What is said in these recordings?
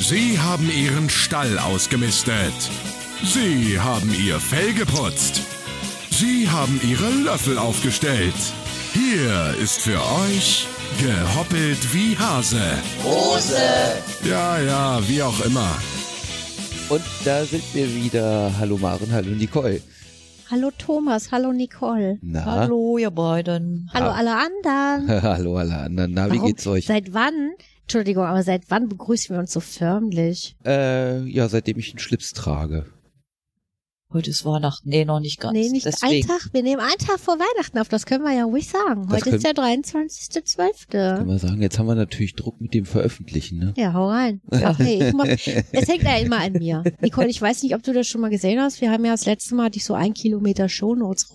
Sie haben Ihren Stall ausgemistet. Sie haben Ihr Fell geputzt. Sie haben Ihre Löffel aufgestellt. Hier ist für euch gehoppelt wie Hase. Hose! Ja, ja, wie auch immer. Und da sind wir wieder. Hallo Maren, hallo Nicole. Hallo Thomas, hallo Nicole. Na, Hallo, ihr beiden. Hallo Ah. alle anderen. hallo alle anderen. Na, wie Warum- geht's euch? Seit wann? Entschuldigung, aber seit wann begrüßen wir uns so förmlich? äh, ja, seitdem ich einen Schlips trage. Heute ist Weihnachten. Nee, noch nicht ganz. nee, nicht Deswegen. ein Tag. Wir nehmen einen Tag vor Weihnachten auf. Das können wir ja ruhig sagen. Das Heute ist der 23.12. Kann man sagen, jetzt haben wir natürlich Druck mit dem Veröffentlichen, ne? Ja, hau rein. Ja. Hey, ich mach, es hängt ja immer an mir. Nicole, ich weiß nicht, ob du das schon mal gesehen hast. Wir haben ja das letzte Mal hatte ich so ein Kilometer Shownotes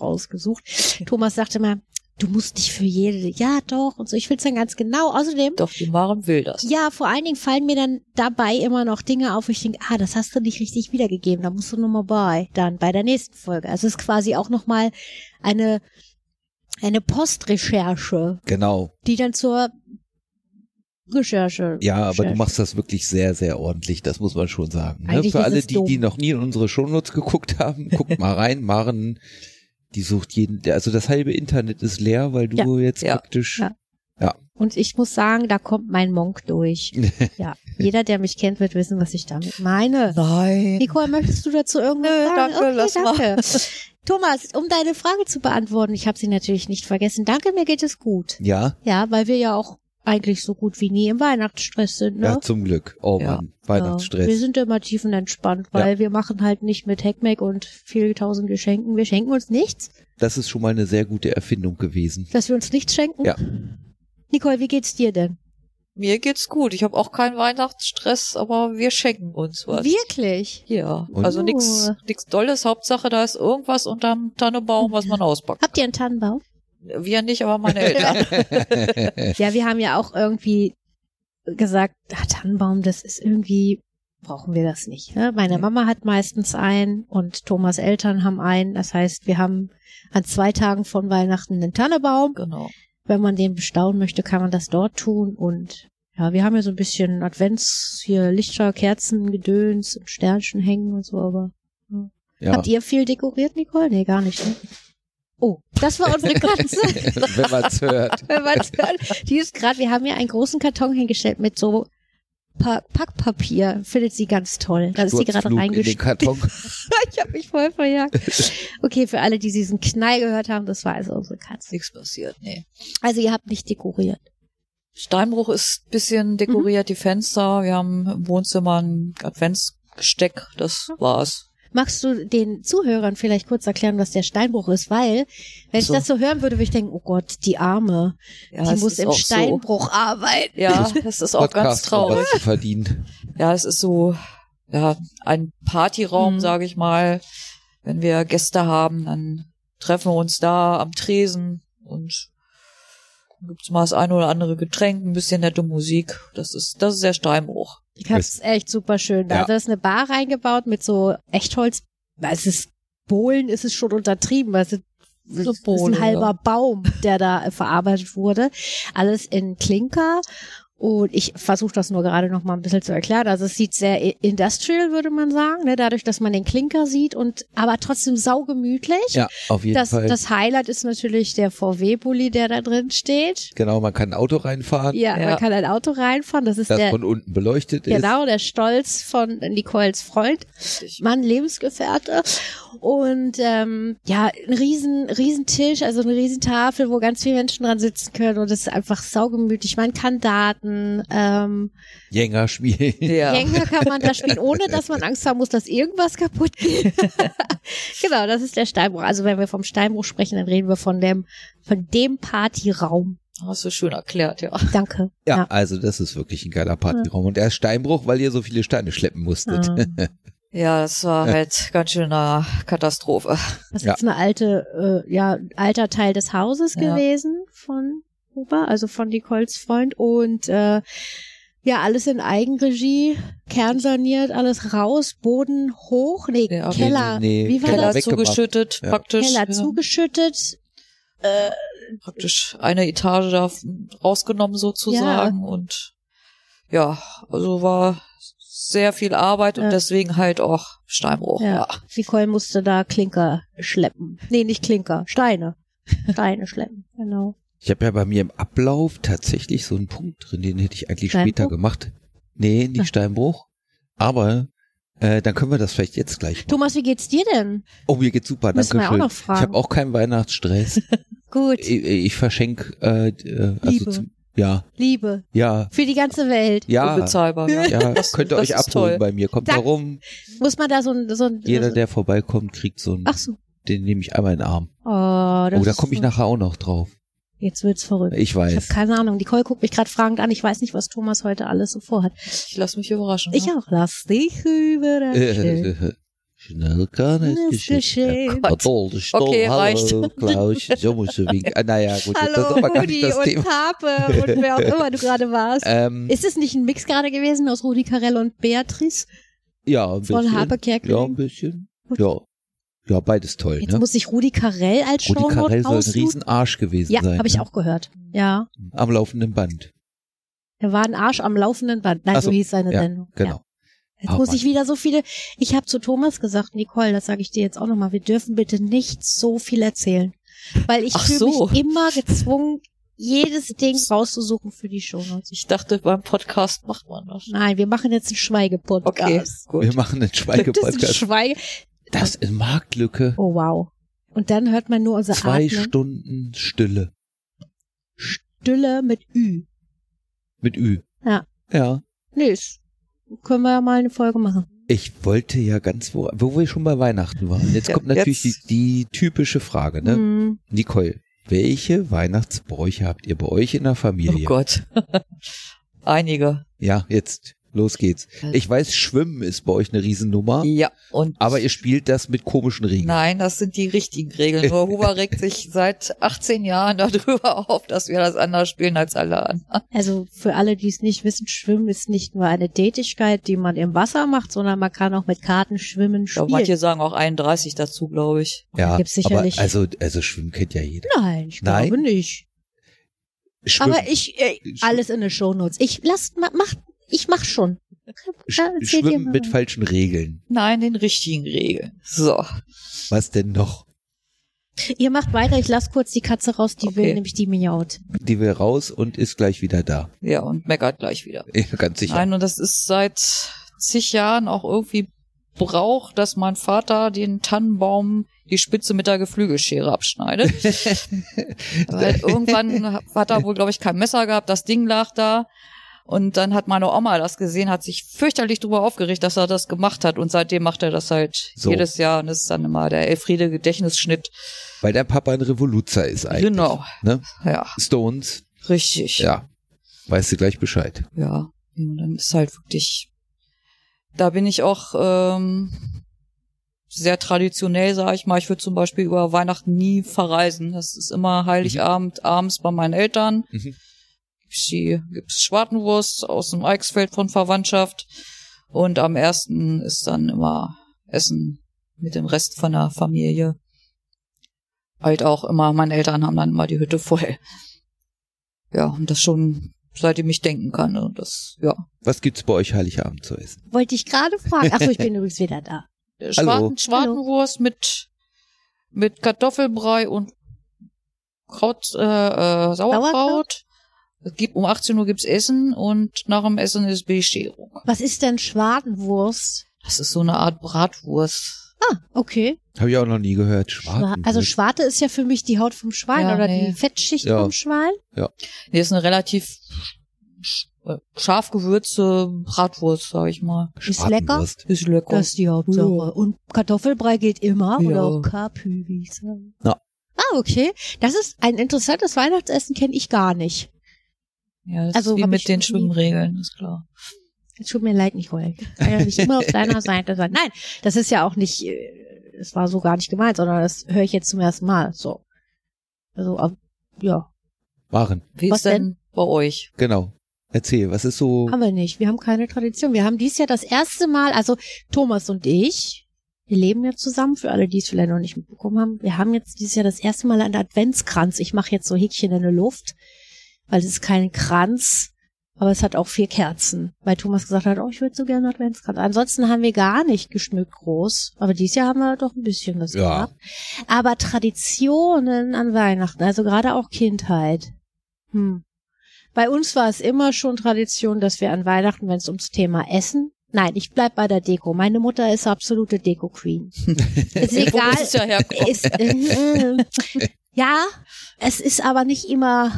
rausgesucht. Thomas sagte mal, du musst nicht für jede, ja doch und so. Ich will's dann ganz genau. Außerdem Doch, die Maren will das. Ja, vor allen Dingen fallen mir dann dabei immer noch Dinge auf, wo ich denke, ah, das hast du nicht richtig wiedergegeben, da musst du nochmal bei, dann bei der nächsten Folge. Also es ist quasi auch nochmal eine, eine Postrecherche, Genau. die dann zur Recherche. Ja, aber du Recherche. machst das wirklich sehr, sehr ordentlich, das muss man schon sagen. Ne? Eigentlich Für ist alle, es die, dumm. die noch nie in unsere Shownotes geguckt haben, guckt mal rein. Maren, die sucht jeden, also das halbe Internet ist leer, weil du jetzt Ja. praktisch, Ja. Und ich muss sagen, da kommt mein Monk durch. ja, jeder, der mich kennt, wird wissen, was ich damit meine. Nein. Nicole, möchtest du dazu irgendwas Nö, sagen? danke, lass mal. okay, danke. Thomas, um deine Frage zu beantworten, ich habe sie natürlich nicht vergessen. Danke, mir geht es gut. ja, Ja, weil wir ja auch eigentlich so gut wie nie im Weihnachtsstress sind, ne? ja, zum Glück. Oh Ja. Mann, Ja. Weihnachtsstress. Wir sind immer tiefenentspannt, weil wir machen halt nicht mit Heckmeck und viel tausend Geschenken. Wir schenken uns nichts, Das ist schon mal eine sehr gute Erfindung gewesen. dass wir uns nichts schenken. Ja. Nicole, wie geht's dir denn? Mir geht's gut. Ich habe auch keinen Weihnachtsstress, aber wir schenken uns was. Wirklich? Ja, Und- also nix, Oh. nix Dolles. Hauptsache, da ist irgendwas unterm Tannebaum, was man auspackt. Habt ihr einen Tannenbaum? Wir nicht, aber meine Eltern. ja, wir haben ja auch irgendwie gesagt, ah, Tannenbaum, das ist irgendwie, brauchen wir das nicht. Ne? Meine Nee. Mama hat meistens einen und Thomas Eltern haben einen. Das heißt, wir haben an zwei Tagen von Weihnachten einen Tannenbaum. genau. wenn man den bestaunen möchte, kann man das dort tun und ja, wir haben ja so ein bisschen Advents hier Lichter, Kerzen, Gedöns und Sternchen hängen und so, aber ja. habt ihr viel dekoriert, Nicole? Nee, gar nicht. Ne? Oh, das war unsere Katze. Wenn man es hört. Wenn man's hört. die ist gerade, wir haben ja einen großen Karton hingestellt mit so pa Packpapier, findet sie ganz toll. Da ist sie gerade Sturzflug in den reingesteckt. Karton. Ich habe mich voll verjagt. Okay, für alle, die diesen Knall gehört haben, das war also unsere Katze. Nichts passiert, nee. Also ihr habt nicht dekoriert. Steinbruch ist bisschen dekoriert, die Fenster. Wir haben im Wohnzimmer ein Adventsgesteck. Das Hm. war's. Magst du den Zuhörern vielleicht kurz erklären, was der Steinbruch ist? Weil, wenn ich So. das so hören würde, würde ich denken, oh Gott, die Arme, Ja, die es muss ist im auch so. Steinbruch arbeiten. Ja, das ist auch ganz Podcast, um traurig. was zu verdienen. Ja, es ist so, ja, ein Partyraum, Mhm. sage ich mal. Wenn wir Gäste haben, dann treffen wir uns da am Tresen und dann gibt's mal das eine oder andere Getränk, ein bisschen nette Musik. Das ist, das ist der Steinbruch. Ich hab's echt super schön. Ja. Also da ist eine Bar reingebaut mit so Echtholz. Es ist Bohlen, ist es schon untertrieben, weil es ist, So es ist Bohlen, ein halber ja. Baum, der da äh, verarbeitet wurde. Alles in Klinker. Und ich versuche das nur gerade noch mal ein bisschen zu erklären. Also es sieht sehr i- industrial, würde man sagen, ne? dadurch, dass man den Klinker sieht und aber trotzdem saugemütlich. Ja, auf jeden Das, Fall. das Highlight ist natürlich der VW-Bulli, der da drin steht. genau, man kann ein Auto reinfahren, Ja, Ja. man kann ein Auto reinfahren. Das ist das der von unten beleuchtet genau der Stolz von Nicoles Freund, Richtig. Mann, Lebensgefährte. Und ähm, ja, ein riesen, riesen Tisch, also eine riesen Tafel, wo ganz viele Menschen dran sitzen können und es ist einfach saugemütlich. Man kann Daten, ähm, ist. Jänger spielen. Ja. Jenga kann man da spielen, ohne dass man Angst haben muss, dass irgendwas kaputt geht. genau, das ist der Steinbruch. Also wenn wir vom Steinbruch sprechen, dann reden wir von dem, von dem Partyraum. Hast du schön erklärt, ja. Danke. Ja, also das ist wirklich ein geiler Partyraum. Und er ist Steinbruch, weil ihr so viele Steine schleppen musstet. Ähm, Ja, das war halt ganz schön eine Katastrophe. das Ja. ist eine alte, äh, ja, ein alter Teil des Hauses Ja. gewesen von Huber, also von Nicoles Freund und äh, ja, alles in Eigenregie, kernsaniert, alles raus, Boden hoch, nee, Ja, okay. Keller, Nee, nee, wie war Keller Keller das? weggemacht. zugeschüttet, Ja. praktisch. Keller ja, zugeschüttet, äh, praktisch eine Etage da rausgenommen sozusagen und ja, also war sehr viel Arbeit und Ja. deswegen halt auch Steinbruch. Ja. Ja. Nicole musste da Klinker schleppen. Nee, nicht Klinker, Steine. Steine schleppen, genau. Ich habe ja bei mir im Ablauf tatsächlich so einen Punkt drin, den hätte ich eigentlich später Steinbruch? gemacht. Nee, Ah. nicht Steinbruch. Aber äh, dann können wir das vielleicht jetzt gleich machen. Thomas, wie geht's dir denn? Oh, mir geht's super, Müssen danke wir auch schön. noch ich fragen. habe auch keinen Weihnachtsstress. Gut, ich, ich verschenk äh, äh, also Liebe. zum, ja, Liebe. ja, Für die ganze Welt. ja. Unbezahlbar. Ja. Ja, Das- könnt ihr das euch ist abholen toll. bei mir. Kommt da Zack. rum. Muss man da so ein, so ein Jeder, der vorbeikommt, kriegt so einen, Ach so. den nehme ich einmal in den Arm. Oh, das Oh, da ist komme ich so- nachher auch noch drauf. Jetzt wird's verrückt. Ich Ich habe weiß. keine Ahnung. Nicole guckt mich gerade fragend an. Ich weiß nicht, was Thomas heute alles so vorhat. Ich lass mich überraschen. Ich ja. auch. Lass dich überraschen. Äh, Schnell kann es Ist geschehen. geschehen. Der Gott, der Stoll, Okay, reicht. hallo, Klaus, so musst du winken. Ah, naja, gut, das ist Hallo, aber gar Rudi nicht das und Thema. Pape und wer auch immer du gerade warst. Ähm, Ist es nicht ein Mix gerade gewesen aus Rudi Carell und Beatrice ja, ein von bisschen. Harpe Kerkeling? Ja, ein bisschen. Gut. Ja. Ja, beides toll, Jetzt ne? muss ich Rudi Carell als Rudi Carell Shownote soll ein aussuchen. Riesenarsch gewesen Ja, sein. habe ich ne? auch gehört. Ja, Am laufenden Band. er war ein Arsch am laufenden Band. Nein, Ach so so, hieß seine ja, Sendung. Ja. Genau. Jetzt Ah, muss Mann. ich wieder so viele. Ich habe zu Thomas gesagt, Nicole, das sage ich dir jetzt auch nochmal, wir dürfen bitte nicht so viel erzählen. Weil ich Ach fühle so. mich immer gezwungen, jedes Ding rauszusuchen für die Shownotes. Ich dachte, beim Podcast macht man das. Nein, wir machen jetzt einen Okay, Schweigepodcast. Wir gut. machen einen Das ist ein Schweigepodcast. Schweige. Das ist Marktlücke. Oh wow. Und dann hört man nur unsere Zwei Atmen. Stunden Stille. Stille mit Ü. Mit Ü. Ja. Ja. Nee, ist- können wir ja mal eine Folge machen. Ich wollte ja ganz, wo, wo wir schon bei Weihnachten waren. Jetzt Ja, kommt natürlich jetzt- Die, die typische Frage, ne? Hm. Nicole, welche Weihnachtsbräuche habt ihr bei euch in der Oh Familie? Gott. Einige. Ja, jetzt, los geht's. Äh. Ich weiß, Schwimmen ist bei euch eine Riesennummer, Ja, und aber ihr spielt das mit komischen Regeln. Nein, das sind die richtigen Regeln. Nur Huber regt sich seit 18 Jahren darüber auf, dass wir das anders spielen als alle anderen. Also für alle, die es nicht wissen, Schwimmen ist nicht nur eine Tätigkeit, die man im Wasser macht, sondern man kann auch mit Karten schwimmen Ja, spielen. manche sagen auch 31 dazu, glaube ich. ja, gibt's sicherlich- aber also, also Schwimmen kennt ja jeder. Nein, ich Nein. glaube nicht. Schwimmen, Aber ich äh, alles in den Shownotes. Ich lass ma, mach ich mach schon. Sch- Ja, erzähl dir Schwimmen mal. mit falschen Regeln. Nein, den richtigen Regeln. So. Was denn noch? Ihr macht weiter, ich lass kurz die Katze raus, die will Okay. nämlich die miaut. Die will raus und ist gleich wieder da. Ja, und meckert gleich wieder. Ja, Ganz sicher. Nein, und das ist seit zig Jahren auch irgendwie Brauch, dass mein Vater den Tannenbaum die Spitze mit der Geflügelschere abschneidet. Weil irgendwann hat er wohl, glaube ich, kein Messer gehabt, das Ding lag da. Und dann hat meine Oma das gesehen, hat sich fürchterlich darüber aufgeregt, dass er das gemacht hat. Und seitdem macht er das halt So. jedes Jahr. Und das ist dann immer der Elfriede Gedächtnisschnitt. Weil dein Papa ein Revoluzer ist eigentlich. Genau. Ne? Ja, Stones, richtig. ja. Weißt du gleich Bescheid. ja, und dann ist halt wirklich, da bin ich auch ähm, sehr traditionell, sage ich mal. Ich würde zum Beispiel über Weihnachten nie verreisen. Das ist immer Heiligabend abends bei meinen Eltern. Mhm. Gibt's die gibt's Schwartenwurst aus dem Eichsfeld von Verwandtschaft und am ersten ist dann immer Essen mit dem Rest von der Familie. Halt auch immer, meine Eltern haben dann immer die Hütte voll. Ja, und das schon seitdem ich denken kann. Und das, ja. Was gibt's bei euch Heiligabend zu essen? Wollte ich gerade fragen. Ach so, ich bin übrigens wieder da. Hallo. Schwarten, Schwartenwurst Äh, mit, mit Kartoffelbrei und Kraut, äh, äh, Sauerkraut. Sauerkraut? Es gibt, um 18 Uhr gibt's Essen und nach dem Essen ist Bescherung. Was ist denn Schwadenwurst? Das ist so eine Art Bratwurst. Ah, okay. Habe ich auch noch nie gehört. Schwa Schwarten. also Schwarte ist ja für mich die Haut vom Schwein Ja, oder nee. die Fettschicht Ja. vom Schwein. Nee, ist eine relativ sch- äh, scharf gewürzte Bratwurst, sag ich mal. Ist lecker. Schwartenwurst. Ist lecker. Das ist die Hauptsache. Ja. Und Kartoffelbrei geht immer Ja. oder auch Kapü, wie ich sage. Ja. Ah, okay. Das ist ein interessantes Weihnachtsessen, kenne ich gar nicht. ja, das also ist wie hab mit ich den noch nie- Schwimmregeln, ist klar. Es tut mir leid, Nicole. Ich kann ja nicht immer auf deiner Seite sein. Nein, das ist ja auch nicht, äh, es war so gar nicht gemeint, sondern das höre ich jetzt zum ersten Mal. So. Also, ab- ja, Waren. Wie Was ist denn, bei euch? Genau. Erzähl, was ist so. haben wir nicht. Wir haben keine Tradition. Wir haben dies Jahr das erste Mal, also Thomas und ich, wir leben ja zusammen, für alle, die es vielleicht noch nicht mitbekommen haben. Wir haben jetzt dieses Jahr das erste Mal einen Adventskranz. Ich mache jetzt so Häkchen in der Luft, weil es ist kein Kranz, Aber es hat auch vier Kerzen, weil Thomas gesagt hat, oh, ich würde so gerne Adventskranz. Ansonsten haben wir gar nicht geschmückt groß, aber dieses Jahr haben wir doch ein bisschen was Ja. gemacht. Aber Traditionen an Weihnachten, also gerade auch Kindheit. Hm. Bei uns war es immer schon Tradition, dass wir an Weihnachten, wenn es ums Thema Essen, nein, ich bleib bei der Deko. Meine Mutter ist absolute Deko Queen. ist egal, Wo ist ja herkommt. ist, äh, ja, es ist aber nicht immer,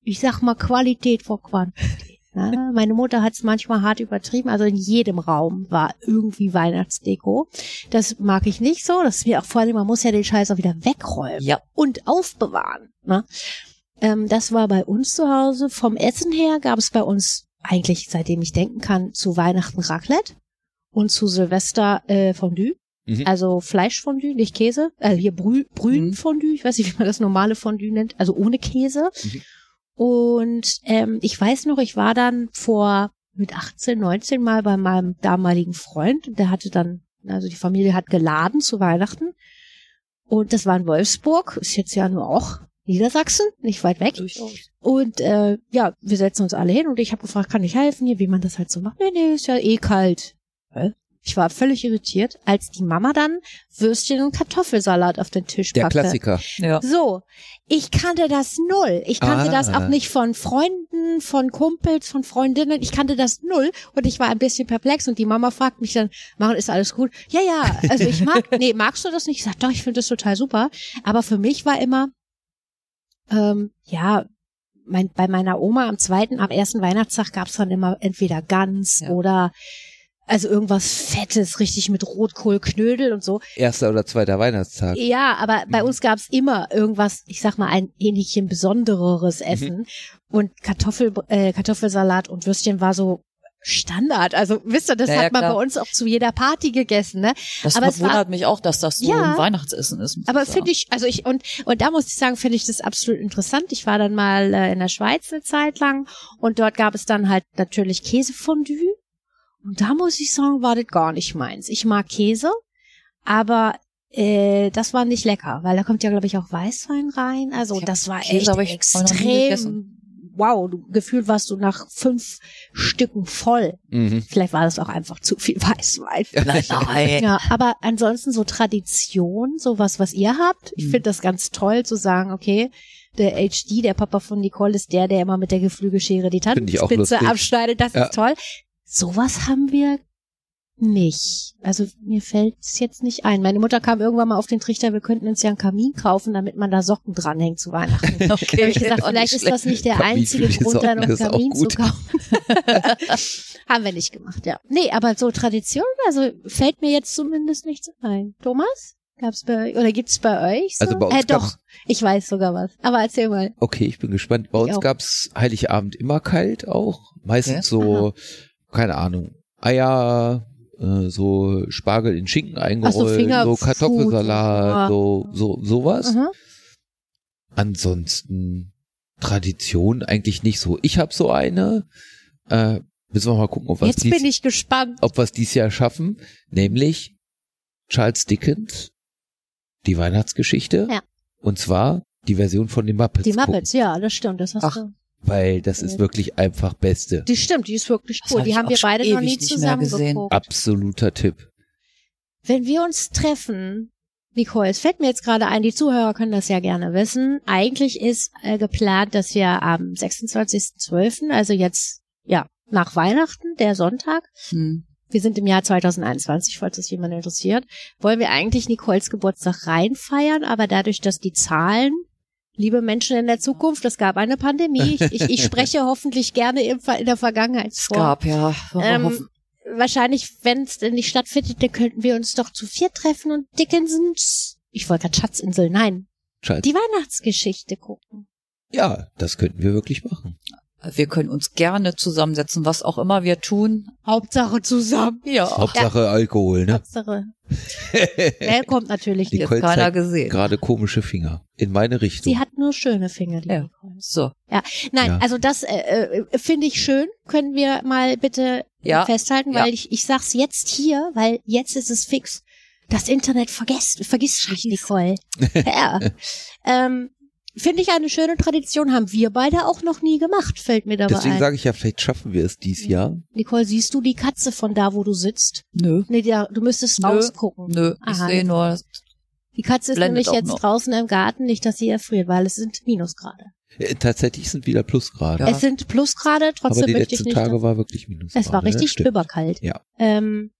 ich sag mal, Qualität vor Quantität. Ne? Meine Mutter hat es manchmal hart übertrieben. Also in jedem Raum war irgendwie Weihnachtsdeko. Das mag ich nicht so. Das ist mir auch vor allem, man muss ja den Scheiß auch wieder wegräumen Ja. und aufbewahren. Ne? Ähm, das war bei uns zu Hause. Vom Essen her gab es bei uns eigentlich, seitdem ich denken kann, zu Weihnachten Raclette und zu Silvester äh, Fondue. Mhm. Also Fleischfondue, nicht Käse. Äh, hier Brü Brühenfondue, ich weiß nicht, wie man das normale Fondue nennt, also ohne Käse. Mhm. Und ähm, ich weiß noch, ich war dann vor mit 18, 19 mal bei meinem damaligen Freund. Der hatte dann, also die Familie hat geladen zu Weihnachten. Und das war in Wolfsburg, ist jetzt ja nur auch Niedersachsen, nicht weit weg. Durchaus. Und äh, ja, wir setzen uns alle hin und ich habe gefragt, kann ich helfen hier, wie man das halt so macht. Nee, nee, ist ja eh kalt. Hä? Ich war völlig irritiert, als die Mama dann Würstchen und Kartoffelsalat auf den Tisch Der packte. Klassiker. Ja. So, ich kannte das null. Ich kannte Ah. das auch nicht von Freunden, von Kumpels, von Freundinnen. Ich kannte das null und ich war ein bisschen perplex und die Mama fragt mich dann, Maren, ist alles gut? Ja, ja, also ich mag, nee, magst du das nicht? Ich sag, doch, ich finde das total super. Aber für mich war immer, ähm, ja, mein, bei meiner Oma am zweiten, am ersten Weihnachtstag gab's dann immer entweder Gans Ja. oder also irgendwas Fettes, richtig mit Rotkohlknödel und so. Erster oder zweiter Weihnachtstag. Ja, aber bei Mhm. uns gab's immer irgendwas, ich sag mal, ein ähnlichchen besondereres Mhm. Essen. Und Kartoffel, äh, Kartoffelsalat und Würstchen war so Standard. Also wisst ihr, das Ja, ja, hat man klar. bei uns auch zu jeder Party gegessen, ne? Das Aber es war- verwundert mich auch, dass das so Ja. ein Weihnachtsessen ist. muss Aber ich sagen. finde ich, also ich, und, und da muss ich sagen, finde ich das absolut interessant. Ich war dann mal äh, in der Schweiz eine Zeit lang und dort gab es dann halt natürlich Käsefondue. Und da muss ich sagen, war das gar nicht meins. Ich mag Käse, aber äh, das war nicht lecker, weil da kommt ja, glaube ich, auch Weißwein rein. Also Ich hab das war Käse, echt aber ich hab noch nie extrem. gegessen. Wow, du, gefühlt warst du nach fünf Stücken voll. Mhm. Vielleicht war das auch einfach zu viel Weißwein. Nein, nein. Ja, aber ansonsten so Tradition, sowas, was ihr habt. Ich Hm. Mhm. finde das ganz toll zu sagen, okay, der HD, der Papa von Nicole, ist der, der immer mit der Geflügelschere die Find ich auch Tantenspitze lustig. abschneidet. Das Ja. ist toll. Sowas haben wir nicht. Also mir fällt's jetzt nicht ein. Meine Mutter kam irgendwann mal auf den Trichter, wir könnten uns ja einen Kamin kaufen, damit man da Socken dranhängt zu Weihnachten. Okay. Da habe ich gesagt, Auch vielleicht ist schlecht. das nicht der Kamin einzige für die Grund, Socken einen ist auch Kamin zu gut. kaufen. Haben wir nicht gemacht, ja. Nee, aber so Tradition, also fällt mir jetzt zumindest nichts ein. Thomas? Gab's bei euch, oder gibt's bei euch so? Also bei uns äh, doch, gab's- ich weiß sogar was. Aber erzähl mal. Okay, ich bin gespannt. Bei Ich uns auch. gab's Heiligabend immer kalt auch. Meistens Okay. so, keine Ahnung, Eier, äh, so Spargel in Schinken eingerollt, Finger- so Food, ja. Kartoffelsalat, so, so, sowas. Ah. Aha. Ansonsten Tradition eigentlich nicht so. Ich habe so eine. Äh, müssen wir mal gucken, ob wir es Jetzt bin dies, ich gespannt. ob wir's dies Jahr schaffen. Nämlich Charles Dickens, die Weihnachtsgeschichte. Ja. Und zwar die Version von den Muppets. Die gucken, Muppets, ja, das stimmt, das hast Ach. du. Weil das ist wirklich einfach Beste. Mhm. Die stimmt, die ist wirklich Das cool. hab Die ich haben auch wir schon beide noch ewig nie nicht mehr gesehen. zusammengeguckt. Absoluter Tipp. Wenn wir uns treffen, Nicole, es fällt mir jetzt gerade ein, die Zuhörer können das ja gerne wissen. Eigentlich ist äh, geplant, dass wir am 26.12., also jetzt, ja, nach Weihnachten, der Sonntag, Hm. wir sind im Jahr 2021, falls das jemand interessiert, wollen wir eigentlich Nicoles Geburtstag reinfeiern, aber dadurch, dass die Zahlen, liebe Menschen in der Zukunft, es gab eine Pandemie, ich, ich, ich spreche hoffentlich gerne im, Ver- in der Vergangenheit Es vor. gab ja. Wollen wir Ähm, hoffen. wahrscheinlich, wenn es denn nicht stattfindet, dann könnten wir uns doch zu vier treffen und Dickinsons, ich wollte gerade Schatzinsel, nein, Charles. die Weihnachtsgeschichte gucken. ja, das könnten wir wirklich machen. Wir können uns gerne zusammensetzen, was auch immer wir tun. Hauptsache zusammen. Ja, Hauptsache Alkohol, ne? Hauptsache. Mel kommt natürlich Die nicht. Nicole jetzt keiner zeigt gesehen. Gerade komische Finger. In meine Richtung. Sie hat nur schöne Finger, die Ja. Nicole. So. Nein, Ja. also das äh, äh, finde ich schön. Können wir mal bitte Ah, Ja. festhalten, weil Ja. ich, ich sag's jetzt hier, weil jetzt ist es fix. Das Internet vergesst, vergisst nicht, Nicole. ja. ähm, Finde ich eine schöne Tradition, haben wir beide auch noch nie gemacht, fällt mir dabei Deswegen ein. Mhm. sage ich ja, vielleicht schaffen wir es dies Jahr. Nicole, siehst du die Katze von da, wo du sitzt? Nö. Nee, da, du müsstest Nö. rausgucken. Nö, ich Aha. sehe nur, Die Katze ist Blendet nämlich auch jetzt noch. draußen im Garten, nicht, dass sie erfriert, weil es sind Minusgrade. Äh, tatsächlich sind wieder Plusgrade. Ja. Es sind Plusgrade, trotzdem aber die möchte ich letzten nicht. Tage dass- war wirklich ne? minus. es war richtig stüberkalt. Ja. Ähm,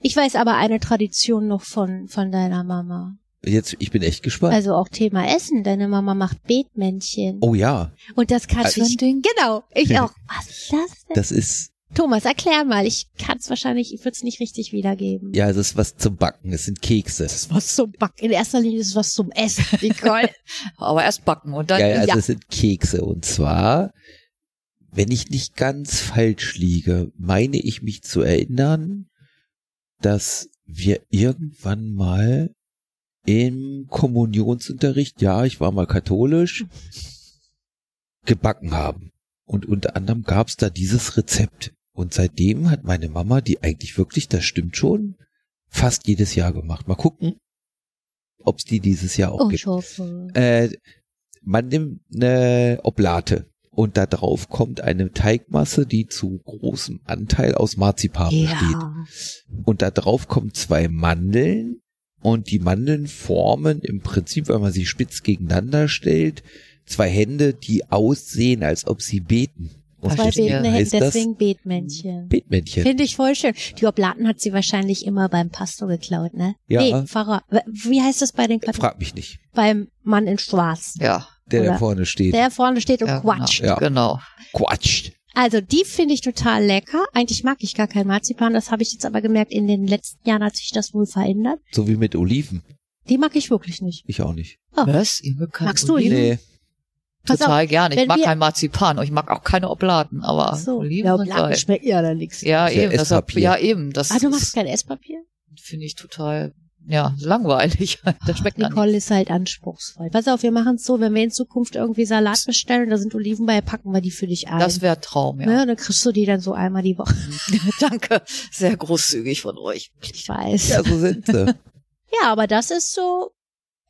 ich weiß aber eine Tradition noch von, von deiner Mama. Jetzt, ich bin echt gespannt. Also auch Thema Essen. Deine Mama macht Beetmännchen. oh ja, Und das kann Also- ich. Ding? Genau, ich auch. Was ist das denn? das ist, Thomas, erklär mal. Ich kann es wahrscheinlich, ich würde es nicht richtig wiedergeben. ja, es ist was zum Backen. Es sind Kekse. Das ist was zum Backen. In erster Linie ist es was zum Essen, Nicole. aber erst backen und dann ja, ja, also ja. es sind Kekse. Und zwar, wenn ich nicht ganz falsch liege, meine ich mich zu erinnern, dass wir irgendwann mal im Kommunionsunterricht, ja, ich war mal katholisch, gebacken haben. Und unter anderem gab's da dieses Rezept. Und seitdem hat meine Mama, die eigentlich wirklich, das stimmt schon, fast jedes Jahr gemacht. Mal gucken, ob's die dieses Jahr auch Oh, Und gibt Schaufe. äh, man nimmt eine Oblate und da drauf kommt eine Teigmasse, die zu großem Anteil aus Marzipan besteht. Ja. Und da drauf kommen zwei Mandeln und die Mandeln formen im Prinzip, wenn man sie spitz gegeneinander stellt, zwei Hände, die aussehen, als ob sie beten. Und Zwei Weil Verstehe. deswegen Beten heißt das deswegen Betmännchen. Betmännchen. Finde ich voll schön. Die Oblaten hat sie wahrscheinlich immer beim Pastor geklaut, ne? Ja. Nee, Pfarrer. Wie heißt das bei den Katholiken? Frag mich nicht, Beim Mann in Schwarz. ja, der da Oder- vorne steht. Der vorne steht und ja, quatscht. Genau. Ja. genau. Quatscht. Also die finde ich total lecker. Eigentlich mag ich gar kein Marzipan. Das habe ich jetzt aber gemerkt, in den letzten Jahren hat sich das wohl verändert. So wie mit Oliven. Die mag ich wirklich nicht. Ich auch nicht. Oh. Was? Ihr mögt keine Magst du Oliven? Nee. Pass auf, Total gern. Ich wenn mag wir- kein Marzipan und ich mag auch keine Oblaten, aber so. Oliven ja, sind Oblaten geil. schmecken ja dann nichts. Ja, Ist ja eben. Deshalb, Esspapier. ja, eben. Das Ah, du machst kein Esspapier? finde ich total, ja, langweilig. Das schmeckt dann Nicole ist halt anspruchsvoll. Pass auf, wir machen es so, wenn wir in Zukunft irgendwie Salat bestellen, und da sind Oliven bei, packen wir die für dich ein. Das wäre Traum, ja. ne? Und dann kriegst du die dann so einmal die Woche. Danke. Sehr großzügig von euch. Ich weiß. Ja, so sind sie. Ja, aber das ist so,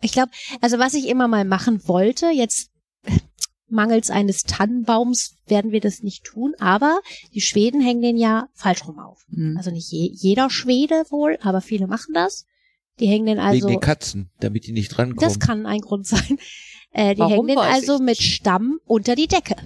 ich glaube, also was ich immer mal machen wollte, jetzt mangels eines Tannenbaums werden wir das nicht tun, aber die Schweden hängen den ja falsch rum auf. Hm. Also nicht je, jeder Schwede wohl, aber viele machen das. Die hängen den also Wegen den Katzen, damit die nicht Das drankommen. kann ein Grund sein. Äh, die Warum, hängen den weiß also ich mit nicht. Stamm unter die Decke.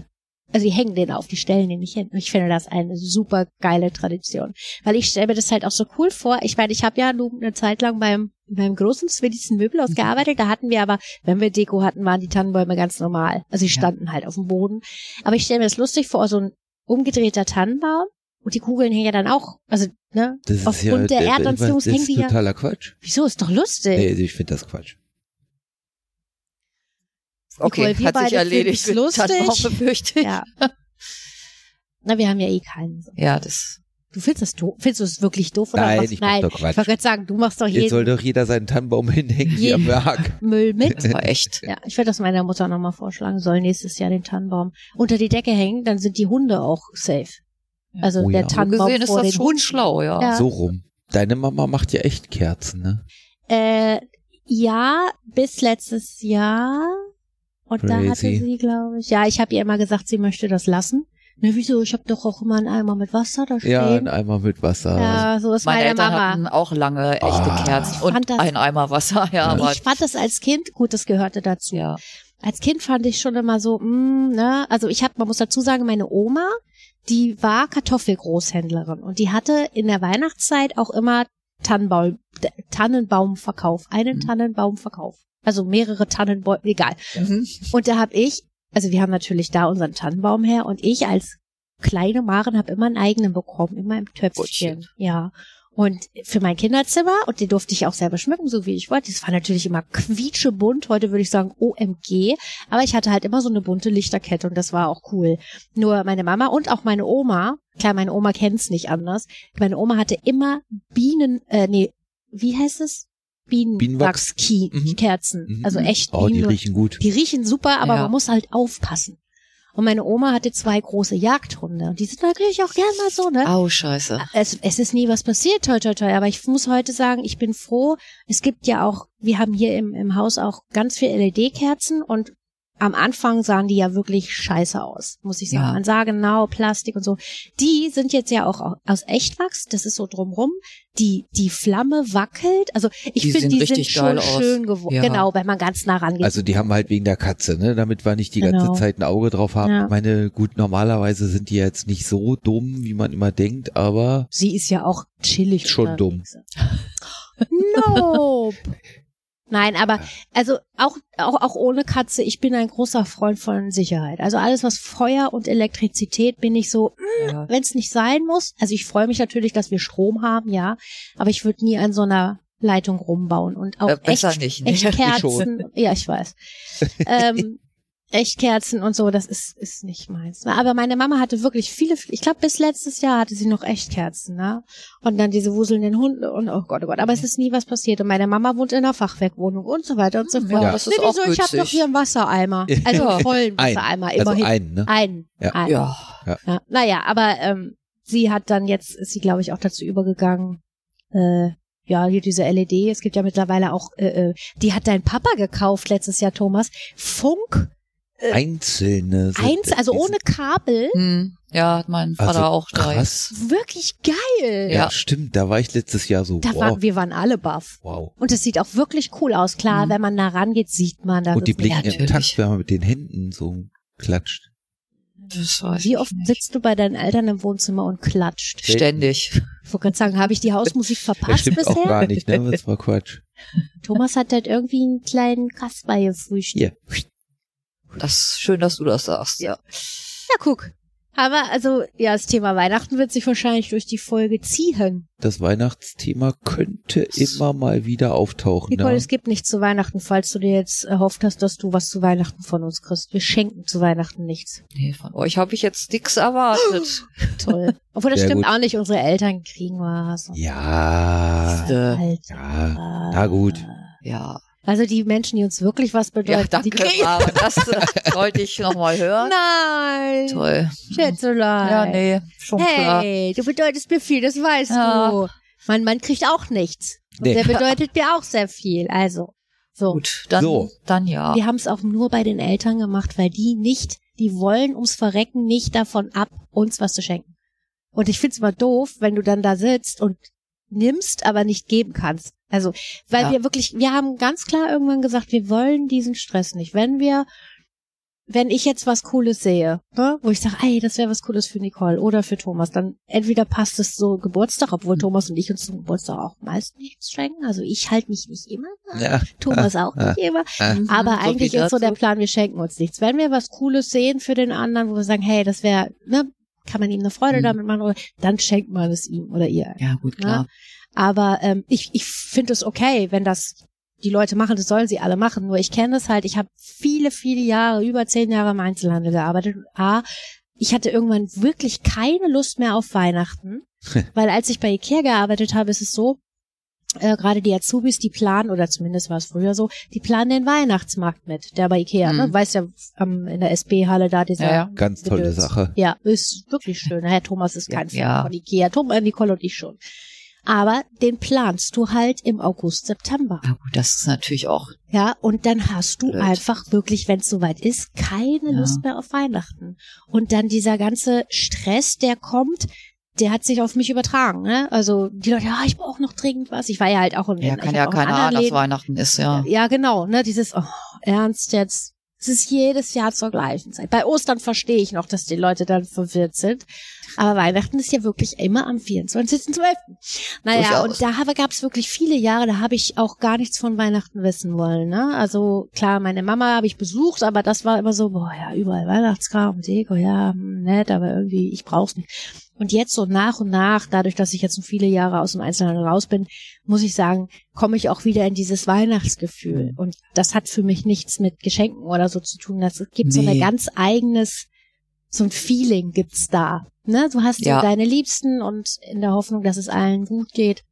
Also die hängen den auf, die stellen den nicht hin. Und Ich finde das eine super geile Tradition. Weil ich stelle mir das halt auch so cool vor. Ich meine, ich habe ja nun eine Zeit lang beim, beim großen Swedish Möbelhaus gearbeitet. Da hatten wir aber, wenn wir Deko hatten, waren die Tannenbäume ganz normal. Also die Ja. standen halt auf dem Boden. Aber ich stelle mir das lustig vor, so ein umgedrehter Tannenbaum. Und die Kugeln hängen ja dann auch. Also, ne? Das ist Aufgrund der Erdanziehung das ist hängen die ja- Äh, totaler Quatsch. Wieso? Ist doch lustig. Nee, also ich finde das Quatsch. Okay, Nicole, wir hat sich beide erledigt. finden's lustig. Tannenbaum befürchte ich. Ja. Na, wir haben ja eh keinen. ja, das. Du findest das doof? Findest du es wirklich doof oder Nein, machst ich mach nein? doch ich wollte Quatsch. gerade sagen, du machst doch Jetzt soll jeden doch jeder seinen Tannenbaum hinhängen, wie am Jeden- Werk. Müll mit. war echt. Ja, ich werde das meiner Mutter nochmal vorschlagen, soll nächstes Jahr den Tannenbaum unter die Decke hängen, dann sind die Hunde auch safe. Also Oh ja. der So So Tannenbaum gesehen ist vor das den schon Hunden. schlau, ja. Ja. So rum. Deine Mama macht ja echt Kerzen, ne? Äh, ja, bis letztes Jahr. Und da hatte Crazy. sie, glaube ich, ja, ich habe ihr immer gesagt, sie möchte das lassen. Ne, wieso? Ich habe doch auch immer einen Eimer mit Wasser da stehen. Ja, ein Eimer mit Wasser. ja so ist Meine meine, Eltern Mama. hatten auch lange echte Ah. Kerzen Ich und fand das- ein Eimer Wasser, ja, aber Ich fand das als Kind, gut, das gehörte dazu. ja. als Kind fand ich schon immer so, mh, ne, also ich habe, man muss dazu sagen, meine Oma, die war Kartoffelgroßhändlerin und die hatte in der Weihnachtszeit auch immer Tannenbaum, D- Tannenbaumverkauf, einen Mhm. Tannenbaumverkauf. Also mehrere Tannenbäume, egal. Mhm. Und da habe ich, also wir haben natürlich da unseren Tannenbaum her und ich als kleine Maren habe immer einen eigenen bekommen, immer im Töpfchen. Bullshit. ja. Und für mein Kinderzimmer, und den durfte ich auch selber schmücken, so wie ich wollte. Das war natürlich immer quietschebunt. Heute würde ich sagen OMG. Aber ich hatte halt immer so eine bunte Lichterkette und das war auch cool. Nur meine Mama und auch meine Oma, klar, meine Oma kennt's nicht anders. Meine Oma hatte immer Bienen, äh, nee, wie heißt es? Bienenwachs. Mhm. Bienenwachskerzen. Mhm. Also echt Oh, die Bienen- riechen gut. die riechen super, aber Ja. man muss halt aufpassen. Und meine Oma hatte zwei große Jagdhunde. Und die sind natürlich auch gerne mal so, ne? Au, scheiße. Es, es ist nie was passiert, toi, toi, toi. Aber ich muss heute sagen, ich bin froh. Es gibt ja auch, wir haben hier im, im Haus auch ganz viel LED-Kerzen E und am Anfang sahen die ja wirklich scheiße aus, muss ich sagen. Ja. Man sah genau Plastik und so. Die sind jetzt ja auch au- aus Echtwachs, das ist so drumrum. Die, die Flamme wackelt. Also ich Die finde, sehen die sind richtig geil schon aus. schön geworden. Ja. Genau, wenn man ganz nah rangeht. Also die haben halt wegen der Katze, ne? Damit wir nicht die Genau. ganze Zeit ein Auge drauf haben. Ja. Ich meine, gut, normalerweise sind die jetzt nicht so dumm, wie man immer denkt, aber Sie ist ja auch chillig. Schon unterwegs. Nope. Nein, aber also auch, auch, auch ohne Katze, ich bin ein großer Freund von Sicherheit. Also alles, was Feuer und Elektrizität bin ich so, Ja. wenn es nicht sein muss. Also ich freue mich natürlich, dass wir Strom haben, ja, aber ich würde nie an so einer Leitung rumbauen und auch Äh, besser echt, nicht, ne? echt schon. Kerzen. ja, ich weiß. ähm, echt Kerzen und so, das ist, ist nicht meins. Aber meine Mama hatte wirklich viele, ich glaube bis letztes Jahr hatte sie noch echt Kerzen, ne? Und dann diese wuselnden Hunde und oh Gott, oh Gott, aber es ist nie was passiert. Und meine Mama wohnt in einer Fachwerkwohnung und so weiter und so Hm, fort. ja, das ist Ah, nee, auch wieso? Ich habe günstig. doch hier einen Wassereimer. Also Ja. einen vollen Ein. Wassereimer, also immerhin. einen, ne? Einen. Ja. einen. Ja. Ja, naja, aber ähm, sie hat dann jetzt, ist sie glaube ich auch dazu übergegangen, äh, ja, hier diese LED, es gibt ja mittlerweile auch, äh, äh, die hat dein Papa gekauft letztes Jahr, Thomas, Funk, Einzelne. sind- eins, also die sind- ohne Kabel, Hm. Ja, hat mein Vater Also auch drei. Krass. wirklich geil. Ja. Ja. stimmt, da war ich letztes Jahr so, Da wow, waren, wir waren alle baff. wow. Und es sieht auch wirklich cool aus. Klar, Mhm. wenn man nah rangeht, sieht man das. Und die ist nicht- blicken im natürlich. Takt, wenn man mit den Händen so klatscht. Das weiß Wie ich oft nicht. sitzt du bei deinen Eltern im Wohnzimmer und klatscht? Ständig. Ich wollte gerade sagen, habe ich die Hausmusik Das verpasst stimmt auch bisher? gar nicht, ne? Das war Quatsch. Thomas hat halt irgendwie einen kleinen Kasper gefrühstückt. Hier. Das ist schön, dass du das sagst. Ja. Ja, guck. Aber also, ja, das Thema Weihnachten wird sich wahrscheinlich durch die Folge ziehen. Das Weihnachtsthema könnte immer mal wieder auftauchen. Nicole, Ne? es gibt nichts zu Weihnachten, falls du dir jetzt erhofft hast, dass du was zu Weihnachten von uns kriegst. Wir schenken zu Weihnachten nichts. Nee, von euch habe ich jetzt nix erwartet. Toll. Obwohl, das Sehr stimmt gut. auch nicht. Unsere Eltern kriegen was. Ja, Äh, Alter. ja, na gut. ja. Also die Menschen, die uns wirklich was bedeuten, Ja, die danke, kriegen... aber das äh, wollte ich nochmal hören. Nein. Toll. Schätzelein. Ja, nee, schon klar. Hey, du bedeutest mir viel, das weißt Ja. du. Mein Mann kriegt auch nichts. Und Nee. der bedeutet mir auch sehr viel. Also, so. Gut, dann, So. dann ja. Wir haben es auch nur bei den Eltern gemacht, weil die nicht, die wollen ums Verrecken nicht davon ab, uns was zu schenken. Und ich find's immer doof, wenn du dann da sitzt und nimmst, aber nicht geben kannst. Also, weil Ja. wir wirklich, wir haben ganz klar irgendwann gesagt, wir wollen diesen Stress nicht. Wenn wir, wenn ich jetzt was Cooles sehe, ne, wo ich sage, ey, das wäre was Cooles für Nicole oder für Thomas, dann entweder passt es so Geburtstag, obwohl Hm. Thomas und ich uns zum Geburtstag auch meist nichts schenken. Also ich halte mich nicht immer, dran, Ja, Thomas auch ah. nicht immer. Mhm, Aber so eigentlich wie ist so der dazu. Plan, wir schenken uns nichts. Wenn wir was Cooles sehen für den anderen, wo wir sagen, hey, das wäre, ne, kann man ihm eine Freude Mhm. damit machen, oder, dann schenkt man es ihm oder ihr. Ja, gut, klar. Aber ähm, ich, ich finde es okay, wenn das die Leute machen, das sollen sie alle machen. Nur ich kenne es halt, ich habe viele, viele Jahre, über zehn Jahre im Einzelhandel gearbeitet. Und A, ich hatte irgendwann wirklich keine Lust mehr auf Weihnachten. weil als ich bei Ikea gearbeitet habe, ist es so, äh, gerade die Azubis, die planen, oder zumindest war es früher so, die planen den Weihnachtsmarkt mit, der bei Ikea, Mhm. ne? Weißt ja, am, in der SB-Halle da dieser Ja, ja. ganz tolle Gedöns. Sache. ja, ist wirklich schön. Herr Thomas ist kein Fan Ja. von Ikea. Tom, äh, Nicole und ich schon. Aber den planst du halt im August, September. Ja, gut, das ist natürlich auch. Ja, und dann hast du Blöd. einfach wirklich, wenn es soweit ist, keine Ja. Lust mehr auf Weihnachten. Und dann dieser ganze Stress, der kommt, der hat sich auf mich übertragen. Ne? Also die Leute, ja, ich brauche noch dringend was. Ich war ja halt auch in Ja, ich kann hab ja auch in keiner anderen ahnen, dass Läden Weihnachten ist, ja. ja, genau, ne, dieses oh, ernst jetzt. Es ist jedes Jahr zur gleichen Zeit. Bei Ostern verstehe ich noch, dass die Leute dann verwirrt sind. Aber Weihnachten ist ja wirklich immer am 24.12. Naja, Durchaus. und da gab es wirklich viele Jahre, da habe ich auch gar nichts von Weihnachten wissen wollen. Ne? Also klar, meine Mama habe ich besucht, aber das war immer so, boah, ja, überall Weihnachtskram und Deko, ja, hm, nett, aber irgendwie, ich brauch's nicht. Und jetzt so nach und nach, dadurch, dass ich jetzt so viele Jahre aus dem Einzelhandel raus bin, muss ich sagen, komme ich auch wieder in dieses Weihnachtsgefühl. Mhm. Und das hat für mich nichts mit Geschenken oder so zu tun. Das gibt so ein Nee. ganz eigenes, so ein Feeling gibt's da. Ne? Du hast Ja. so deine Liebsten und in der Hoffnung, dass es allen gut geht,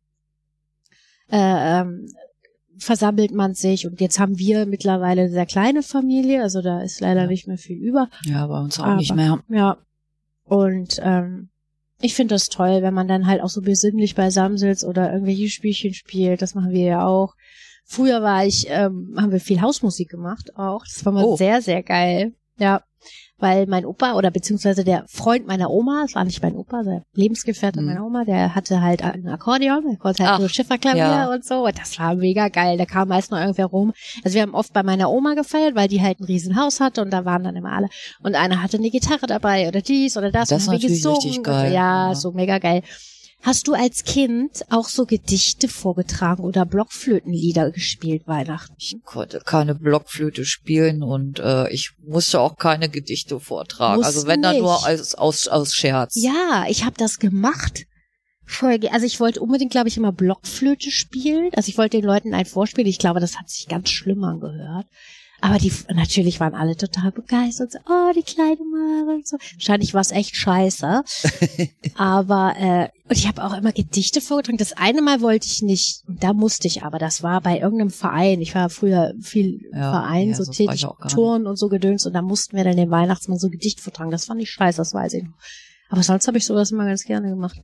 äh, ähm, versammelt man sich. Und jetzt haben wir mittlerweile eine sehr kleine Familie, also da ist leider Ja. nicht mehr viel über. Ja, bei uns auch Aber- nicht mehr. Ja. Und ähm, ich finde das toll, wenn man dann halt auch so besinnlich beisammen sitzt oder irgendwelche Spielchen spielt. Das machen wir ja auch. Früher war ich, ähm, haben wir viel Hausmusik gemacht auch. Das war mal Oh. sehr, sehr geil. Ja. Weil mein Opa oder beziehungsweise der Freund meiner Oma, es war nicht mein Opa, der Lebensgefährte Mhm. meiner Oma, der hatte halt ein Akkordeon, der konnte halt Ach, so Schifferklavier ja. und so. Und das war mega geil. Da kam meist noch irgendwer rum. Also wir haben oft bei meiner Oma gefeiert, weil die halt ein riesen Haus hatte und da waren dann immer alle. Und einer hatte eine Gitarre dabei oder dies oder das. Das ist und haben wir natürlich gesungen. richtig und- geil. Ja, Ja. so mega geil. Hast du als Kind auch so Gedichte vorgetragen oder Blockflötenlieder gespielt Weihnachten? Ich konnte keine Blockflöte spielen und äh, ich musste auch keine Gedichte vortragen. Musst also wenn dann nur nicht. als, aus, aus Scherz. Ja, ich habe das gemacht. Voll ge- Also ich wollte unbedingt, glaube ich, immer Blockflöte spielen. Also ich wollte den Leuten ein vorspielen. Ich glaube, das hat sich ganz schlimm angehört. Aber die natürlich waren alle total begeistert. So, oh, die kleine Mare und so. Wahrscheinlich war es echt scheiße. aber äh, und ich habe auch immer Gedichte vorgetragen. Das eine Mal wollte ich nicht. Da musste ich aber. Das war bei irgendeinem Verein. Ich war früher viel im Ja, Verein, ja, so sonst war tätig, ich auch gar nicht. Touren und so gedöns. Und da mussten wir dann den Weihnachtsmann so Gedicht vortragen. Das fand ich scheiße, das weiß ich noch. Aber sonst habe ich sowas immer ganz gerne gemacht.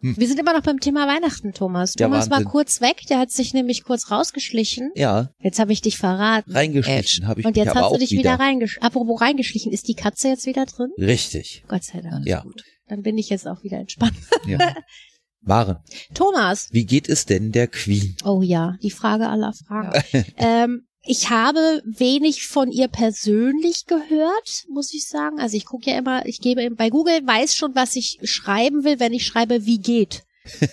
Hm. Wir sind immer noch beim Thema Weihnachten, Thomas. Ja, Thomas war Wahnsinn. kurz weg, der hat sich nämlich kurz rausgeschlichen. Ja, Jetzt habe ich dich verraten. reingeschlichen habe ich Und mich jetzt aber hast du auch dich wieder, reingeschlichen. Apropos reingeschlichen, ist die Katze jetzt wieder drin? Richtig. Gott sei Dank. Dann ist Ja. gut. Dann bin ich jetzt auch wieder entspannt. Ja. Maren, Thomas. wie geht es denn der Queen? Oh ja, die Frage aller Fragen. ähm, ich habe wenig von ihr persönlich gehört, muss ich sagen. Also ich gucke ja immer, ich gebe eben- bei Google weiß schon, was ich schreiben will, wenn ich schreibe, wie geht.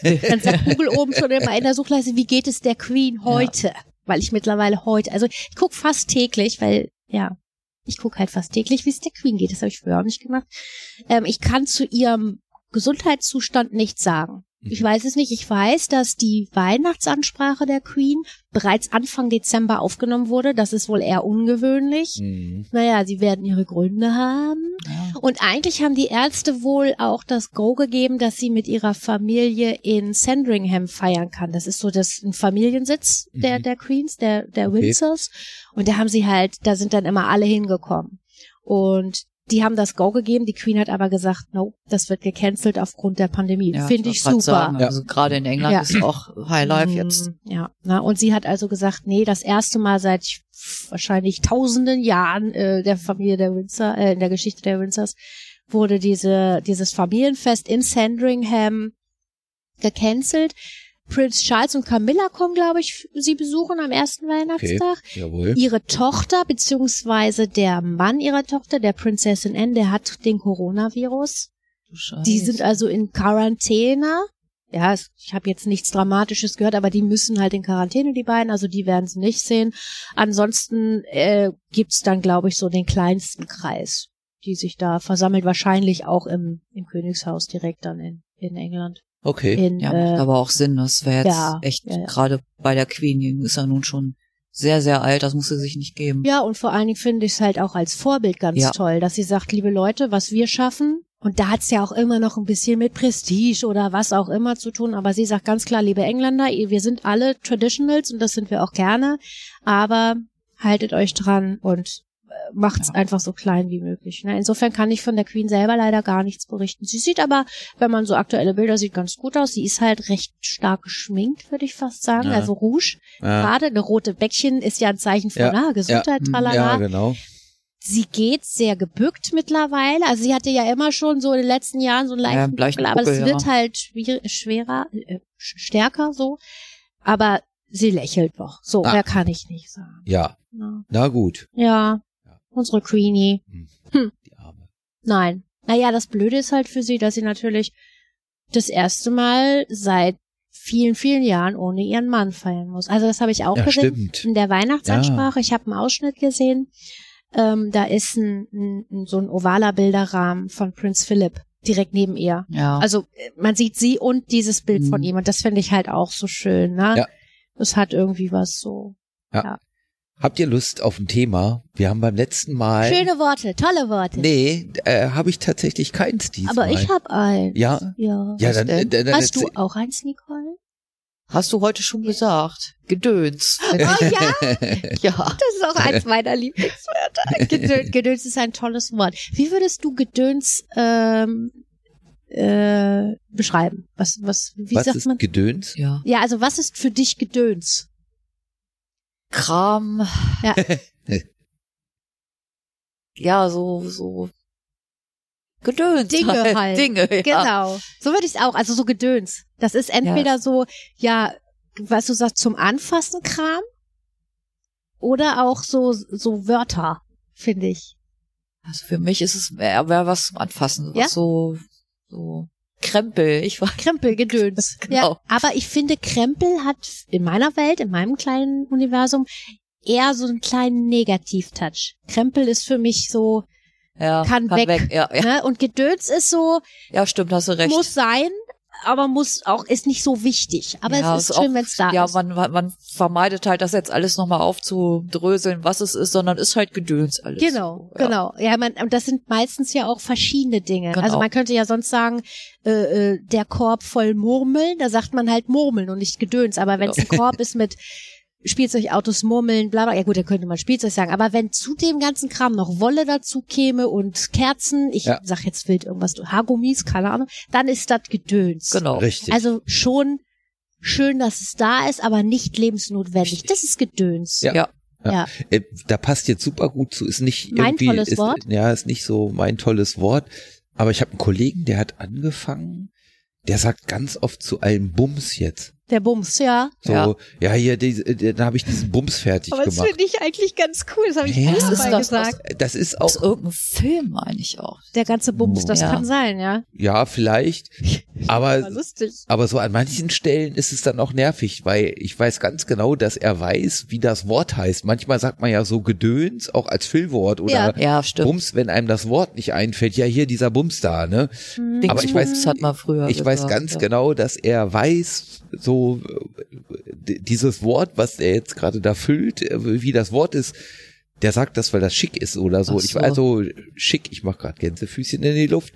Dann sagt Google oben schon immer in der Suchleiste, wie geht es der Queen heute? Weil ich mittlerweile heute, also ich gucke fast täglich, weil ja, ich gucke halt fast täglich, wie es der Queen geht. Das habe ich früher auch nicht gemacht. Ähm, ich kann zu ihrem Gesundheitszustand nichts sagen. Ich Mhm. weiß es nicht. Ich weiß, dass die Weihnachtsansprache der Queen bereits Anfang Dezember aufgenommen wurde. Das ist wohl eher ungewöhnlich. Mhm. Naja, sie werden ihre Gründe haben. Ja. Und eigentlich haben die Ärzte wohl auch das Go gegeben, dass sie mit ihrer Familie in Sandringham feiern kann. Das ist so das ein Familiensitz der, Mhm. der Queens, der, der Okay. Windsors. Und da haben sie halt, da sind dann immer alle hingekommen. Und die haben das Go gegeben, die Queen hat aber gesagt, no, das wird gecancelt aufgrund der Pandemie. Ja, Finde wollte ich grad super. Sagen, Ja. also gerade in England Ja. ist auch High Life Mm, jetzt. Ja, na, und sie hat also gesagt, nee, das erste Mal seit wahrscheinlich tausenden Jahren äh, der Familie der Windsor, äh, in der Geschichte der Windsors, wurde diese, dieses Familienfest in Sandringham gecancelt. Prince Charles und Camilla kommen, glaube ich, sie besuchen am ersten Weihnachtstag. Jawohl. Ihre Tochter, beziehungsweise der Mann ihrer Tochter, der Prinzessin Anne, der hat den Coronavirus. Du Scheiß. Die sind also in Quarantäne. Ja, es, ich habe jetzt nichts Dramatisches gehört, aber die müssen halt in Quarantäne, die beiden, also die werden sie nicht sehen. Ansonsten äh, gibt's dann, glaube ich, so den kleinsten Kreis, die sich da versammelt, wahrscheinlich auch im, im Königshaus direkt dann in, in England. Okay. In, ja, macht äh, aber auch Sinn. Das wäre jetzt ja, echt, ja, ja. gerade bei der Queen, die ist ja nun schon sehr, sehr alt, das muss sie sich nicht geben. ja, und vor allen Dingen finde ich es halt auch als Vorbild ganz Ja. toll, dass sie sagt, liebe Leute, was wir schaffen, und da hat's ja auch immer noch ein bisschen mit Prestige oder was auch immer zu tun, aber sie sagt ganz klar, liebe Engländer, ihr- wir sind alle Traditionals und das sind wir auch gerne, aber haltet euch dran und äh, macht's Ja. einfach so klein wie möglich. Ne? Insofern kann ich von der Queen selber leider gar nichts berichten. Sie sieht aber, wenn man so aktuelle Bilder sieht, ganz gut aus. Sie ist halt recht stark geschminkt, würde ich fast sagen. Ja. Also Rouge, Ja, gerade eine rote Bäckchen ist ja ein Zeichen von Ja. ah, Gesundheit, Ja. tralala. ja genau. Sie geht sehr gebückt mittlerweile. Also sie hatte ja immer schon so in den letzten Jahren so einen Ja, leichten einen leichten Buckel, aber es Buckel, wird ja. halt schwier- schwerer, äh, sch- stärker so. Aber sie lächelt noch. So, Ah. mehr kann ich nicht sagen. Ja, Na. na gut. Ja, Ja. unsere Queenie. Die Arme. Nein. Naja, das Blöde ist halt für sie, dass sie natürlich das erste Mal seit vielen, vielen Jahren ohne ihren Mann feiern muss. Also das habe ich auch Ja, gesehen. stimmt. in der Weihnachtsansprache, ich habe einen Ausschnitt gesehen, ähm, da ist ein, ein, ein- so ein ovaler Bilderrahmen von Prinz Philip direkt neben ihr. Ja. Also äh, man sieht sie und dieses Bild von Mhm. ihm und das finde ich halt auch so schön. Ne? Ja. Das hat irgendwie was so. Habt ihr Lust auf ein Thema? Wir haben beim letzten Mal. Schöne Worte, tolle Worte. Nee, äh, habe ich tatsächlich keins diesmal. Aber ich habe eins. Ja? ja. Ja, dann, äh, denn? dann, dann Hast du erzähl- auch eins, Nicole? Hast du heute schon gesagt? Gedöns. Oh ja, ja. das ist auch eins meiner Lieblingswörter. Gedöns, Gedöns ist ein tolles Wort. Wie würdest du Gedöns ähm, äh, beschreiben? Was, was, wie Was sagt ist man? Gedöns? Ja. Ja, also was ist für dich Gedöns? Kram. Ja. ja, so, so. Gedöns. Dinge halt. Dinge, ja. Genau. So würde ich es auch. Also so Gedöns. Das ist entweder so, ja, was du sagst, zum Anfassen Kram oder auch so, so Wörter, finde ich. Also für mich ist es mehr, mehr was zum Anfassen. Was Ja? So, so Krempel. Ich war, Krempel, Gedöns. Genau. Ja, aber ich finde, Krempel hat in meiner Welt, in meinem kleinen Universum, eher so einen kleinen Negativ-Touch. Krempel ist für mich so, ja, Kann weg. Ja, ja. ne, und Gedöns ist so, ja, stimmt, hast du recht. muss sein, aber muss auch, ist nicht so wichtig. Aber Ja, es ist ist schön, auch- wenn es da ja, ist. man, man, man vermeidet halt das jetzt alles nochmal aufzudröseln, was es ist, sondern ist halt Gedöns alles. Genau, Ja. genau. Ja, man, und das sind meistens ja auch verschiedene Dinge. Genau. Also man könnte ja sonst sagen, äh, äh, der Korb voll Murmeln, da sagt man halt Murmeln und nicht Gedöns. Aber wenn es ein Korb ist mit Spielzeugautos murmeln, bla bla, ja gut, da könnte man Spielzeug sagen. Aber wenn zu dem ganzen Kram noch Wolle dazu käme und Kerzen, ich Ja. sag jetzt wild irgendwas, Haargummis, keine Ahnung, dann ist das Gedöns. Genau. Richtig. Also schon schön, dass es da ist, aber nicht lebensnotwendig. Das ist Gedöns. Ja. Äh, da passt jetzt super gut zu, ist nicht Mein irgendwie, tolles ist, Wort? ja, ist nicht so mein tolles Wort, aber ich habe einen Kollegen, der hat angefangen, der sagt ganz oft zu allem Bums jetzt. Der Bums, ja. So, ja, Ja. hier, diese, äh, da habe ich diesen Bums fertig Aber das gemacht. finde ich eigentlich ganz cool. Das habe ich Ja. auch Das ist mal das, gesagt. Das ist Aus auch, irgendeinem Film meine ich auch. Der ganze Bums, das Ja. kann sein, ja. ja, vielleicht, War aber lustig. Aber so an manchen Stellen ist es dann auch nervig, weil ich weiß ganz genau, dass er weiß, wie das Wort heißt. Manchmal sagt man ja so Gedöns, auch als Füllwort oder Ja. Ja, stimmt. Bums, wenn einem das Wort nicht einfällt. Ja, hier dieser Bums da, ne? Mhm. aber ich weiß- Dingsbums hat man früher. Ich weiß gesagt, ganz ja. genau, dass er weiß, so äh, d- dieses Wort, was er jetzt gerade da füllt, äh, wie das Wort ist, der sagt das, weil das schick ist oder so. Ach Ich so. war also schick, ich mache gerade Gänsefüßchen in die Luft.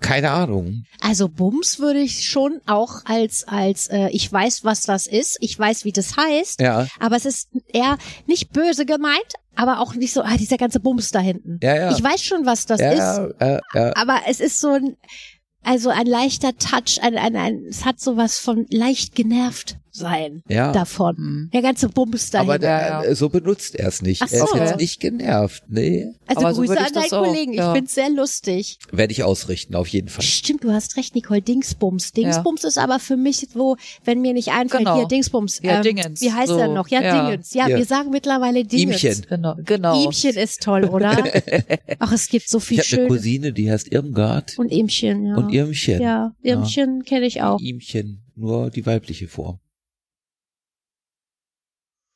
Keine Ahnung. Also Bums würde ich schon auch als, als äh, ich weiß, was das ist, ich weiß, wie das heißt, Ja, aber es ist eher nicht böse gemeint, aber auch nicht so, ah, dieser ganze Bums da hinten. ja, ja. Ich weiß schon, was das ja, ist, ja, ja, ja. aber es ist so ein, also ein leichter Touch, ein, ein, ein, es hat sowas von leicht genervt sein ja. davon. Hm. Der ganze Bums da Aber hinten. da, dahinter, ja. so benutzt er es nicht. Ach Er ist so. jetzt Okay. nicht genervt. Nee, Also Aber so Grüße würde ich an deinen das auch, Kollegen, ich ja. find's sehr lustig. werde ich ausrichten, auf jeden Fall. Stimmt, du hast recht, Nicole. Dingsbums. Dingsbums ist aber für mich, wo, wenn mir nicht einfällt, Genau. hier Dingsbums. ähm, Ja, Dingens, Wie heißt so, er noch? Ja, ja. Dingens. Ja, Ja. wir sagen mittlerweile Dingens. Ihmchen. Genau, genau. Ihmchen ist toll, oder? Ach, es gibt so viel Ich habe eine Schönes. Cousine, die heißt Irmgard Und Ihmchen, ja. und Irmchen. Ja, Ihmchen kenne ich auch. Ihmchen, nur die weibliche Form.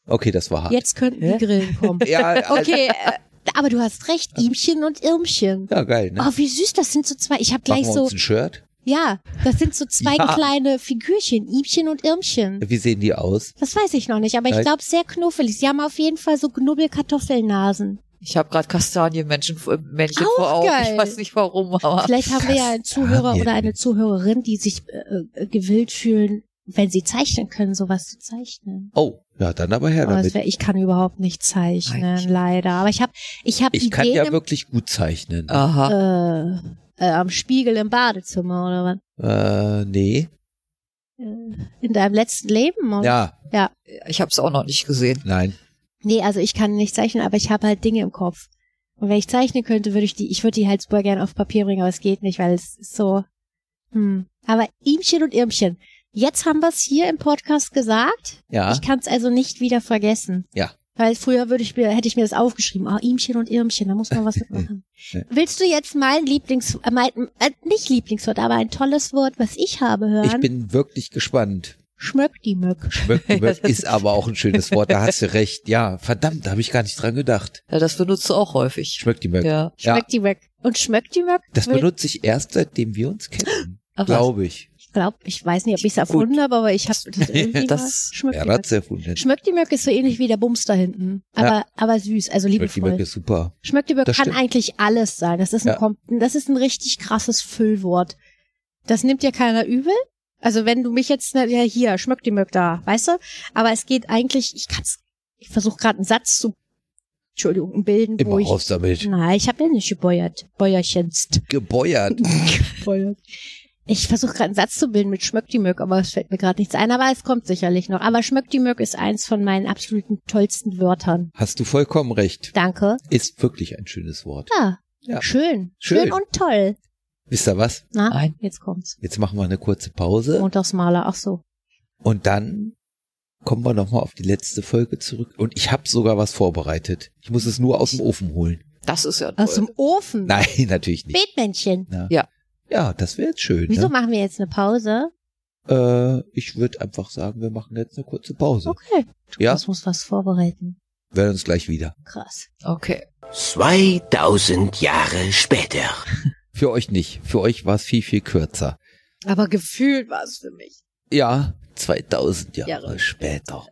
Okay, das war hart. Jetzt könnten die Hä? Grillen kommen. Ja, also, okay. Okay, äh, aber du hast recht, Ihmchen und Irmchen. ja geil, ne? Oh, wie süß, das sind so zwei. Ich habe Machen gleich wir so, uns ein Shirt. ja, das sind so zwei Ja. kleine Figürchen, Ihmchen und Irmchen. Wie sehen die aus? Das weiß ich noch nicht, aber ich Nein. glaube sehr knuffelig. Sie haben auf jeden Fall so Knubbelkartoffelnasen. Ich habe gerade Kastanienmännchen vor- Männchen vor Auch Augen. geil. Ich weiß nicht warum, Oh, aber Vielleicht haben wir ja einen Zuhörer Kastanien. oder eine Zuhörerin, die sich äh, äh, gewillt fühlen, wenn sie zeichnen können, sowas zu zeichnen. Oh, ja, dann aber her Aber es damit. wär, ich kann überhaupt nicht zeichnen, Nein, ich- leider. Aber ich habe ich hab Ich Ideen kann ja im, wirklich gut zeichnen. aha. äh, äh, am Spiegel im Badezimmer oder was? Äh, nee. Äh, In deinem letzten Leben? Oder? Ja, Ich habe es auch noch nicht gesehen. nein. Nee, also ich kann nicht zeichnen, aber ich habe halt Dinge im Kopf. Und wenn ich zeichnen könnte, würde ich die, ich würde die halt super gerne auf Papier bringen, aber es geht nicht, weil es ist so, hm. Aber Ihmchen und Irmchen. Jetzt haben wir es hier im Podcast gesagt. Ja, Ich kann es also nicht wieder vergessen. Ja. Weil früher würde ich mir, hätte ich mir das aufgeschrieben. Ah, Ihmchen und Irmchen, da muss man was mitmachen. Ja. Willst du jetzt mein Lieblings, äh, mein, äh, nicht Lieblingswort, aber ein tolles Wort, was ich habe, ich hören? bin wirklich gespannt. Schmöck die Möck. Möcken Ja, das ist aber auch ein schönes Wort, da hast du recht. Ja, verdammt, da habe ich gar nicht dran gedacht. Ja, das benutzt du auch häufig. Schmeckt die Möck. Ja. Ja. Schmöck die Möck. Und Schmöck die Möck? Das wird- benutze ich erst, seitdem wir uns kennen, Ach, glaube ich. Ich glaube, ich weiß nicht, ob ich es erfunden habe, aber ich habe das irgendwie Das- mal. Schmöck Wer die Möck. hat's erfunden? Schmöck die Möck ist so ähnlich wie der Bums da hinten. Ja. Aber, aber süß, also Schmeckt die Möck liebevoll. ist super. Schmöck die Möck Das kann stimmt. eigentlich alles sein. Das ist, ein, Ja. kom- das ist ein richtig krasses Füllwort. Das nimmt dir keiner übel. Also wenn du mich jetzt, na, ja hier, Schmöck die Möck da, weißt du? Aber es geht eigentlich, ich kann's, ich versuche gerade einen Satz zu, Entschuldigung, bilden, Immer wo ich, Mhm. raus damit. nein, ich habe ja nicht gebäuert, bäuerchenst. Gebäuert. Voll. Ich versuche gerade einen Satz zu bilden mit Schmöck die Möck, aber es fällt mir gerade nichts ein, aber es kommt sicherlich noch. Aber Schmöck die Möck ist eins von meinen absoluten tollsten Wörtern. Hast du vollkommen recht. Danke. Ist wirklich ein schönes Wort. Ja. Ja. Schön. Schön. Ah. Schön. und toll. Wisst ihr was? Na, Nein. jetzt kommt's. Jetzt machen wir eine kurze Pause Montagsmaler, ach so. und dann kommen wir nochmal auf die letzte Folge zurück. Und ich habe sogar was vorbereitet. Ich muss es nur aus dem Ofen holen. Das ist ja toll. Aus dem Ofen. Nein, natürlich nicht. Betmännchen. Ja, das wäre jetzt schön. Wieso machen wir jetzt eine Pause? Ne? Äh, ich würde einfach sagen, wir machen jetzt eine kurze Pause. Okay. Ja, Das muss was vorbereiten. wir hören uns gleich wieder. Krass. Okay. 2000 Jahre später. Für euch nicht. Für euch war es viel, viel kürzer. Aber gefühlt war es für mich. Ja, 2000 Jahre Jahre später.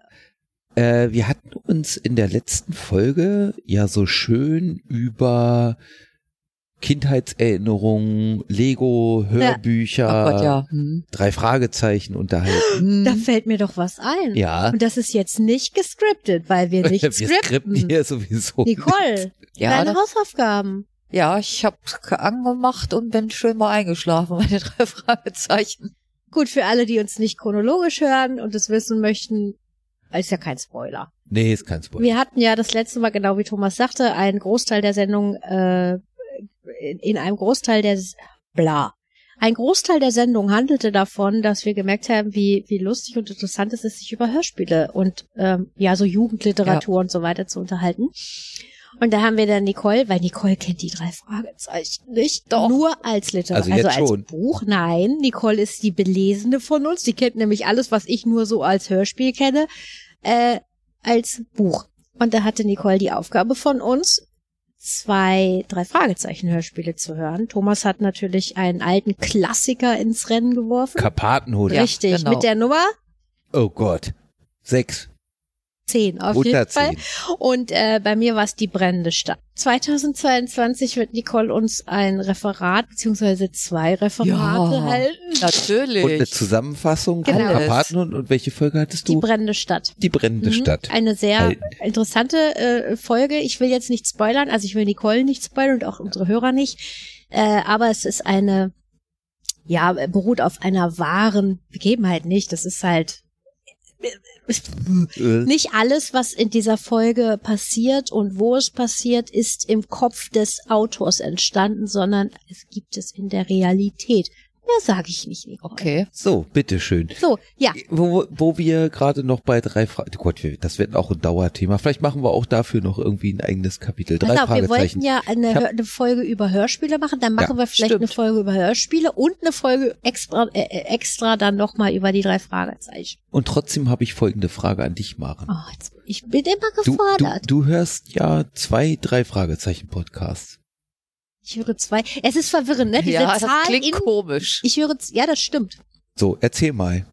Äh, wir hatten uns in der letzten Folge ja so schön über Kindheitserinnerungen, Lego, Hörbücher, Oh Ach Gott, ja. Hm. drei Fragezeichen unterhalten. Da Hm. fällt mir doch was ein. Ja, Und das ist jetzt nicht gescriptet, weil wir nicht wir skripten. skripten hier sowieso. Nicole, Ja, deine das, Hausaufgaben. ja, ich habe angemacht und bin schön mal eingeschlafen, meine drei Fragezeichen. Gut, für alle, die uns nicht chronologisch hören und es wissen möchten, ist ja kein Spoiler. Nee, ist kein Spoiler. Wir hatten ja das letzte Mal, genau wie Thomas sagte, einen Großteil der Sendung, äh, in- in einem Großteil der, S- bla. Ein Großteil der Sendung handelte davon, dass wir gemerkt haben, wie, wie lustig und interessant es ist, sich über Hörspiele und ähm, ja, so Jugendliteratur und so weiter zu unterhalten. Und da haben wir dann Nicole, weil Nicole kennt die drei Fragezeichen nicht, Doch. nur als Also Literatur, also, jetzt als schon. Buch. Nein, Nicole ist die Belesene von uns, die kennt nämlich alles, was ich nur so als Hörspiel kenne, äh, als Buch. Und da hatte Nicole die Aufgabe von uns, zwei, drei Fragezeichen-Hörspiele zu hören. Thomas hat natürlich einen alten Klassiker ins Rennen geworfen. Karpatenhund. Ja. Richtig, genau. mit der Nummer Oh Gott. Sechs. 10 auf jeden Fall. Wunderzehn. Und äh, bei mir war es die brennende Stadt. 2022 wird Nicole uns ein Referat beziehungsweise zwei Referate Ja. halten. Natürlich. Und eine Zusammenfassung von Äh, Genau. Karpatenhund. Und welche Folge hattest Die du? brennende Stadt. Die brennende Mhm. Stadt. Eine sehr Halten. interessante äh, Folge. Ich will jetzt nicht spoilern, also ich will Nicole nicht spoilern und auch unsere Hörer nicht. Äh, aber es ist eine, ja, beruht auf einer wahren Begebenheit nicht. Das ist halt Äh. nicht alles, was in dieser Folge passiert und wo es passiert, ist im Kopf des Autors entstanden, sondern es gibt es in der Realität. Mehr sage ich nicht, Nicole. Okay. So, bitteschön. So, ja. Wo, wo wir gerade noch bei drei Fragen, Gott, wir- das wird auch ein Dauerthema. Vielleicht machen wir auch dafür noch irgendwie ein eigenes Kapitel. Drei Pass auf, Genau, wir Fragezeichen. wollten ja eine, Ich hab- Hör- eine Folge über Hörspiele machen, dann machen wir vielleicht stimmt. eine Folge über Hörspiele und eine Folge extra, äh, äh, extra dann nochmal über die drei Fragezeichen. Und trotzdem habe ich folgende Frage an dich, Maren. Oh, jetzt, ich bin immer Du, du, gefordert. du hörst ja zwei, drei Fragezeichen Podcasts. Ich höre zwei. Es ist verwirrend, ne? Diese ja, das Zahl klingt in, komisch. Ich höre, z- ja, das stimmt. So, erzähl mal.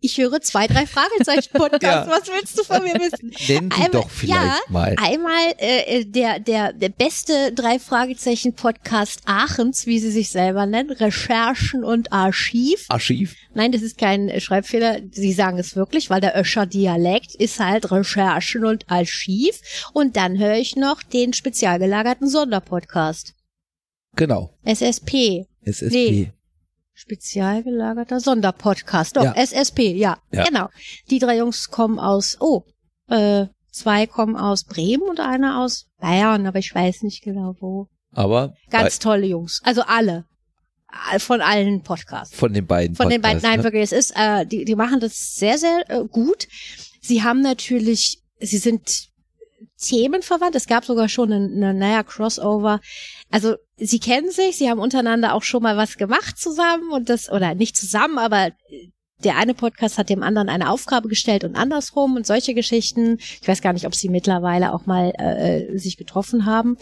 Ich höre zwei, drei Fragezeichen Podcasts. Ja. Was willst du von mir wissen? Nenn sie Einmal- doch vielleicht mal. Einmal äh, äh, der, der, der beste drei Fragezeichen Podcast Aachens, wie sie sich selber nennen, Recherchen und Archiv. Archiv. Nein, das ist kein äh, Schreibfehler. Sie sagen es wirklich, weil der Öscher Dialekt ist halt Recherchen und Archiv. Und dann höre ich noch den spezial gelagerten Sonderpodcast. Genau. SSP. SSP. Nee. Spezial gelagerter Sonderpodcast. Doch, Ja. SSP, ja, Ja. Genau. Die drei Jungs kommen aus, oh, äh, zwei kommen aus Bremen und einer aus Bayern, aber ich weiß nicht genau wo. Aber Ganz tolle Jungs. Also alle. Äh, Von allen Podcasts. bei, von den beiden Von den beiden, Podcasts, nein, ne? wirklich, es ist, äh, die, die machen das sehr, sehr äh, gut. Sie haben natürlich, sie sind themenverwandt. Es gab sogar schon eine, eine naja, Crossover. Also sie kennen sich, sie haben untereinander auch schon mal was gemacht zusammen und das, oder nicht zusammen, aber äh, der eine Podcast hat dem anderen eine Aufgabe gestellt und andersrum und solche Geschichten. Ich weiß gar nicht, ob sie mittlerweile auch mal äh, sich getroffen haben.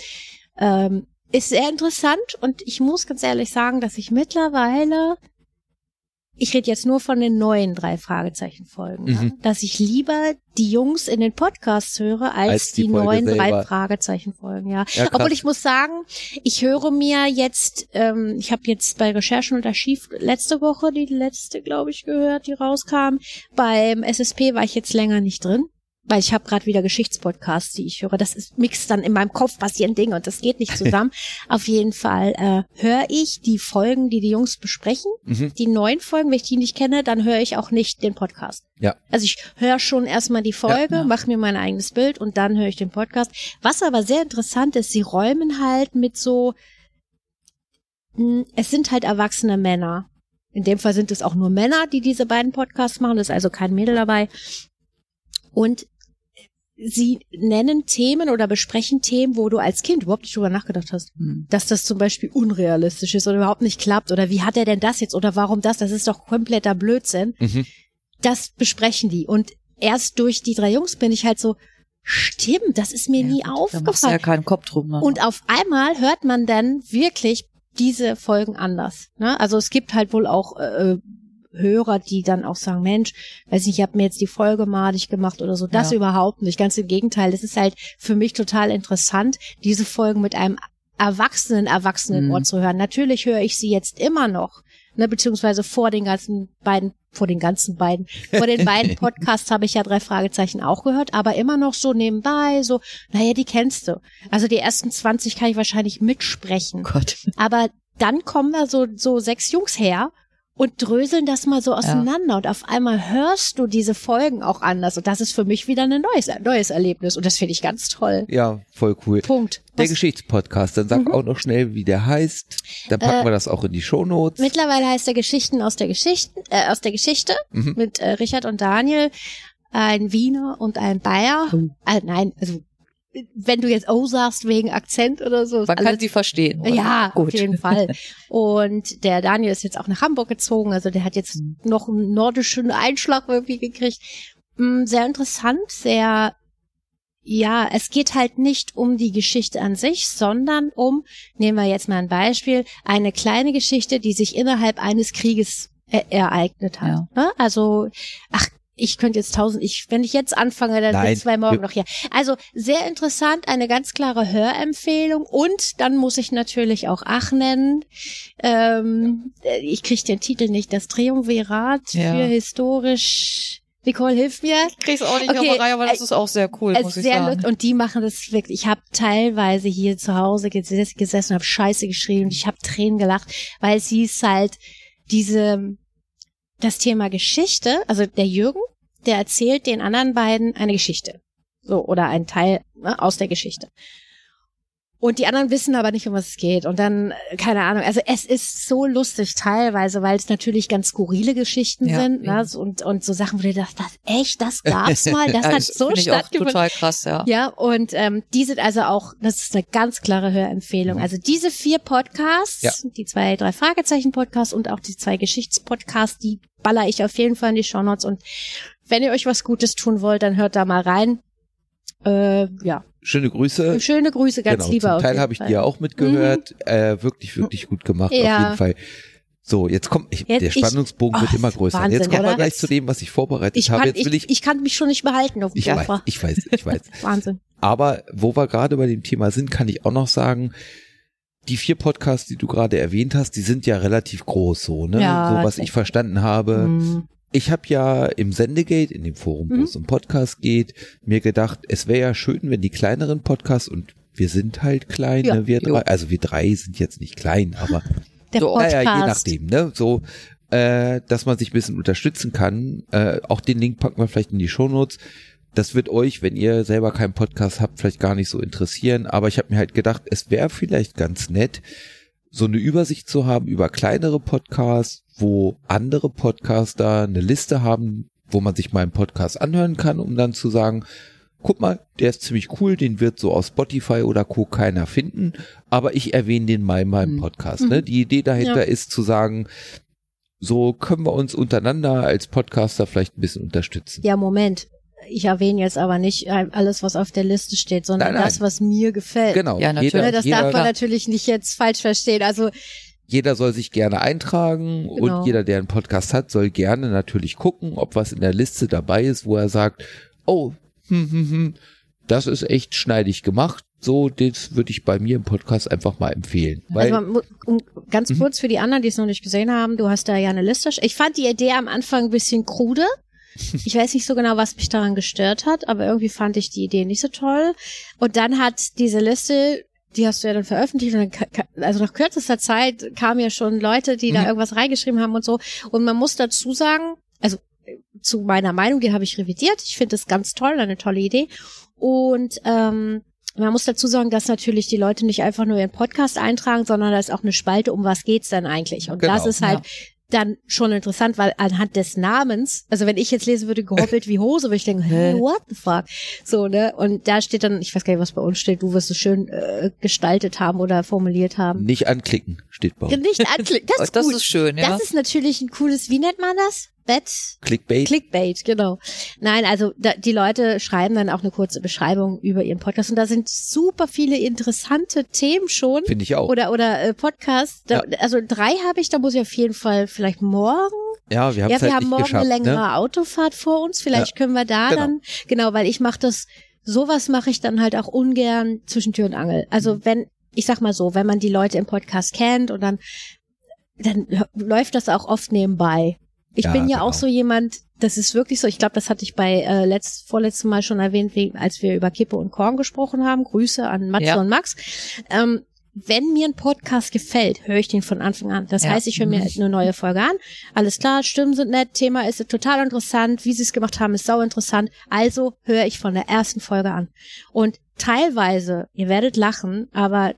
Ähm, ist sehr interessant und ich muss ganz ehrlich sagen, dass ich mittlerweile ich rede jetzt nur von den neuen drei Fragezeichen-Folgen, ne? Mhm. dass ich lieber die Jungs in den Podcasts höre, als, Als die die, Folge neuen drei selber. Fragezeichen-Folgen, ja. Ja, krass. Obwohl ich muss sagen, ich höre mir jetzt, ähm, ich habe jetzt bei Recherchen und Archiv letzte Woche die letzte, glaube ich, gehört, die rauskam. Beim SSP war ich jetzt länger nicht drin. weil ich habe gerade wieder Geschichtspodcasts, die ich höre. Das ist mixt dann in meinem Kopf passieren Dinge und das geht nicht zusammen. Auf jeden Fall äh, höre ich die Folgen, die die Jungs besprechen, Mhm. die neuen Folgen. Wenn ich die nicht kenne, dann höre ich auch nicht den Podcast. Ja. Also ich höre schon erstmal die Folge, Ja. mache mir mein eigenes Bild und dann höre ich den Podcast. Was aber sehr interessant ist, sie räumen halt mit so, mh, es sind halt erwachsene Männer. In dem Fall sind es auch nur Männer, die diese beiden Podcasts machen. Es ist also kein Mädel dabei. Und sie nennen Themen oder besprechen Themen, wo du als Kind überhaupt nicht drüber nachgedacht hast. Hm. Dass das zum Beispiel unrealistisch ist oder überhaupt nicht klappt oder wie hat er denn das jetzt oder warum das? Das ist doch kompletter Blödsinn. Mhm. Das besprechen die. Und erst durch die drei Jungs bin ich halt so, stimmt, das ist mir Ja, nie gut, Da machst du ja aufgefallen. keinen Kopf drum. Ne? Und auf einmal hört man dann wirklich diese Folgen anders. Ne? Also es gibt halt wohl auch äh, Hörer, die dann auch sagen, Mensch, weiß nicht, ich habe mir jetzt die Folge madig gemacht oder so. Das Ja. überhaupt nicht. Ganz im Gegenteil, das ist halt für mich total interessant, diese Folgen mit einem erwachsenen Erwachsenenohr Mhm. zu hören. Natürlich höre ich sie jetzt immer noch, ne, beziehungsweise vor den ganzen beiden, vor den ganzen beiden, vor den beiden Podcasts habe ich ja drei Fragezeichen auch gehört, aber immer noch so nebenbei, so, naja, die kennst du. Also die ersten 20 kann ich wahrscheinlich mitsprechen. oh Gott. Aber dann kommen da so, so sechs Jungs her und dröseln das mal so auseinander und auf einmal hörst du diese Folgen auch anders und das ist für mich wieder ein neues, neues Erlebnis und das finde ich ganz toll. Ja, voll cool. Punkt. Der Was- Geschichtspodcast, dann sag Mhm. auch noch schnell, wie der heißt. Dann packen Äh, wir das auch in die Shownotes. Mittlerweile heißt er Geschichten aus der Geschichten, äh, aus der Geschichte Mhm. mit äh, Richard und Daniel, ein Wiener und ein Bayer. Oh. Ah, nein, also wenn du jetzt O sagst wegen Akzent oder so. ist Man alles- kann sie verstehen. oder? Ja, auf gut. jeden Fall. Und der Daniel ist jetzt auch nach Hamburg gezogen, also der hat jetzt Mhm. noch einen nordischen Einschlag irgendwie gekriegt. Mm, Sehr interessant, sehr, ja, es geht halt nicht um die Geschichte an sich, sondern um, nehmen wir jetzt mal ein Beispiel, eine kleine Geschichte, die sich innerhalb eines Krieges e- ereignet hat. Ja. Ne? Also, ach, ich könnte jetzt tausend, ich, wenn ich jetzt anfange, dann Nein, bin zwei morgen wir- noch hier. Also sehr interessant, eine ganz klare Hörempfehlung und dann muss ich natürlich auch Ach nennen. Ähm, äh, Ich kriege den Titel nicht, das Triumvirat Ja. für historisch. Nicole, hilf mir. Ich krieg's auch nicht Okay, okay, auf die Reihe, aber das äh, ist auch sehr cool, Es muss ich sehr sagen. lustig. Und die machen das wirklich. Ich habe teilweise hier zu Hause gesessen, gesessen habe Scheiße geschrieben. Ich habe Tränen gelacht, weil es hieß halt diese das Thema Geschichte. Also der Jürgen, der erzählt den anderen beiden eine Geschichte, so oder einen Teil ne, aus der Geschichte. Und die anderen wissen aber nicht, um was es geht. Und dann, äh, keine Ahnung, also es ist so lustig teilweise, weil es natürlich ganz skurrile Geschichten Ja, sind. Ne? eben. so- Und, und so Sachen, wo du dachtest, das, echt, das gab's mal, das ja, hat das so find ich auch stattgefunden. total krass, ja. Ja, und ähm, die sind also auch, das ist eine ganz klare Hörempfehlung. Also diese vier Podcasts, Mhm. Ja. die zwei, drei Fragezeichen-Podcasts und auch die zwei Geschichtspodcasts, die baller ich auf jeden Fall in die Shownotes. Und wenn ihr euch was Gutes tun wollt, dann hört da mal rein. Äh, ja, Schöne Grüße. schöne Grüße, ganz Äh, genau, lieber. Zum auf Teil jeden habe ich Fall. dir auch mitgehört. Äh, wirklich, wirklich gut gemacht, Ja. auf jeden Fall. So, jetzt kommt, ich, Jetzt der ich- Spannungsbogen wird Oh, immer größer. Wahnsinn, jetzt kommen wir oder? gleich zu dem, was ich vorbereitet Ich habe. kann, Jetzt will ich, ich, ich kann mich schon nicht behalten auf dem ich Sofa. weiß, ich weiß, ich weiß. Wahnsinn. Aber wo wir gerade bei dem Thema sind, kann ich auch noch sagen, die vier Podcasts, die du gerade erwähnt hast, die sind ja relativ groß, so, ne? Ja, so was das- ich verstanden habe. Hm. Ich habe ja im Sendegate, in dem Forum, wo Mhm. es um Podcast geht, mir gedacht, es wäre ja schön, wenn die kleineren Podcasts und wir sind halt klein, Ja. ne, wir Jo. drei, also wir drei sind jetzt nicht klein, aber Der So, Podcast. naja, je nachdem, ne? So, äh, dass man sich ein bisschen unterstützen kann. Äh, auch den Link packen wir vielleicht in die Shownotes. Das wird euch, wenn ihr selber keinen Podcast habt, vielleicht gar nicht so interessieren. Aber ich habe mir halt gedacht, es wäre vielleicht ganz nett, so eine Übersicht zu haben über kleinere Podcasts, wo andere Podcaster eine Liste haben, wo man sich mal einen Podcast anhören kann, um dann zu sagen, guck mal, der ist ziemlich cool, den wird so aus Spotify oder Co. keiner finden, aber ich erwähne den mal in meinem Mhm. Podcast. Mhm. Ne? Die Idee dahinter Ja. ist zu sagen, so können wir uns untereinander als Podcaster vielleicht ein bisschen unterstützen. Ja, Moment. Ich erwähne jetzt aber nicht äh, alles, was auf der Liste steht, sondern Nein, nein. das, was mir gefällt. Genau, Ja, natürlich. Ne, jeder, das darf man jeder, natürlich nicht jetzt falsch verstehen. Also jeder soll sich gerne eintragen Genau. und jeder, der einen Podcast hat, soll gerne natürlich gucken, ob was in der Liste dabei ist, wo er sagt, oh, hm, hm, hm, das ist echt schneidig gemacht. So, das würde ich bei mir im Podcast einfach mal empfehlen. Also Weil, man, mu- um, ganz Mhm. kurz für die anderen, die es noch nicht gesehen haben, du hast da ja eine Liste. Ich fand die Idee am Anfang ein bisschen krude, Ich weiß nicht so genau, was mich daran gestört hat, aber irgendwie fand ich die Idee nicht so toll. Und dann hat diese Liste, die hast du ja dann veröffentlicht, und dann, ka- ka- also nach kürzester Zeit kamen ja schon Leute, die da Mhm. irgendwas reingeschrieben haben und so. Und man muss dazu sagen, also äh, zu meiner Meinung, die habe ich revidiert. Ich finde das ganz toll, eine tolle Idee. Und ähm, man muss dazu sagen, dass natürlich die Leute nicht einfach nur ihren Podcast eintragen, sondern da ist auch eine Spalte, um was geht's denn eigentlich. Und das Genau. ist halt dann schon interessant, weil anhand des Namens, also wenn ich jetzt lesen würde, gehoppelt wie Hose, würde ich denken, hey, Hä? what the fuck? So, ne? Und da steht dann, ich weiß gar nicht, was bei uns steht, du wirst es schön äh, gestaltet haben oder formuliert haben. Nicht anklicken, steht bei uns. Nicht anklicken. Das ist Hm. Oh, das gut. ist schön, ja. Das ist natürlich ein cooles, wie nennt man das? Bett? Clickbait. Clickbait, genau. Nein, also da, die Leute schreiben dann auch eine kurze Beschreibung über ihren Podcast und da sind super viele interessante Themen schon Finde ich auch. oder oder äh, Podcasts. Da, Also drei habe ich, da muss ich auf jeden Fall vielleicht morgen. ja, wir haben ja, es wir halt haben nicht morgen geschafft. eine längere ne? Autofahrt vor uns. Vielleicht können wir da genau. dann genau, weil ich mache das. Sowas mache ich dann halt auch ungern zwischen Tür und Angel. Also wenn ich sag mal so, wenn man die Leute im Podcast kennt und dann dann hö- läuft das auch oft nebenbei. Ich Ja, bin ja genau. auch so jemand, das ist wirklich so, ich glaube, das hatte ich bei äh, letzt, vorletzten Mal schon erwähnt, wie, als wir über Kippe und Korn gesprochen haben. Grüße an Matze Ja. und Max. Ähm, wenn mir ein Podcast gefällt, höre ich den von Anfang an. Das Ja. heißt, ich höre mir Mhm. eine neue Folge an. Alles klar, Stimmen sind nett, Thema ist total interessant, wie sie es gemacht haben, ist sau interessant. Also höre ich von der ersten Folge an. Und teilweise, ihr werdet lachen, aber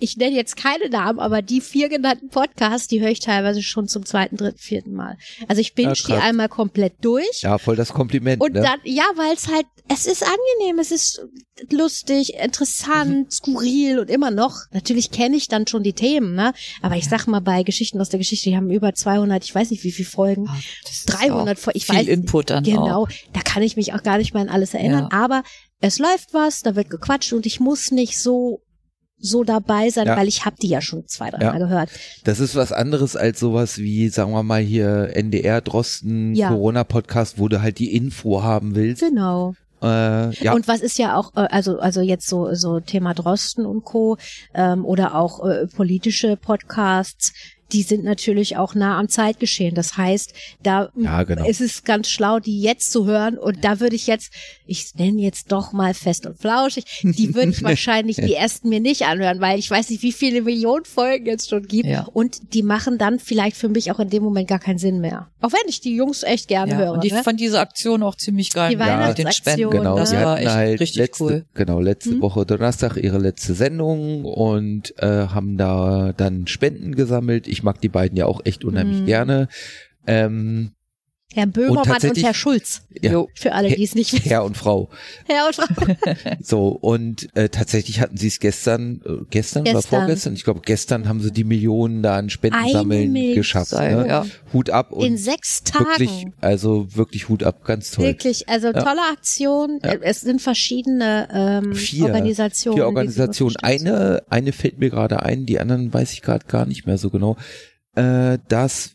ich nenne jetzt keine Namen, aber die vier genannten Podcasts, die höre ich teilweise schon zum zweiten, dritten, vierten Mal. Also ich binge Ja, die krass. einmal komplett durch. Ja, voll das Kompliment. Und ne? dann, ja, weil es halt, es ist angenehm, es ist lustig, Mhm. interessant, skurril und immer noch. Natürlich kenne ich dann schon die Themen, ne? Aber ich sag mal, bei Geschichten aus der Geschichte, die haben über 200, ich weiß nicht wie viel Folgen, Ah, das ist 300 auch Folgen, ich viel weiß Input dann Genau, auch. da kann ich mich auch gar nicht mehr an alles erinnern, aber es läuft was, da wird gequatscht und ich muss nicht so so dabei sein, Ja. weil ich habe die ja schon zwei, drei Ja. Mal gehört. Das ist was anderes als sowas wie, sagen wir mal hier, NDR, Drosten, Ja. Corona-Podcast, wo du halt die Info haben willst. Genau. Äh, ja, Und was ist ja auch, äh, also, also jetzt so, so Thema Drosten und Co. Ähm, oder auch äh, politische Podcasts, die sind natürlich auch nah am Zeitgeschehen. Das heißt, da Ja, genau. ist es ganz schlau, die jetzt zu hören. Und da würde ich jetzt, ich nenne jetzt doch mal fest und flauschig, die würde ich wahrscheinlich die ersten mir nicht anhören, weil ich weiß nicht, wie viele Millionen Folgen es schon gibt. Ja. Und die machen dann vielleicht für mich auch in dem Moment gar keinen Sinn mehr. Auch wenn ich die Jungs echt gerne Ja, höre. und ich ne? fand diese Aktion auch ziemlich geil. Die mit den Weihnachtsaktion, Spenden. genau. das die war hatten echt halt richtig letzte, cool. Genau, letzte Hm? Woche Donnerstag ihre letzte Sendung und äh, haben da dann Spenden gesammelt. Ich mag die beiden ja auch echt unheimlich Hm. gerne. Ähm, Herr Und Böhmermann und, tatsächlich- Herr Schulz. Ja. Jo. Für alle, die es nicht wissen. Herr und Frau. Herr und Frau. So, und äh, tatsächlich hatten sie es gestern, äh, gestern, oder Gestern. vorgestern, ich glaube gestern haben sie die Millionen da an Spenden Eine sammeln Million. geschafft. Sei, Ne? ja. Hut ab und In sechs Tagen. wirklich, also wirklich Hut ab, ganz toll. Wirklich, also Ja. tolle Aktion. Ja. Es sind verschiedene ähm, Vier, Organisationen. Vier die Organisationen. sie unterstützen. Eine, eine fällt mir gerade ein, die anderen weiß ich gerade gar nicht mehr so genau. Äh, das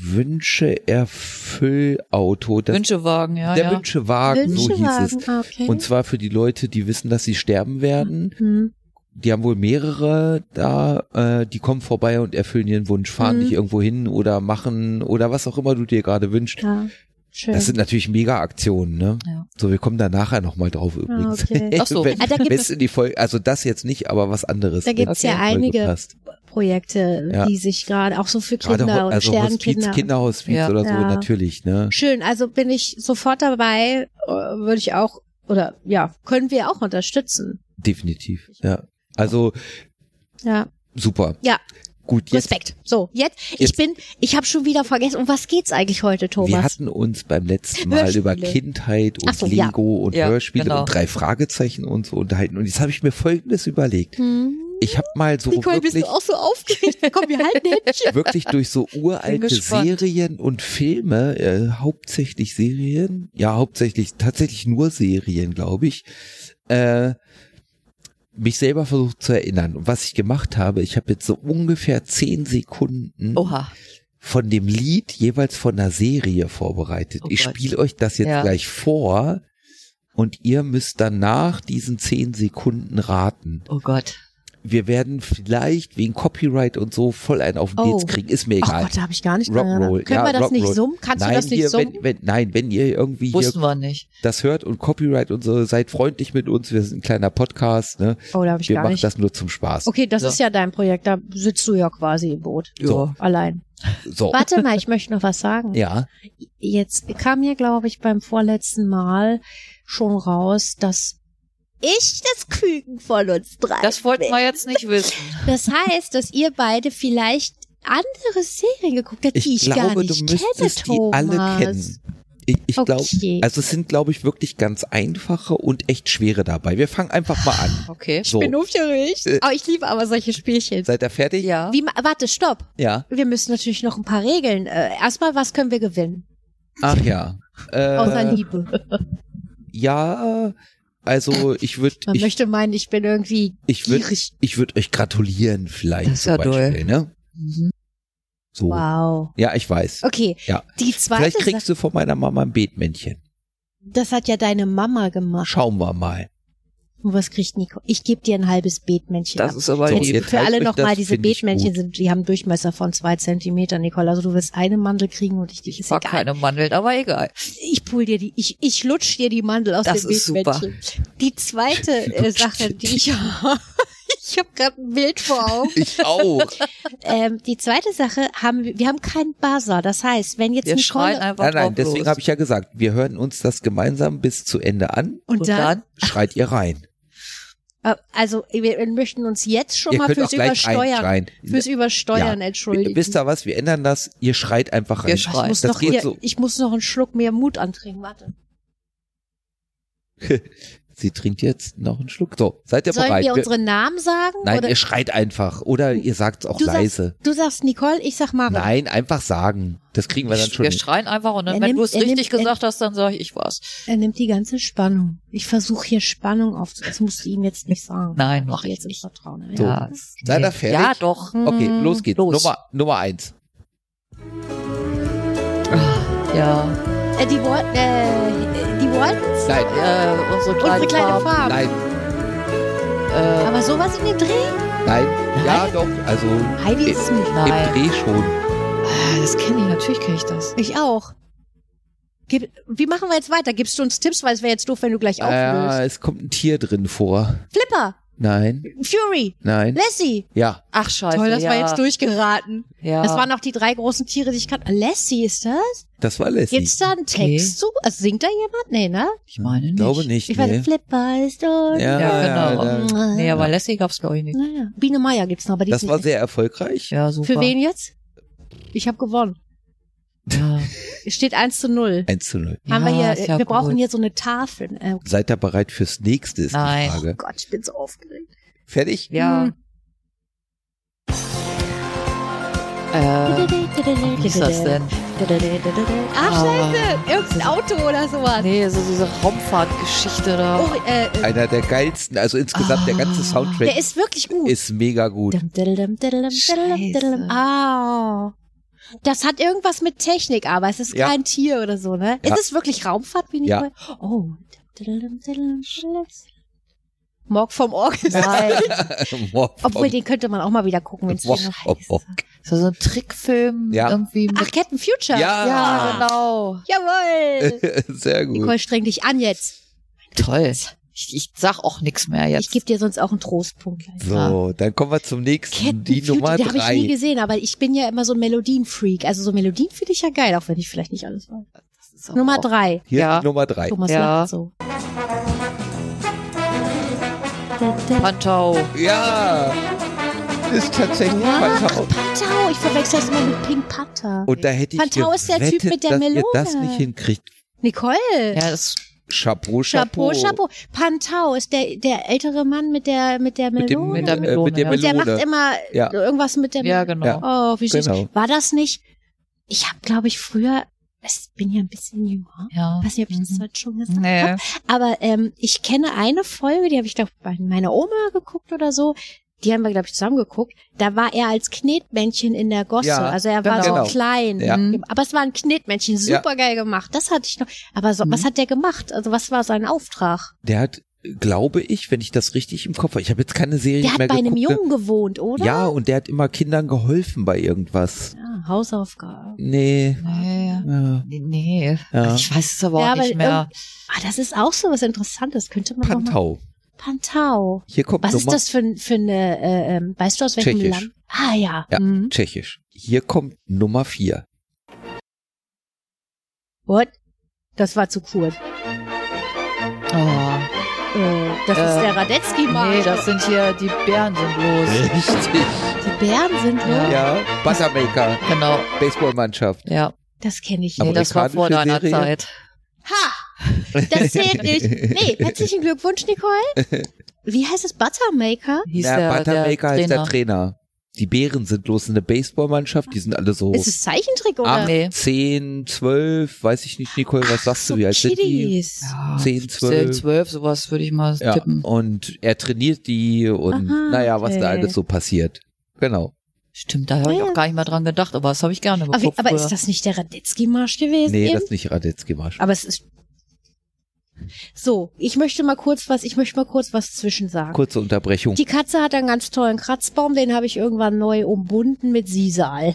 Wünsche-Erfüllauto, das Wünschewagen, ja, der ja. Wünschewagen, so hieß Wünschewagen, es. ah, okay. Und zwar für die Leute, die wissen, dass sie sterben werden. hm. die haben wohl mehrere da, äh, die kommen vorbei und erfüllen ihren Wunsch, fahren Mhm. dich irgendwo hin oder machen oder was auch immer du dir gerade wünschst. ja. Schön. Das sind natürlich Mega-Aktionen, ne? Ja. So, wir kommen da nachher nochmal drauf übrigens. Ah, okay. Ach so. Wenn, Ah, da gibt wenn's in die Folge, also das jetzt nicht, aber was anderes. Da wenn's gibt's in ja die Folge einige passt. Projekte, Ja. die sich gerade auch so für Gerade Kinder Ho- und also Hospiz, Sternkinder. Kinderhospiz Ja. oder so, Ja. natürlich, ne? Schön, also bin ich sofort dabei, äh, würde ich auch, oder ja, können wir auch unterstützen. Definitiv, ja. Also, Ja. super. Ja. Gut, jetzt, Respekt. So, jetzt, ich Jetzt- bin, ich habe schon wieder vergessen, um was geht's eigentlich heute, Thomas? wir hatten uns beim letzten Mal Hörspiele. über Kindheit Ach und so, ja. Lego und Ja, Hörspiele genau. und drei Fragezeichen und so unterhalten. Und jetzt habe ich mir Folgendes überlegt. hm. Ich habe mal so Nicole, bist wirklich, du auch so aufgeregt? Komm, wir halten Händchen. wirklich durch so uralte gespannt. Serien und Filme, äh, hauptsächlich Serien, ja hauptsächlich tatsächlich nur Serien, glaube ich, äh, mich selber versucht zu erinnern. Und was ich gemacht habe, ich habe jetzt so ungefähr zehn Sekunden Oha. von dem Lied jeweils von einer Serie vorbereitet. Oh ich Gott. spiele euch das jetzt Ja. gleich vor und ihr müsst dann nach diesen zehn Sekunden raten. Oh Gott. wir werden vielleicht wegen Copyright und so voll einen auf den Oh. Dates kriegen, ist mir Oh egal. Gott, da habe ich gar nicht dran Rock'n'Roll. gedacht. Können ja, wir das nicht Rock'n'Roll. summen? Kannst nein, du das nicht hier, summen? wenn, wenn, nein, wenn ihr irgendwie hier Wussten wir nicht. das hört und Copyright und so, seid freundlich mit uns, wir sind ein kleiner Podcast, ne? oh, da habe ich Wir gar machen nicht. das nur zum Spaß. Okay, das Ja. ist ja dein Projekt, da sitzt du ja quasi im Boot. So. Ja. Allein. So. Warte mal, ich möchte noch was sagen. Ja, Jetzt kam ja, glaube ich, beim vorletzten Mal schon raus, dass ich das Küken von uns drei Das wollten bin. wir jetzt nicht wissen. Das heißt, dass ihr beide vielleicht andere Serien geguckt habt, ich, die ich glaube, gar nicht du kenne, müsstest Thomas. die alle kennen. Ich, ich glaube, Okay. also es sind, glaube ich, wirklich ganz einfache und echt schwere dabei. Wir fangen einfach mal an. Okay. So, Bin aufgeregt. Äh. Oh, ich liebe aber solche Spielchen. seid ihr fertig? Ja. Wie, ma- warte, stopp. Ja. Wir müssen natürlich noch ein paar Regeln. Äh, erstmal, was können wir gewinnen? Ach ja. Außer Äh, Liebe. ja, also ich würde Äh, Man ich, möchte meinen, ich bin irgendwie ich würd, gierig. ich würd euch gratulieren vielleicht Das ist zum ja Beispiel, ne? Mhm. So. Wow. Ja, ich weiß. Okay, Oh. Ja. die zweite Vielleicht Sache, kriegst du von meiner Mama ein Beetmännchen. das hat ja deine Mama gemacht. Schauen wir mal. Und was kriegt Nico? Ich gebe dir ein halbes Beetmännchen Das ab. ist aber So, lieb. jetzt- Für teilt alle euch nochmal, das, diese find ich Beetmännchen gut. sind, die haben Durchmesser von zwei Zentimeter, Nicole. Also du wirst eine Mandel kriegen und ich, Ich ist mag egal. keine Mandeln, aber egal. Ich pull dir die, ich, ich lutsch dir die Mandel aus Das dem ist super. Beetmännchen. Die zweite äh, Sache, die ich ich habe gerade ein Bild vor Augen. Ich auch. Ähm, die zweite Sache haben wir, wir haben keinen Buzzer. Das heißt, wenn jetzt Wir schreien Nicole einfach nein, nein, drauf deswegen los. habe ich ja gesagt, wir hören uns das gemeinsam bis zu Ende an. und Und dann, dann? Schreit ihr rein. äh, also wir möchten uns jetzt schon ihr mal könnt auch fürs gleich Übersteuern, reinschreien. fürs Übersteuern Ja. entschuldigen. Wisst ihr was? Wir ändern das. Ihr schreit einfach rein. Wir ich schreien. muss Das noch geht hier, so. ich muss noch einen Schluck mehr Mut antrinken. Warte. Sie trinkt jetzt noch einen Schluck. So, seid ihr Sollen bereit? wir Wir- unsere Namen sagen? nein, oder ihr schreit einfach. Oder ihr sagt es auch Du sagst- leise. du sagst Nicole, ich sag Mara. nein, einfach sagen. Das kriegen wir dann schon. Wir hin. schreien einfach und dann, Er wenn nimmt- du es er richtig nimmt- gesagt hast, dann sage ich, ich war's. Er nimmt die ganze Spannung. Ich versuche hier Spannung auf. Das musst du ihm jetzt nicht sagen. Nein, mach mach ich jetzt nicht. ins Vertrauen. So. Ja. Ja. Seid ihr fertig? Ja, doch. Hm, Hm. Okay, los geht's. Los. Nummer, Nummer eins. Ja, Äh, die Wal äh, die Waltons? Nein, äh, unsere kleine, Unsere kleine Farbe. Farbe. nein, Äh, Aber sowas in dem Dreh? nein. Ja, doch. Also Heidi ist nicht. nein. im Dreh schon. Ah, Das kenne ich, natürlich kenne ich das. Ich auch. Gib, wie machen wir jetzt weiter? Gibst du uns Tipps, weil es wäre jetzt doof, wenn du gleich auflöst. Äh, es kommt ein Tier drin vor. Flipper, Nein, Fury, nein. Lassie. Ja, Ach, scheiße. Toll, das ja. war jetzt durchgeraten. Ja. Das waren noch die drei großen Tiere, die ich kannte. Lassie ist das? das war Lassie. Gibt's da einen Text zu? Also singt da jemand? Nee, ne? ich meine nicht. Hm, Glaube nicht. Ich meine, nee. Flipper ist dort. Ja, Ja, genau. ja, ja. Nee, aber Lassie gab's glaube ich nicht. Naja. Biene Meier gibt's noch, aber Hm, die Das ist war nicht- sehr erfolgreich. Ja, super. Für wen jetzt? Ich habe gewonnen. Ja. Es steht 1 zu 0. 1 zu 0. Haben Ja, wir hier, äh, ist ja wir gut. brauchen hier so eine Tafel. Äh, Seid ihr bereit fürs nächste ist Nein. die Frage. Oh Gott, ich bin so aufgeregt. Fertig? Ja. Äh, wie ist das denn? Ach, Ah. scheiße. Irgendein Auto oder sowas. Nee, so diese Raumfahrtgeschichte da. Oh, äh, äh, Einer der geilsten, also insgesamt der ganze Ah. Soundtrack der ist, ist wirklich gut. mega gut. Dum, diddledum, diddledum, diddledum, diddledum. Scheiße. Ah. Das hat irgendwas mit Technik, aber es ist Ja. kein Tier oder so, ne? Ja. Ist es wirklich Raumfahrt, wie Ja. Nicole? Oh. Diddledum, diddledum, diddledum. Morg vom Org. Nein. Mob, Obwohl, den könnte man auch mal wieder gucken, wenn es Mob, Mob, Mob. Das war so ein Trickfilm Ja. irgendwie mit. Ach, Captain Future. Ja. ja, genau. Jawohl. Sehr gut. Äh, Nicole, streng dich an jetzt. Toll. Ich, ich sag auch nichts mehr jetzt. Ich gebe dir sonst auch einen Trostpunkt. gleich. So, dann kommen wir zum nächsten. Captain Die Future, Nummer die habe ich 3. nie gesehen, aber ich bin ja immer so ein Melodienfreak. Also so Melodien finde ich ja geil, auch wenn ich vielleicht nicht alles weiß. Das ist aber Nummer auch- drei. Hier Ja. ist die Nummer 3. Thomas Ja. lacht so. Pantau. Ja, ist tatsächlich Ach, Pantau. Pantau. Ich verwechsel das immer mit Pink Panther. Und da hätte ich Pantau ist der Typ gewettet, mit der dass Melone. ihr das nicht hinkriegt. Nicole. Ja, das Chapeau, Chapeau. Chapeau, Chapeau. Pantau ist der, der ältere Mann mit der, mit der Mit, dem, Melone. Mit der äh, mit der Melone, ja. Und der macht Melone. immer Ja. irgendwas mit der ja, genau. Ja. Oh, wie süß. Genau. War das nicht? Ich habe, glaube ich, früher, ich bin ja ein bisschen jünger. Ja. Ich weiß nicht, ob ich das Mhm. heute schon gesagt Nee. habe. Aber ähm, ich kenne eine Folge, die habe ich, glaube ich, bei meiner Oma geguckt oder so. Die haben wir, glaube ich, zusammen geguckt. Da war er als Knetmännchen in der Gosse. Ja, also er war genau. so klein. Ja. Mhm. Aber es war ein Knetmännchen, Ja. super geil gemacht. Das hatte ich noch. Aber so, Mhm. was hat der gemacht? Also was war sein Auftrag? Der hat glaube ich, wenn ich das richtig im Kopf habe. Ich habe jetzt keine Serie Der hat bei mehr einem geguckt. ne? Jungen gewohnt, oder? Ja, und der hat immer Kindern geholfen bei irgendwas. ja Hausaufgaben. Nee. äh, Nee. Ja. Nee. Ja. Ich weiß es aber auch Ja, aber nicht mehr. Ah, das ist auch so was Interessantes. Könnte man noch mal. Pantau. Pantau. Hier kommt Was ist Nummer das für, ein- für eine, äh, ähm, weißt du aus welchem Tschechisch. Land? Ah ja. Ja. Mhm. Tschechisch. Hier kommt Nummer vier. What? Das war zu kurz. Oh. Äh, das ist Ähm, der radetzky marsch Nee, das sind hier, die Bären sind los. Richtig. Die Bären sind los. Ja. Ja, Buttermaker, Genau, Baseballmannschaft. ja. Das kenne ich Nee, nicht. das war vor deiner Amerikanische Serie? Zeit. Ha! Das zählt nicht. Nee, herzlichen Glückwunsch, Nicole. Wie heißt es? Buttermaker? Hieß Na, der, der Buttermaker heißt der Trainer. Trainer. Die Bären sind bloß eine Baseballmannschaft, die sind alle so Ist es Zeichentrick oder? Ah, acht, nee. zehn, zwölf, weiß ich nicht, Nicole, was sagst so du, wie alt sind die? Kiddies. Ja, Zehn, 10, zwölf. 12, sowas würde ich mal Ja, tippen. und er trainiert die und Aha, naja, was da okay. alles so passiert. Genau. Stimmt, da habe ich Ja. auch gar nicht mal dran gedacht, aber das habe ich gerne Aber, wie, geguckt. aber ist früher. das nicht der Radetzky-Marsch gewesen? Nee, eben? das ist nicht Radetzky-Marsch. aber es ist. So, ich möchte mal kurz was, ich möchte mal kurz was zwischensagen. Kurze Unterbrechung. Ah. Die Katze hat einen ganz tollen Kratzbaum, den habe ich irgendwann neu umbunden mit Sisal.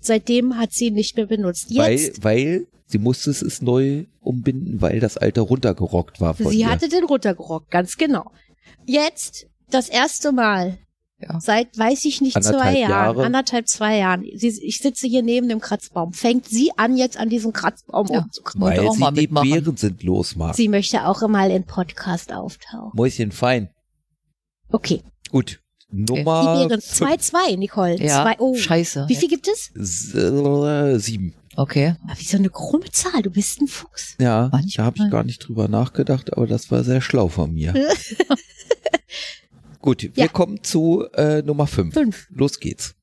Seitdem hat sie ihn nicht mehr benutzt. Weil, Jetzt, weil sie musste es ist neu umbinden, weil das alte runtergerockt war von sie ihr. hatte den runtergerockt, ganz genau. Jetzt, das erste Mal, Ja. seit weiß ich nicht, Anderthalb zwei Jahren, Jahre. anderthalb, zwei Jahren, sie, ich sitze hier neben dem kratzbaum, fängt sie an, jetzt an diesem Kratzbaum Ja. rumzukratzen. Wollte weil auch sie mal die mitmachen. Bären sind losmacht. Sie möchte auch mal in Podcast auftauchen. Mäuschen fein. Okay, Gut. die Nummer wären Äh, fünf- 2-2, Nicole. ja, Zwei, oh. scheiße. Wie viel gibt es? S- äh, sieben. Okay. Ah, Wie so eine krumme Zahl, du bist ein Fuchs. Ja, da Manchmal. habe ich gar nicht drüber nachgedacht, aber das war sehr schlau von mir. Gut, wir Ja. kommen zu äh, Nummer fünf. Fünf. Los geht's.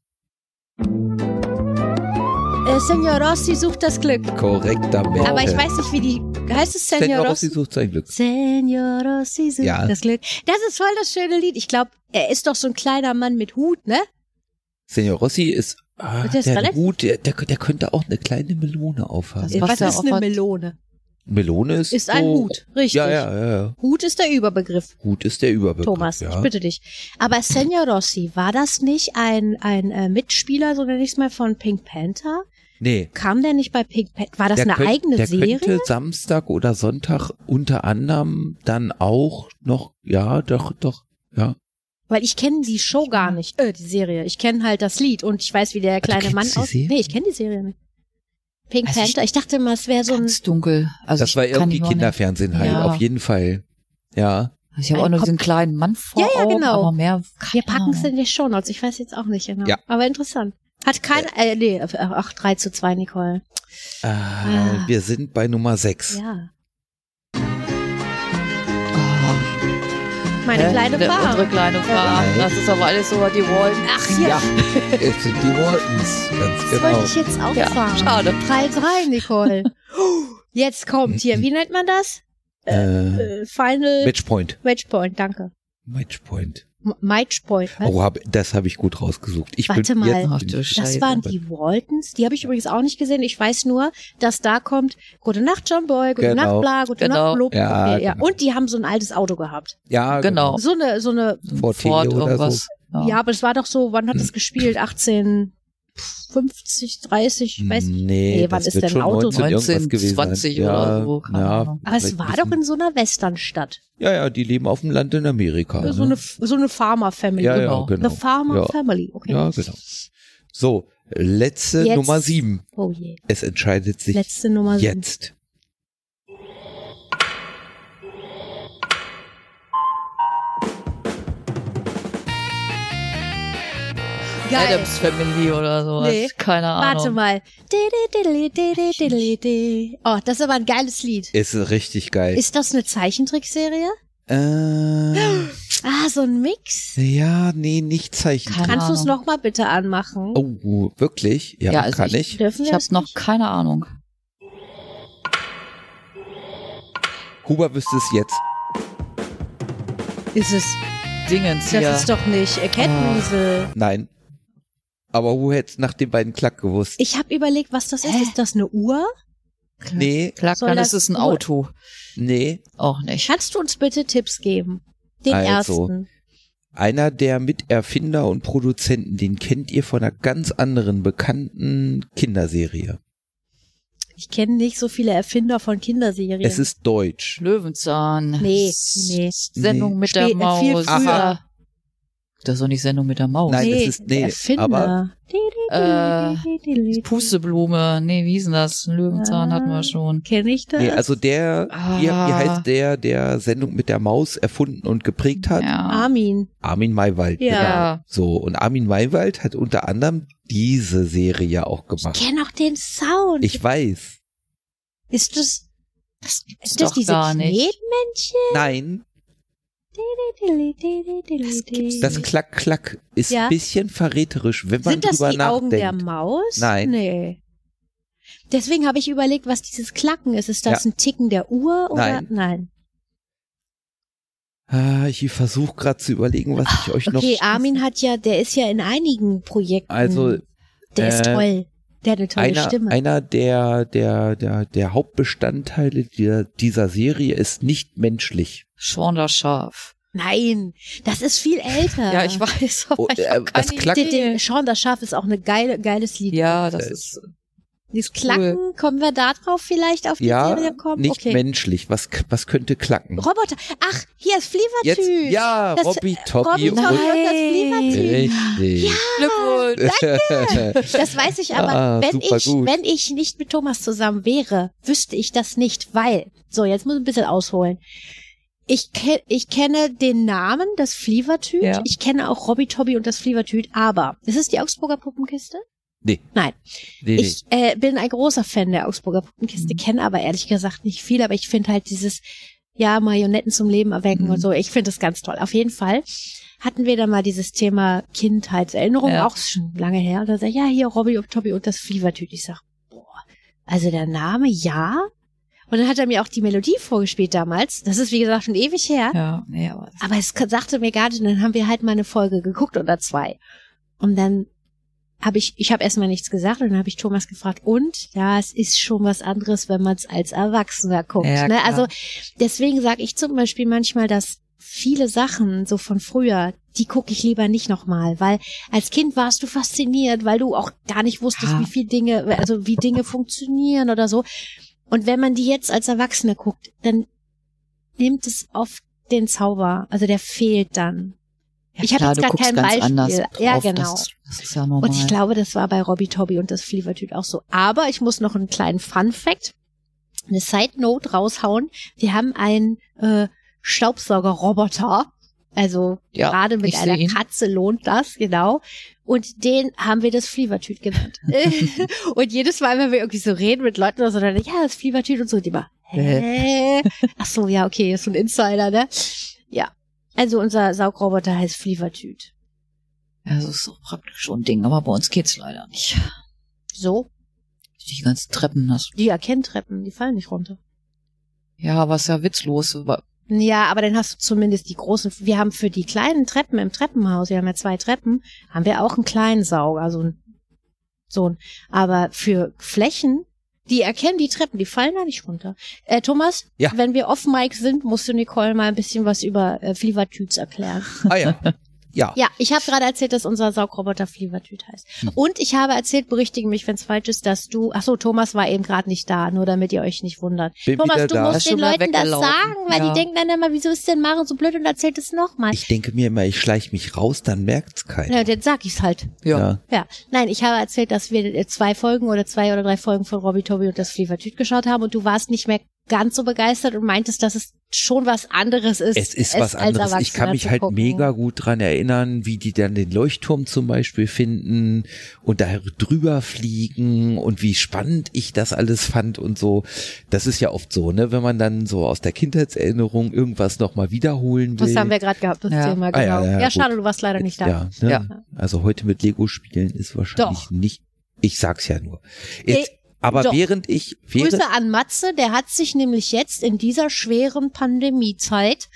Äh, Senor Rossi sucht das Glück. Korrekt damit. Aber ich weiß nicht, wie die. Heißt es Senor Rossi Rossi? sucht sein Glück. Senor Rossi sucht Ja. das Glück. Das ist voll das schöne Lied. Ich glaube, er ist doch so ein kleiner Mann mit Hut, ne? Senor Rossi ist, ah, Und der, der ist relativ- Hut, der, der, der könnte auch eine kleine Melone aufhaben. Das- macht Was er ist auch eine was- Melone? Melone ist, Ist ein so, Hut, richtig. Oh. Ja, ja, ja, ja. Hut ist der Überbegriff, Hut ist der Überbegriff. Thomas. ja. Ich bitte dich. Aber Senor Rossi, war das nicht ein, ein äh, Mitspieler, so nenne ich es mal, von Pink Panther? Nee. Kam der nicht bei Pink Panther? War das eine könnt- eigene der Serie? könnte Samstag oder Sonntag unter anderem dann auch noch, ja, doch, doch, ja. Weil ich kenne die Show gar nicht, äh, die Serie. Ich kenne halt das Lied und ich weiß, wie der du kleine kennst Mann die aus. Serie? Nee, ich kenne die Serie nicht. Pink Also ich- Panther. Ich, dachte mal, es wäre so ein. Ganz dunkel. Also Das ich war kann irgendwie die noch nicht- Kinderfernsehen halt, Ja. auf jeden Fall. Ja. Also Ich habe auch Ein noch Kopf- diesen kleinen Mann vor Ja, ja, Augen, genau. aber mehr. Wir packen es in die Shownotes. Ich weiß jetzt auch nicht genau. Ja. Aber interessant. Hat kein. Äh, nee, ach, 3 zu 2, Nicole. Äh, Ah. Wir sind bei Nummer sechs. Ja. Oh, Meine hä? kleine Der- Unsere Bar. kleine Bar. Nein. Das ist aber alles so, was die wollen. Ach hier, Ja, es sind die Waltons, ganz das genau. wollte ich jetzt auch Ja, sagen. schade. 3 3, Nicole. jetzt kommt hier, wie nennt man das? Äh, Äh, Final Matchpoint. Matchpoint, danke. Matchpoint. M- Matchpoint. ne? Oh, hab, das habe ich gut rausgesucht. Ich Warte bin mal. Jetzt, Ach du Das Scheiße. waren die Waltons. Die habe ich übrigens auch nicht gesehen. Ich weiß nur, dass da kommt Gute Nacht, John Boy, Gute Genau. Nacht, Bla, Gute Genau. Nacht, Lob. Ja, ja. genau. Und die haben so ein altes Auto gehabt. ja, Genau. So eine, so eine, Ford Ford Tele oder irgendwas. ja, aber es war doch so, wann Hm. hat das gespielt? 18, 50, 30, Hm. ich weiß nicht. Nee, Nee, wann das ist wird denn schon Auto? 19, irgendwas 19, gewesen 20 sein. oder ja, so, keine ja, Ahnung. Aber es vielleicht war ein doch bisschen- in so einer Westernstadt. Ja, ja, die leben auf dem Land in Amerika. So ne? eine, so eine Farmer Family. ja, genau. ja, genau. Eine Farmer ja. Family, okay. ja, genau. So, letzte Jetzt. Nummer sieben. Oh je. Es entscheidet sich Letzte Nummer sieben. jetzt. Geil. Adams Family oder sowas. Nee. Keine Ahnung. Warte mal. Didi, didi, didi, didi, didi. Oh, das ist aber ein geiles Lied. Ist richtig geil. Ist das eine Zeichentrickserie? äh, Ah, so ein Mix. ja, nee, nicht Keine Zeichen. Kannst du es Ahnung. nochmal bitte anmachen? Oh, wirklich? Ja, Ja, also kann ich- ich. Dürfen Ich wir habe das noch nicht? keine Ahnung. Huber wüsste es jetzt. Ist es? Dingens Das hier. ist doch nicht äh, Kettenmusel. Nein. Aber Hu hätte nach den beiden Klack gewusst. Ich habe überlegt, was das ist. Hä? Ist das eine Uhr? Nee, Klack, Soll dann das ist es ein nur- Auto. nee. Auch nicht. Kannst du uns bitte Tipps geben? Den Also. ersten. Einer der Miterfinder und Produzenten, den kennt ihr von einer ganz anderen bekannten Kinderserie. Ich kenne nicht so viele Erfinder von Kinderserien. Es ist deutsch. Löwenzahn. Nee, S- nee. Sendung Nee. mit der Spät- äh, viel Maus. früher. Aha. Das ist doch nicht Sendung mit der Maus. Nein, nee, es ist- nee, der Erfinder. aber- äh, Pusteblume. Nee, wie hieß denn das? Löwenzahn Ah. hatten wir schon. Kenne ich das? Nee, also der, Ah. wie, wie heißt der, der Sendung mit der Maus erfunden und geprägt hat? Ja. Armin. Armin Maywald. Ja. Genau. So, und Armin Maywald hat unter anderem diese Serie auch Ich gemacht. kenne auch den Sound. Ich weiß. ist das, Das gibt's ist das doch diese gar nicht. Nein, Knetmännchen? das Klack Klack ist Ja. ein bisschen verräterisch, wenn man Sind das drüber die Augen nachdenkt. der Maus? Nein. Nee. Deswegen habe ich überlegt, was dieses Klacken ist. Ist das ein Ticken der Uhr oder? Nein. Nein. ah, ich versuche gerade zu überlegen, was ich euch noch. Okay, ah, Armin hat ja, der ist ja in einigen Projekten. Also der ist äh, toll. Der hat eine hm, tolle einer, Stimme. einer der, der, der, der Hauptbestandteile dieser, dieser Serie ist nicht menschlich. Schwander Schaf. Nein, das ist viel älter. Ja, ich weiß, aber Oh, ich hab äh, keine das Klack- Den, Idee. den Sean das Schaf ist auch eine geile, geiles Lied. Ja, das Äh, ist Dieses Klacken, kommen wir da drauf vielleicht auf die Ja, Serie kommen? nicht okay. menschlich. Was, was könnte klacken? Roboter. Ach, hier ist Jetzt, Flievertüt. ja, Das- äh, Robby, Robby Toppi Toppi und und das Nein. Flievertüt. Richtig. Glückwunsch. Äh. Das weiß ich aber, Ah, wenn, super ich, gut. wenn ich nicht mit Thomas zusammen wäre, wüsste ich das nicht, weil, so, jetzt muss ich ein bisschen ausholen. Ich, ke ich kenne den Namen, das Flievertüt. Ja. Ich kenne auch Robby Tobby und das Flievertüt, aber ist es die Augsburger Puppenkiste? Nee. Nein. Nee, nee. Ich äh, bin ein großer Fan der Augsburger Puppenkiste, Mhm. kenne aber ehrlich gesagt nicht viel, aber ich finde halt dieses, ja, Marionetten zum Leben erwecken Mhm. und so, ich finde das ganz toll. Auf jeden Fall hatten wir da mal dieses Thema Kindheitserinnerung, Ja. auch schon lange her. Und da sag ich, ja, hier Robby und Tobby und das Flievertüt. Ich sag, boah, also der Name, ja. Und dann hat er mir auch die Melodie vorgespielt damals. Das ist, wie gesagt, schon ewig her. Ja, nee, aber Aber es k- sagte mir gar nicht, und dann haben wir halt mal eine Folge geguckt oder zwei. Und dann habe ich, ich habe erstmal nichts gesagt und dann habe ich Thomas gefragt, und ja, es ist schon was anderes, wenn man es als Erwachsener guckt. Ja, ne? klar. Also deswegen sage ich zum Beispiel manchmal, dass viele Sachen so von früher, die gucke ich lieber nicht nochmal, weil als Kind warst du fasziniert, weil du auch gar nicht wusstest, Ja. wie viel Dinge, also wie Dinge funktionieren oder so. Und wenn man die jetzt als Erwachsener guckt, dann nimmt es oft den Zauber, also der fehlt dann. Ja, Ich hab klar, jetzt du gar guckst kein ganz Beispiel. Anders Ja, drauf. genau. Das, das ist ja normal. Und ich glaube, das war bei Robbie Tobby und das Flievertüt auch so. Aber ich muss noch einen kleinen Fun Fact, eine Side Note raushauen. Wir haben einen äh, Staubsaugerroboter. Also Ja, gerade mit ich seh einer ihn. Katze lohnt das, genau. Und den haben wir das Flievertüt genannt. und jedes Mal, wenn wir irgendwie so reden mit Leuten oder so, dann ja, das Flievertüt und so, die immer, Äh. hä? Ach so, ja, okay, ist so ein Insider, ne? Ja. Also unser Saugroboter heißt Flievertüt. ja, das ist so praktisch so ein Ding, aber bei uns geht's leider nicht. So. Die ganzen Treppen, das, Die erkennen Treppen, die fallen nicht runter. ja, aber ist ja witzlos. aber- Ja, aber dann hast du zumindest die großen. Wir haben für die kleinen Treppen im Treppenhaus, wir haben ja zwei Treppen, haben wir auch einen kleinen Sauger, so ein, so ein. Aber für Flächen, die erkennen die Treppen, die fallen da nicht runter. Äh, Thomas, Ja. wenn wir off Mic sind, musst du Nicole mal ein bisschen was über äh, Flievertüts erklären. ah ja. Ja. Ja, ich habe gerade erzählt, dass unser Saugroboter Flievertüt heißt. Hm. Und ich habe erzählt, berichtige mich, wenn es falsch ist, dass du. Ach so, Thomas war eben gerade nicht da, nur damit ihr euch nicht wundert. Bin Thomas, wieder du da. Das musst ist den schon wieder Leuten das weggelaufen. sagen, weil Ja. die denken dann immer, wieso ist denn Maren so blöd und erzählt es nochmal. Ich denke mir immer, ich schleiche mich raus, dann merkt's Na, keiner. dann sag ich's halt. Ja. Ja, nein, ich habe erzählt, dass wir äh, zwei Folgen oder zwei oder drei Folgen von Robbie Toby und das Flievertüt geschaut haben und du warst nicht mehr ganz so begeistert und meintest, dass es schon was anderes ist. Es ist es was als anderes. Ich Erwachsener kann mich zu halt gucken. mega gut dran erinnern, wie die dann den Leuchtturm zum Beispiel finden und da drüber fliegen und wie spannend ich das alles fand und so. Das ist ja oft so, ne, wenn man dann so aus der Kindheitserinnerung irgendwas nochmal wiederholen will. Das haben wir gerade gehabt, das Ja. Thema, Ah, genau. ja, ja, gut. schade, du warst leider nicht da. Ja, ne? Ja. Also heute mit Lego spielen ist wahrscheinlich Doch. nicht. Ich sag's ja nur. Nee, Jetzt, aber doch. während ich während, Grüße an Matze, der hat sich nämlich jetzt in dieser schweren Pandemiezeit,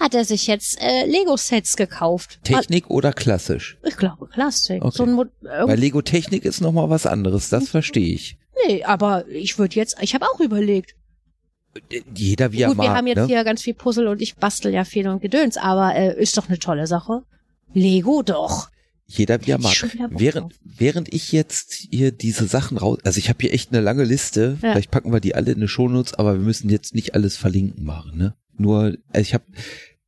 hat er sich jetzt äh, Lego-Sets gekauft. Also, Technik oder klassisch? Ich glaube, Klassik. Okay. So ein äh, Mo- Weil irgendwie, Lego Technik ist nochmal was anderes, das verstehe ich. Nee, aber ich würde jetzt, ich habe auch überlegt. Jeder wie er Gut, mag. wir haben jetzt ne? hier ganz viel Puzzle und ich bastel ja viel und Gedöns, aber äh, ist doch eine tolle Sache. Lego doch. Jeder wie er Ich mag. schon wieder Bock Während, drauf. während ich jetzt hier diese Sachen raus, also ich habe hier echt eine lange Liste, Ja. vielleicht packen wir die alle in eine Shownotes, aber wir müssen jetzt nicht alles verlinken machen, ne? Nur, also ich habe,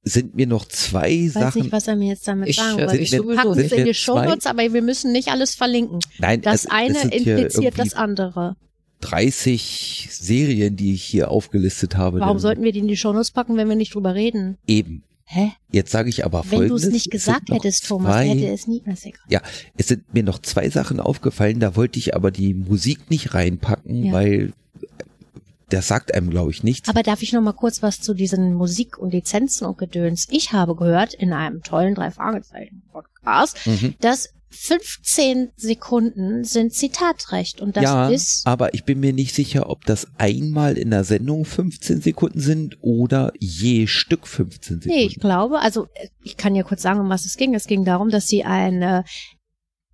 sind mir noch zwei Ich weiß Sachen, nicht, was er mir jetzt damit Ich, sagen äh, wollte. ich Sind sowieso Packen sind es in wir die Shownotes, aber wir müssen nicht alles verlinken. nein, Das es, es eine sind hier impliziert das irgendwie andere. 30 Serien, die ich hier aufgelistet habe. Warum denn sollten wir die in die Shownotes packen, wenn wir nicht drüber reden? eben? Hä? Jetzt sage ich aber Wenn du folgendes. es nicht sind gesagt noch hättest, Thomas, zwei- hätte es nie. Na, ist egal. Es sind mir noch zwei Sachen aufgefallen, da wollte ich aber die Musik nicht reinpacken, Ja. weil äh, das sagt einem, glaube ich, nichts. Aber darf ich noch mal kurz was zu diesen Musik und Lizenzen und Gedöns? Ich habe gehört in einem tollen drei Fragezeichen Podcast, Mhm. dass 15 Sekunden sind Zitatrecht und das ja, ist aber ich bin mir nicht sicher, ob das einmal in der Sendung 15 Sekunden sind oder je Stück 15 Sekunden. Nee, ich glaube, also äh, ich kann ja kurz sagen, um was es ging. Es ging darum, dass sie eine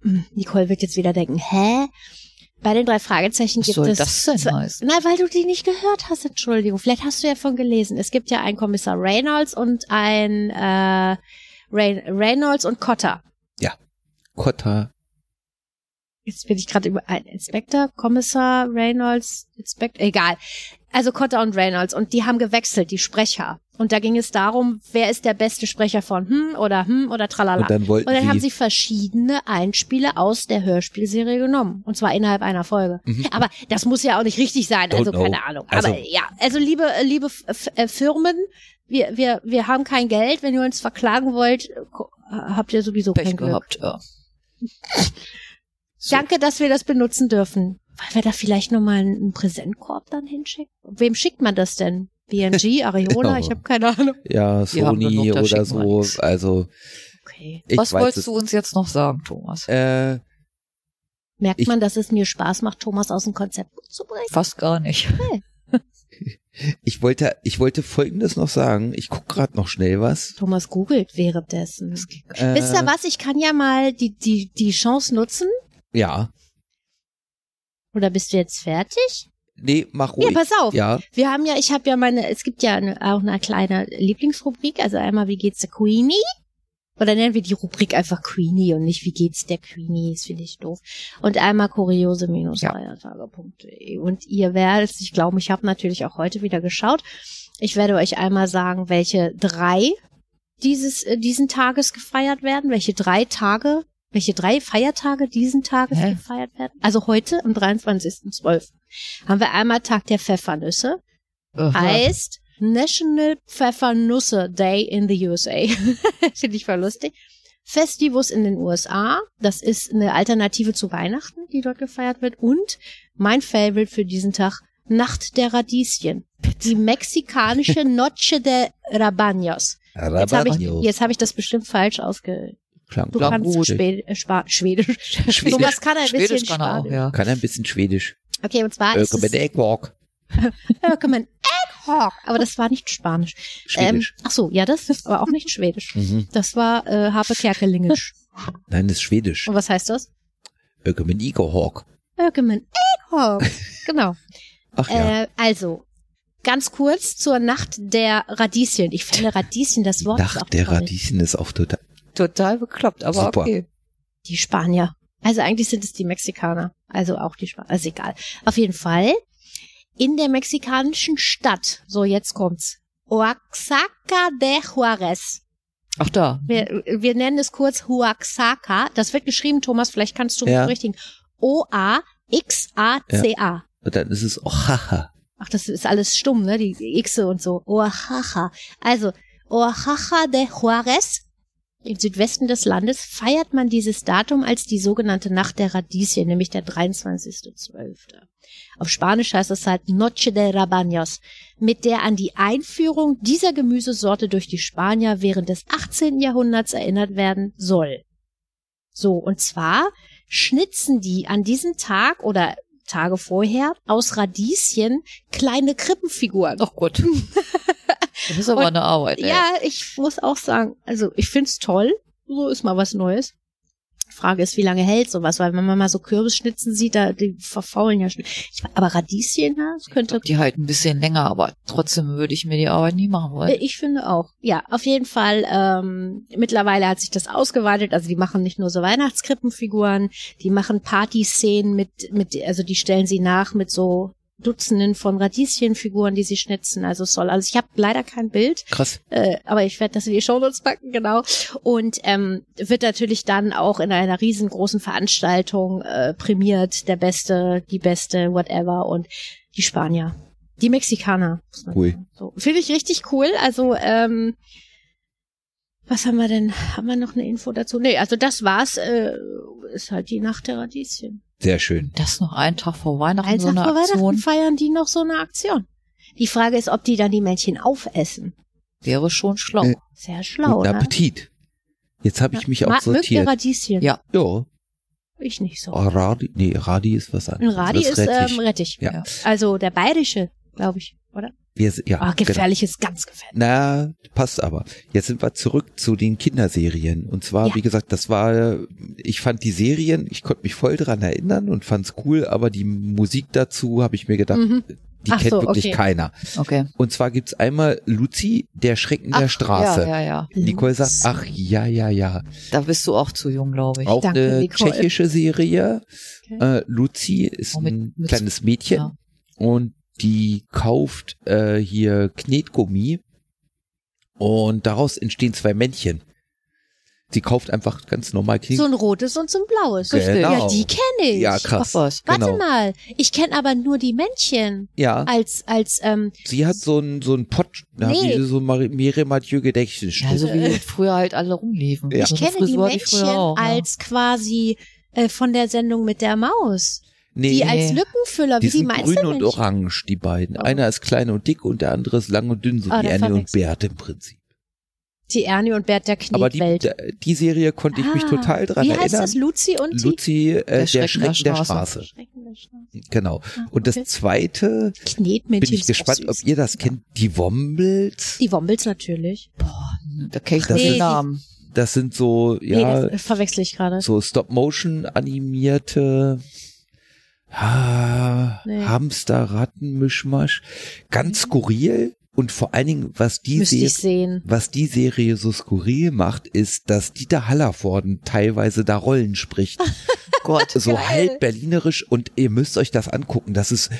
hm, Nicole wird jetzt wieder denken, hä? Bei den drei Fragezeichen Was gibt soll es das denn zwei- heißen? Na, weil du die nicht gehört hast, Entschuldigung. Vielleicht hast du ja von gelesen. Es gibt ja einen Kommissar Reynolds und ein äh, Ray Reynolds und Cotter. Kotta, Jetzt bin ich gerade über einen Inspektor, Kommissar Reynolds, Inspektor, egal. Also Cotter und Reynolds und die haben gewechselt, die Sprecher. Und da ging es darum, wer ist der beste Sprecher von hm oder hm oder tralala. und dann wollten Und dann sie, haben sie verschiedene Einspiele aus der Hörspielserie genommen. Und zwar innerhalb einer Folge. Mhm. Aber das muss ja auch nicht richtig sein. Don't also know. keine Ahnung. Also- Aber ja, also liebe, äh, liebe F F äh, Firmen, wir, wir, wir haben kein Geld. Wenn ihr uns verklagen wollt, äh, ko- äh, habt ihr sowieso Pech kein Glück. gehabt, ja. So. Danke, dass wir das benutzen dürfen. Wollen wir da vielleicht nochmal einen einen Präsentkorb dann hinschicken? Wem schickt man das denn? BMG, Areola? Ich habe keine Ahnung. ja, Die haben genug, Sony da oder schicken wir so, nix. also Okay. ich Was weiß wolltest es. du uns jetzt noch sagen, Thomas? Äh, Merkt Ich- man, dass es mir Spaß macht, Thomas aus dem Konzept zu bringen? Fast gar nicht. ich wollte, ich wollte Folgendes noch sagen. Ich guck gerade noch schnell was. Thomas googelt währenddessen. Äh, Wisst ihr was? Ich kann ja mal die, die, die Chance nutzen. Ja, Oder bist du jetzt fertig? nee, mach Ja, ruhig. pass auf. Ja, Wir haben ja, ich habe ja meine, es gibt ja eine, auch eine kleine Lieblingsrubrik. Also einmal, wie geht's der Queenie? Oder nennen wir die Rubrik einfach Queenie und nicht, wie geht's der Queenie? Das finde ich doof. Und einmal kuriose-feiertage.de. Und ihr werdet, ich glaube, ich habe natürlich auch heute wieder geschaut. Ich werde euch einmal sagen, welche drei dieses, äh, diesen Tages gefeiert werden, welche drei Tage, welche drei Feiertage diesen Tages Hä? gefeiert werden. Also heute am 23.12. haben wir einmal Tag der Pfeffernüsse, Äh, Aha. heißt National Pfeffernusse Day in the USA. Finde ich voll lustig. Festivus in den USA, das ist eine Alternative zu Weihnachten, die dort gefeiert wird. Und mein Favorite für diesen Tag, Nacht der Radieschen. Die mexikanische Noche de Rabanos. Jetzt habe ich, Rabanio. jetzt hab ich das bestimmt falsch ausge... Klang, Du klang kannst gut. Spä äh, Spa Schwedisch. Schwedisch- Thomas kann ein bisschen Schwedisch kann er auch, Spanisch. ja. Äh, Kann ein bisschen Schwedisch. Okay, und zwar ist Ölke mit Ah, es Egg-Walk. Ökemen Egghawk. Aber das war nicht Spanisch. Schwedisch. Ähm, ach so, ja, das ist aber auch nicht Schwedisch. Mhm. Das war äh, Harpe Kerkelingisch. Nein, das ist Schwedisch. Und was heißt das? Äh, Ölke mit Igor-Hawk. Ökemen Egghawk. Genau. Ach ja, Äh, also, ganz kurz zur Nacht der Radieschen. Ich finde Radieschen, das die Wort ist auch Nacht der toll. Radieschen ist auch total Total bekloppt, aber Super. okay. Die Spanier. Also eigentlich sind es die Mexikaner. Also auch die Spanier. Also egal. Auf jeden Fall. In der mexikanischen Stadt, so jetzt kommt's, Oaxaca de Juarez, Ach da. Wir, wir nennen es kurz Huaxaca. Das wird geschrieben, Thomas, vielleicht kannst du mich Ja. berichtigen. O-A-X-A-C-A. Und dann ist es oh, Ochacha. Ach, das ist alles stumm, ne? Die Xe und so. Oaxaca. Also, Oaxaca de Juarez. Im Südwesten des Landes feiert man dieses Datum als die sogenannte Nacht der Radieschen, nämlich der 23.12. Auf Spanisch heißt es halt Noche de Rabaños, mit der an die Einführung dieser Gemüsesorte durch die Spanier während des 18. Jahrhunderts erinnert werden soll. So, und zwar schnitzen die an diesem Tag oder Tage vorher aus Radieschen kleine Krippenfiguren. Ach Gott. Äh. Das ist aber Und- eine Arbeit, ey. Ja, ich muss auch sagen, also ich find's toll. So ist mal was Neues. Frage ist, wie lange hält sowas? Weil wenn man mal so Kürbisschnitzen sieht, da, die verfaulen ja schnell. Ich, aber Radieschen, ja, das könnte Die halten ein bisschen länger, aber trotzdem würde ich mir die Arbeit nie machen Äh, wollen. Ich finde auch. Ja, auf jeden Fall. Ähm, mittlerweile hat sich das ausgeweitet. Also die machen nicht nur so Weihnachtskrippenfiguren, die machen Partyszenen mit, mit, also die stellen sie nach mit so Dutzenden von Radieschenfiguren, die sie schnitzen. Also es soll. Also ich habe leider kein Bild Krass. äh, aber ich werde das in die Shownotes packen, genau. Und ähm, wird natürlich dann auch in einer riesengroßen Veranstaltung äh, prämiert, der Beste, die Beste, whatever und die Spanier. Die Mexikaner. muss man Cool. sagen. So, Finde ich richtig cool. Also, ähm, was haben wir denn? Haben wir noch eine Info dazu? Nee, also das war's. Äh, ist halt die Nacht der Radieschen. Sehr schön. Das noch einen Tag vor Weihnachten, Einen so Tag eine vor Weihnachten Aktion. feiern die noch so eine Aktion. Die Frage ist, ob die dann die Männchen aufessen. Wäre schon schlau. Äh, Sehr schlau, Guten ne? Appetit. Jetzt habe ich Ja. mich auch Mag- Mögt ihr sortiert. Radieschen? Ja. Ja, Ich nicht so. Ah, Radi, nee, Radi ist was Ein anderes. Radi Das ist Rettich. Ähm, Rettich. Ja. Ja. Also der bayerische, glaube ich, oder? Wir, s- ja, Ah, genau. gefährlich ist ganz gefährlich. Na, passt aber. Jetzt sind wir zurück zu den Kinderserien. Und zwar, Ja. wie gesagt, das war, ich fand die Serien, ich konnte mich voll dran erinnern und fand's cool, aber die Musik dazu habe ich mir gedacht, Mhm. die Ach kennt so, wirklich okay. keiner. Okay. Und zwar gibt's einmal Luzi, der Schrecken der Straße. Ja, ja, ja. Nicole sagt, ach ja, ja, ja. Da bist du auch zu jung, glaube ich. Auch danke, eine Nicole. tschechische Serie. Okay. Äh, Luzi ist Oh, mit- ein mit- kleines Mädchen ja. und die kauft äh, hier Knetgummi und daraus entstehen zwei Männchen. Sie kauft einfach ganz normal So Knetgummi. ein rotes und so ein blaues. Genau. Ja, die kenne ich. ja, Ach krass. was. Warte genau. mal, ich kenne aber nur die Männchen Ja, als als ähm, sie hat so ein so ein Pott, da Nee. wie so ein Mere Mathieu Gedächtnis. Ja, so wie früher halt alle rumliefen. Ja. So Äh. ich eine kenne die Frisur hatte ich Männchen früher auch, ja. als quasi äh, von der Sendung mit der Maus, die nee, als Lückenfüller, die wie die sind meinst grün und orange, die beiden. Oh. Einer ist klein und dick und der andere ist lang und dünn, so Ah, wie Annie dann und verwechsel ich. Bert im Prinzip. Die Ernie und Bert der Aber die, Knetwelt. da- die Serie konnte ich mich Ah, total dran wie erinnern. heißt das? Luzi und die Luzi, äh, der Schrecken, der, Straße. Schrecken der Straße. Genau. Ah, Und das okay. zweite Knetmännchen. bin ich ist auch gespannt, süß. ob ihr das kennt. Die Wombels, Die Wombels natürlich. Da kenne ich Das nur ist- den Namen. das sind so, nee, ja, das äh, verwechsel ich gerade. so Stop-Motion animierte ah, Nee. Mhm. Hamster-Ratten-Mischmasch. Ganz skurril und vor allen Dingen, was die Müsste Serie, ich sehen. was die Serie so skurril macht, ist, dass Dieter Hallervorden teilweise da Rollen spricht. Gott. so Geil. halb berlinerisch und ihr müsst euch das angucken. Das ist,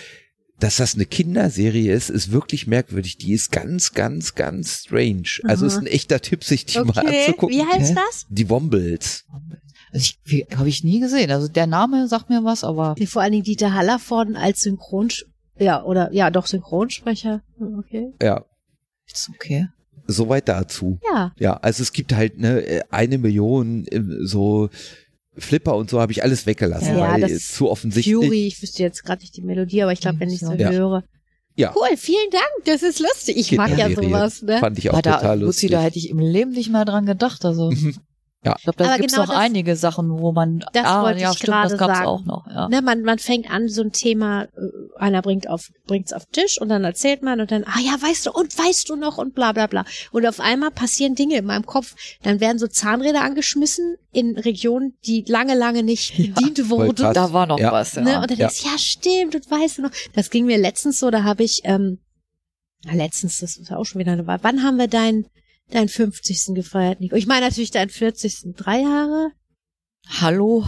dass das eine Kinderserie ist, ist wirklich merkwürdig. Die ist ganz, ganz, ganz strange. Also Aha. ist ein echter Tipp, sich die mal Okay, anzugucken. wie heißt Hä? das? Die Wombels. Also ich, habe ich nie gesehen. Also der Name sagt mir was, aber Nee, vor allen Dingen Dieter Hallervorden als Synchronsch... Ja, oder, ja, doch, Synchronsprecher. Hm, Okay. Ja, ist okay. soweit dazu. Ja. Ja, also es gibt halt ne, eine Million ähm, so Flipper und so habe ich alles weggelassen, Ja, weil das äh, zu offensichtlich. Fury, ich wüsste jetzt gerade nicht die Melodie, aber ich glaube, wenn ich so Ja. höre. Ja. Cool, vielen Dank, das ist lustig. Ich mag ja Kinderserie. sowas, ne? Fand ich auch aber da, total Luzi, lustig. da hätte ich im Leben nicht mehr dran gedacht. Also Mhm. Ja. ich glaube, da Aber gibt's genau noch das- einige Sachen, wo man Das ah, wollte ja, ich stimmt, das gerade gab's sagen. auch noch. Ja. Ne, man, man fängt an, so ein Thema, äh, einer bringt auf, bringt's auf den Tisch und dann erzählt man und dann, ah ja, weißt du, und weißt du noch und bla bla bla. Und auf einmal passieren Dinge in meinem Kopf. Dann werden so Zahnräder angeschmissen in Regionen, die lange, lange nicht bedient voll wurden. krass. Da war noch Ja. was. Ja. Ne? Und dann Ja. denkst du, ja stimmt, und weißt du noch. Das ging mir letztens so, da habe ich, ähm, na, letztens, das ist ja auch schon wieder eine Weile. Wann haben wir deinen deinen 50. gefeiert, Nico? Ich meine natürlich deinen 40. Drei Jahre? Hallo,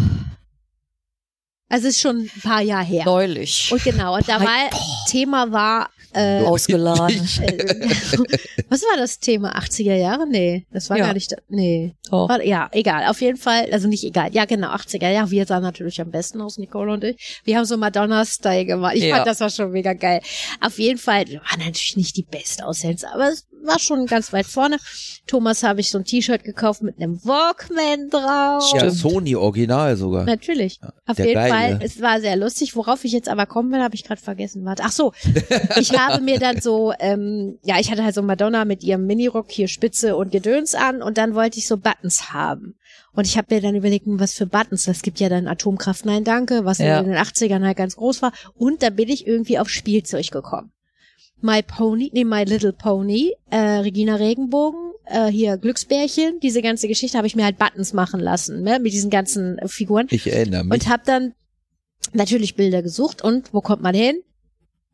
Also ist schon ein paar Jahre her. neulich. Und genau, und da war, Thema war, äh, Ausgeladen. Äh, Was war das Thema? 80er Jahre? Nee, das war Ja. gar nicht. da- Nee. Doch. War, ja, egal. Auf jeden Fall, also nicht egal. Ja, genau, 80er Jahre. Wir sahen natürlich am besten aus, Nicole und ich. Wir haben so Madonna-Style gemacht. Ich Ja. fand, das war schon mega geil. Auf jeden Fall, wir waren natürlich nicht die Bestaussehendes, aber es war schon ganz weit vorne. Thomas habe ich so ein T-Shirt gekauft mit einem Walkman drauf. ja, Sony Original sogar. Natürlich. Auf der jeden Geile. Fall, es war sehr lustig. Worauf ich jetzt aber kommen will, habe ich gerade vergessen. Warte. Ach so, ich habe mir dann so, ähm, ja, ich hatte halt so Madonna mit ihrem Minirock hier Spitze und Gedöns an und dann wollte ich so Buttons haben. Und ich habe mir dann überlegt, hm, was für Buttons. Das gibt ja dann Atomkraft, nein, danke, was Ja. in den 80ern halt ganz groß war. Und da bin ich irgendwie auf Spielzeug gekommen. My Pony, nee, My Little Pony, äh, Regina Regenbogen, äh, hier Glücksbärchen, diese ganze Geschichte habe ich mir halt Buttons machen lassen, ne, mit diesen ganzen äh, Figuren Ich erinnere mich. und habe dann natürlich Bilder gesucht und wo kommt man hin?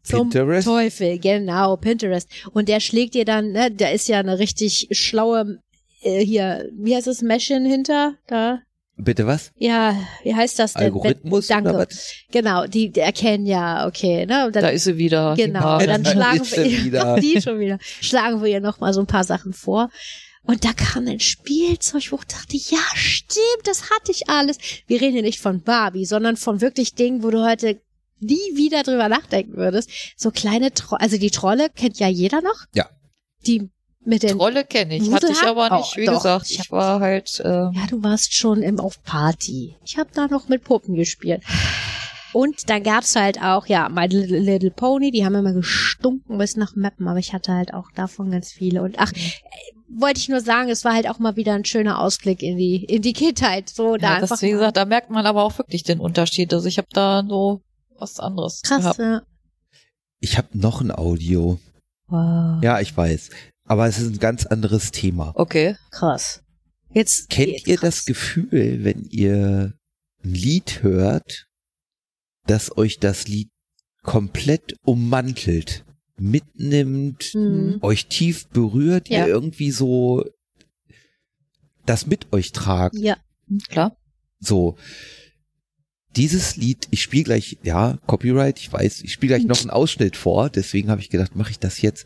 Zum Pinterest? Teufel, genau, Pinterest. Und der schlägt dir dann, ne, da ist ja eine richtig schlaue äh, hier, wie heißt das, Machine hinter? Da, Bitte was? ja, wie heißt das denn? Algorithmus Danke. oder was? Genau, die, die erkennen ja, okay, ne? Und dann, Da ist sie wieder. die Genau, Maren. dann Da schlagen ist wir sie wieder. ihr die schon wieder. Schlagen wir ihr noch mal so ein paar Sachen vor. Und da kam ein Spielzeug, wo ich dachte, ja, stimmt, das hatte ich alles. Wir reden hier nicht von Barbie, sondern von wirklich Dingen, wo du heute nie wieder drüber nachdenken würdest. So kleine Tro also die Trolle kennt ja jeder noch. Ja. Die mit den Trolle kenne ich, hatte ich aber nicht, Oh, wie doch. gesagt. Ich Ich hab- war halt, äh, ja, du warst schon im auf Party. Ich habe da noch mit Puppen gespielt. Und dann gab's halt auch, ja, My Little, Little Pony, die haben immer gestunken bis nach Mappen, aber ich hatte halt auch davon ganz viele. Und ach, äh, wollte ich nur sagen, es war halt auch mal wieder ein schöner Ausblick in die, in die Kindheit. So, da ja, einfach. das, wie mal- gesagt, da merkt man aber auch wirklich den Unterschied. Also ich habe da so was anderes krass, gehabt. ja. Ich habe noch ein Audio. Wow. Ja, ich weiß. Aber es ist ein ganz anderes Thema. Okay. Krass. Jetzt. Kennt jetzt ihr Oh, krass. das Gefühl, wenn ihr ein Lied hört, dass euch das Lied komplett ummantelt, mitnimmt, Mhm. euch tief berührt, Ja. ihr irgendwie so das mit euch tragt? Ja. Hm, Klar. So. Dieses Lied, ich spiele gleich, ja, Copyright, ich weiß, ich spiele gleich noch einen Ausschnitt vor, deswegen habe ich gedacht, mache ich das jetzt.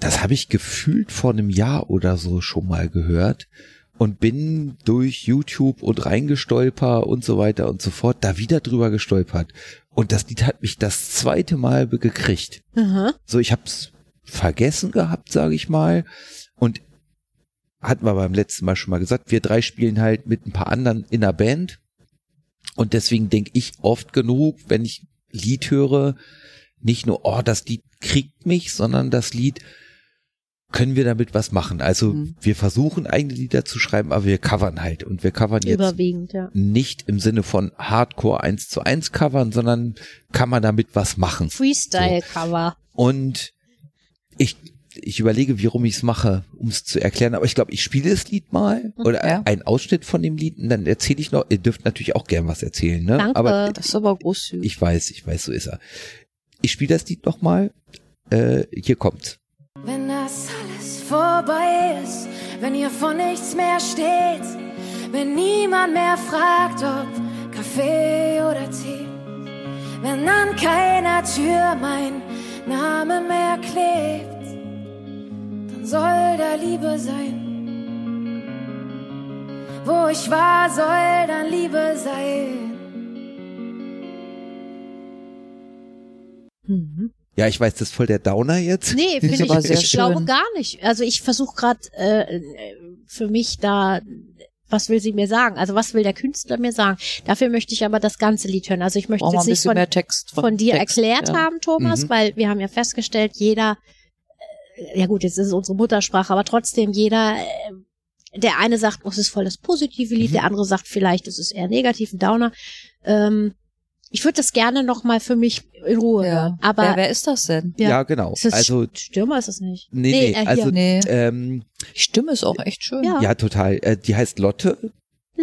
Das habe ich gefühlt vor einem Jahr oder so schon mal gehört und bin durch YouTube und reingestolpert und so weiter und so fort, da wieder drüber gestolpert. Und das Lied hat mich das zweite Mal be- gekriegt. Aha. So, ich hab's vergessen gehabt, sage ich mal. Und hatten wir beim letzten Mal schon mal gesagt, wir drei spielen halt mit ein paar anderen in einer Band. Und deswegen denke ich oft genug, wenn ich Lied höre, nicht nur, oh, das Lied kriegt mich, sondern das Lied, können wir damit was machen? Also Mhm. wir versuchen eigene Lieder zu schreiben, aber wir covern halt. Und wir covern jetzt Überwiegend, ja. nicht im Sinne von Hardcore 1 zu 1 covern, sondern kann man damit was machen. Freestyle-Cover. Und ich, ich überlege, wie rum ich es mache, um es zu erklären. Aber ich glaube, ich spiele das Lied mal Mhm, oder Ja. einen Ausschnitt von dem Lied und dann erzähle ich noch. Ihr dürft natürlich auch gern was erzählen, ne? Danke. Aber Das ist aber großzügig. ich weiß, ich weiß, so ist er. Ich spiele das Lied noch mal. Äh, hier kommt's. Wenn das alles vorbei ist, wenn ihr von nichts mehr steht, wenn niemand mehr fragt, ob Kaffee oder Tee, wenn an keiner Tür mein Name mehr klebt, dann soll da Liebe sein. Wo ich war, soll dann Liebe sein. Mhm. Ja, ich weiß, das ist voll der Downer jetzt. Nee, finde ich, aber sehr ich glaube schön. gar nicht. Also ich versuche gerade äh, für mich da, was will sie mir sagen? Also was will der Künstler mir sagen? Dafür möchte ich aber das ganze Lied hören. Also ich möchte Brauchen wir jetzt ein nicht bisschen von, mehr Text. von dir Text, erklärt ja. haben, Thomas, Mhm. weil wir haben ja festgestellt, jeder, äh, ja gut, jetzt ist es unsere Muttersprache, aber trotzdem jeder, äh, der eine sagt, oh, es ist voll das positive Lied, Mhm. der andere sagt vielleicht, es ist eher negativ, ein Downer. Ähm, ich würde das gerne nochmal für mich in Ruhe hören. Ja. Aber wer, wer ist das denn? Ja, Ja. genau. ist das Also Stürmer ist es nicht. nee, Nee, nee, äh, hier. also Nee. ähm, Die Stimme ist auch echt schön. Ja. ja total. Äh, die heißt Lotte.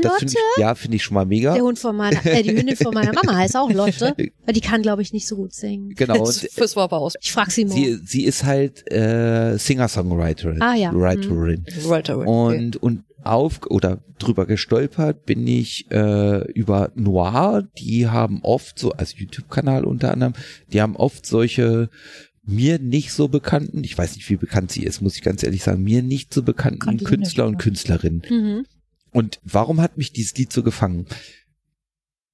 Das finde ich, ja, finde ich schon mal mega. Der Hund von meiner, äh, die Hündin von meiner Mama heißt auch Lotte, weil die kann, glaube ich, nicht so gut singen. Genau. Das Und das war aber aus. Ich frag sie mal. sie, sie ist halt äh, Singer-Songwriterin. Ah, ja. Writerin. Walter White, Mhm. okay. Und, und auf oder drüber gestolpert bin ich äh, über Noir. Die haben oft so, als YouTube-Kanal unter anderem, die haben oft solche mir nicht so bekannten, ich weiß nicht, wie bekannt sie ist, muss ich ganz ehrlich sagen, mir nicht so bekannten Kann die Künstler und nicht, ja. Künstlerinnen. Mhm. Und warum hat mich dieses Lied so gefangen?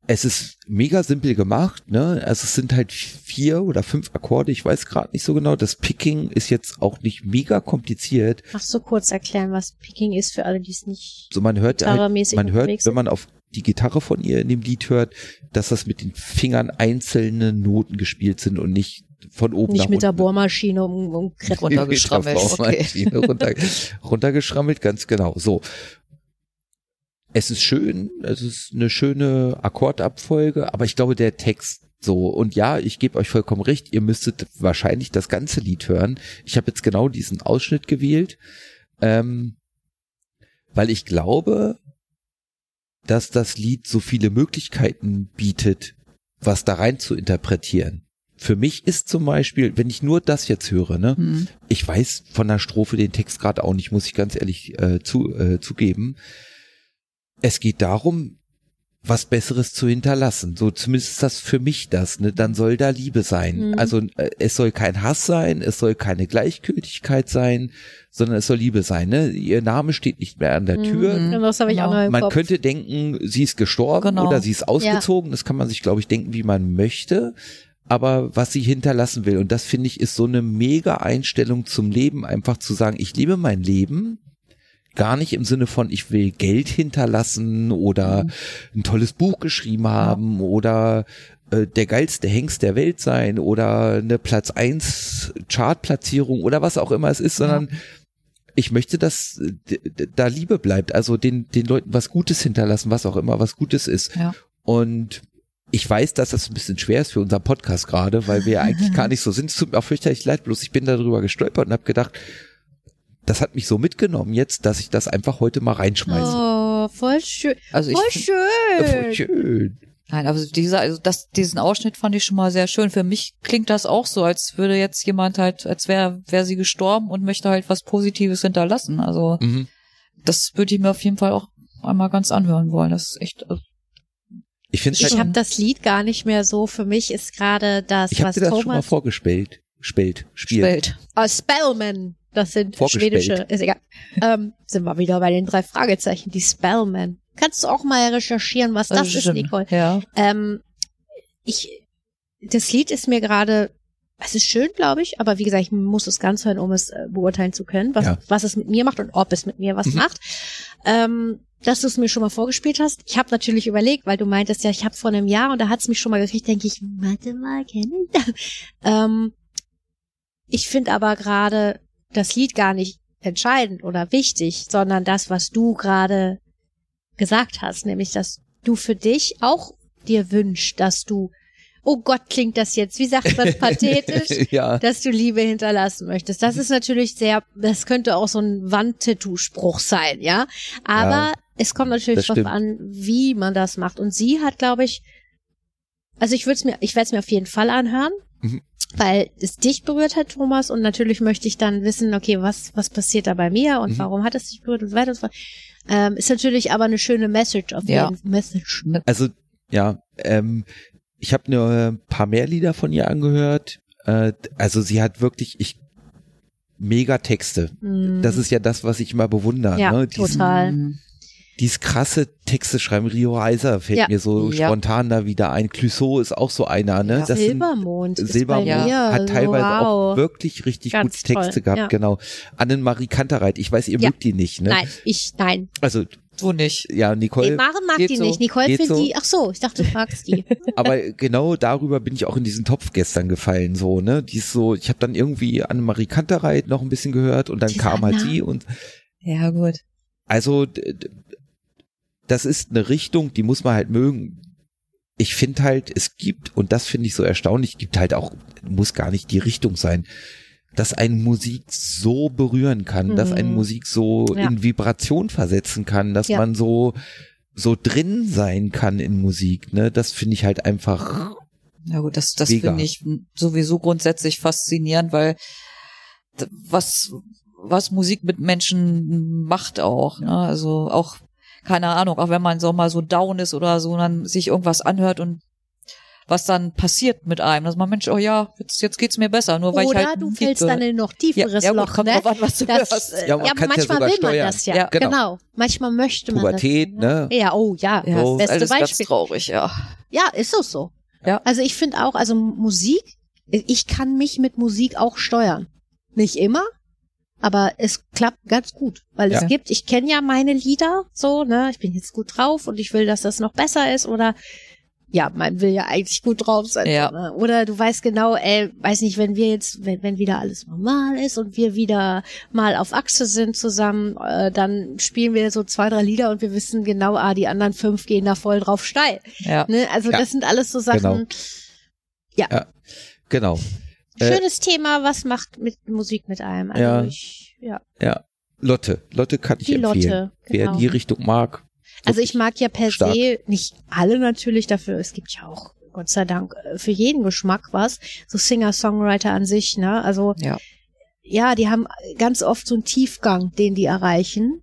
Es ist mega simpel gemacht, ne? Also es sind halt vier oder fünf Akkorde, ich weiß gerade nicht so genau. Das Picking ist jetzt auch nicht mega kompliziert. Magst du kurz erklären, was Picking ist für alle, die es nicht So man hört halt, gitarremäßig man hört, unterwegs wenn sind? man auf die Gitarre von ihr in dem Lied hört, dass das mit den Fingern einzelne Noten gespielt sind und nicht von oben nach Nicht mit der unten. Bohrmaschine um, um Krepp- Runtergeschrammelt, Mit der Bohrmaschine runter, runtergeschrammelt, ganz genau. So. Es ist schön, es ist eine schöne Akkordabfolge, aber ich glaube, der Text so, und ja, ich gebe euch vollkommen recht, ihr müsstet wahrscheinlich das ganze Lied hören. Ich habe jetzt genau diesen Ausschnitt gewählt, Ähm, weil ich glaube, dass das Lied so viele Möglichkeiten bietet, was da rein zu interpretieren. Für mich ist zum Beispiel, wenn ich nur das jetzt höre, ne, Hm. ich weiß von der Strophe den Text gerade auch nicht, muss ich ganz ehrlich äh, zu, äh, zugeben. Es geht darum, was Besseres zu hinterlassen. So zumindest ist das für mich das. Ne? Dann soll da Liebe sein. Mhm. Also äh, es soll kein Hass sein, es soll keine Gleichgültigkeit sein, sondern es soll Liebe sein. Ne? Ihr Name steht nicht mehr an der Tür. Mhm. Das habe ich auch Genau. noch im Man Kopf. könnte denken, sie ist gestorben Genau. oder sie ist ausgezogen. Das kann man sich, glaube ich, denken, wie man möchte. Aber was sie hinterlassen will, und das finde ich, ist so eine mega Einstellung zum Leben, einfach zu sagen, ich lebe mein Leben. Gar nicht im Sinne von, ich will Geld hinterlassen oder ein tolles Buch geschrieben haben oder äh, der geilste Hengst der Welt sein oder eine Platz eins Chartplatzierung oder was auch immer es ist, sondern ich möchte, dass äh, d- d- da Liebe bleibt, also den, den Leuten was Gutes hinterlassen, was auch immer was Gutes ist. Ja. Und ich weiß, dass das ein bisschen schwer ist für unseren Podcast gerade, weil wir ja eigentlich gar nicht so sind. Es tut mir auch fürchterlich leid, bloß ich bin darüber gestolpert und habe gedacht, das hat mich so mitgenommen jetzt, dass ich das einfach heute mal reinschmeiße. Oh, voll schön. Also ich Voll find- schön. Voll schön. Nein, aber dieser, also das, diesen Ausschnitt fand ich schon mal sehr schön. Für mich klingt das auch so, als würde jetzt jemand halt, als wäre wär sie gestorben und möchte halt was Positives hinterlassen. Also Mhm. das würde ich mir auf jeden Fall auch einmal ganz anhören wollen. Das ist echt, also, Ich finde Ich halt, habe das Lied gar nicht mehr so. Für mich ist gerade das, ich habe was dir das schon mal Thomas. vorgespielt. Spielt, spielt. spät. Oh, Spellman. Das sind Vorgestellt. schwedische. Ist egal. ähm, sind wir wieder bei den drei Fragezeichen. Die Spellman. Kannst du auch mal recherchieren, was das ist, Nicole? Ja. Ähm, ich, das Lied ist mir gerade, es ist schön, glaube ich, aber wie gesagt, ich muss es ganz hören, um es äh, beurteilen zu können, was, Ja. was es mit mir macht und ob es mit mir was Mhm. macht. Ähm, dass du es mir schon mal vorgespielt hast. Ich habe natürlich überlegt, weil du meintest ja, ich habe vor einem Jahr und da hat es mich schon mal gekriegt, denke ich, warte mal, kenne ich das? Ähm, ich finde aber gerade das Lied gar nicht entscheidend oder wichtig, sondern das, was du gerade gesagt hast, nämlich, dass du für dich auch dir wünschst, dass du, oh Gott, klingt das jetzt, wie sagt man pathetisch, ja. dass du Liebe hinterlassen möchtest. Mhm. Das ist natürlich sehr, das könnte auch so ein Wandtattoo-Spruch sein, ja. Aber Ja, es kommt natürlich das drauf stimmt. an, wie man das macht. Und sie hat, glaube ich, also ich würde es mir, ich werde es mir auf jeden Fall anhören, Mhm. weil es dich berührt hat, Thomas, und natürlich möchte ich dann wissen, okay, was, was passiert da bei mir und Mhm. warum hat es dich berührt und so weiter und so fort. Ähm, ist natürlich aber eine schöne Message auf Ja. jeden Message. Also, ja, ähm, ich habe nur ein paar mehr Lieder von ihr angehört. Äh, also sie hat wirklich ich, mega Texte. Mhm. Das ist ja das, was ich immer bewundere. Ja, ne? Dies, total. Mhm. dies krasse Texte schreiben. Rio Reiser fällt Ja. mir so Ja. spontan da wieder ein. Clouseau ist auch so einer. Ne? Ja. Das sind- Silbermond. ist bei Silbermond mir hat teilweise wow. auch wirklich richtig Ganz gute Texte toll, gehabt, ja. genau. Annemarie Kantereit, ich weiß, ihr Ja. mögt die nicht, ne? Nein, ich, nein. Also, Du nicht. ja, Nee, Nicole, Maren mag geht die so. nicht. Nicole Geht findet so. die, ach so, ich dachte, du magst die. aber genau darüber bin ich auch in diesen Topf gestern gefallen, so, ne? Die ist so, ich habe dann irgendwie Annemarie Kantereit noch ein bisschen gehört und dann Diese kam halt Anna. die und Ja, gut. also d- d- das ist eine Richtung, die muss man halt mögen. Ich finde halt, es gibt, und das finde ich so erstaunlich, gibt halt auch, muss gar nicht die Richtung sein, dass eine Musik so berühren kann, dass eine Mhm. Musik so Ja. in Vibration versetzen kann, dass Ja. man so, so drin sein kann in Musik, ne? Das finde ich halt einfach, Ja gut, das, das Mega. finde ich sowieso grundsätzlich faszinierend, weil d- was, was Musik mit Menschen macht auch, ne? Also auch, keine Ahnung, auch wenn man so mal so down ist oder so, dann sich irgendwas anhört und was dann passiert mit einem, dass man, Mensch, oh ja, jetzt, jetzt geht's mir besser, nur weil Oder ich halt du ein Lied fällst gehört- dann in ein noch tieferes ja, ja, gut, Loch, kommt ne? drauf an, was du Das, hörst. äh, Ja, ja, man aber kann's ja manchmal sogar will man steuern. das ja. Ja, genau. genau. Manchmal möchte man Pubertät, das. ne? Ja, oh ja. Ja, So. das ist Beste alles ganz Beispiel. traurig, ja. Ja, ist auch so. Ja. Also ich finde auch, also Musik, ich kann mich mit Musik auch steuern. Nicht immer, aber es klappt ganz gut, weil Ja. es gibt, ich kenne ja meine Lieder so, ne, ich bin jetzt gut drauf und ich will, dass das noch besser ist oder ja, man will ja eigentlich gut drauf sein. Ja. Ne? Oder du weißt genau, ey, weiß nicht, wenn wir jetzt, wenn, wenn wieder alles normal ist und wir wieder mal auf Achse sind zusammen, äh, dann spielen wir so zwei, drei Lieder und wir wissen genau, ah, die anderen fünf gehen da voll drauf steil. Ja. Ne? Also Ja. das sind alles so Sachen. Genau. genau. Äh, Genau. Schönes Thema, was macht mit Musik mit einem? Also Ja. Ich, ja. Ja, Lotte. Lotte kann ich Die Lotte, empfehlen. Wer genau. in die Richtung mag. Also ich mag ja per stark. se nicht alle natürlich dafür. Es gibt ja auch, Gott sei Dank, äh, für jeden Geschmack was. So Singer-Songwriter an sich, ne? Also Ja. ja, die haben ganz oft so einen Tiefgang, den die erreichen.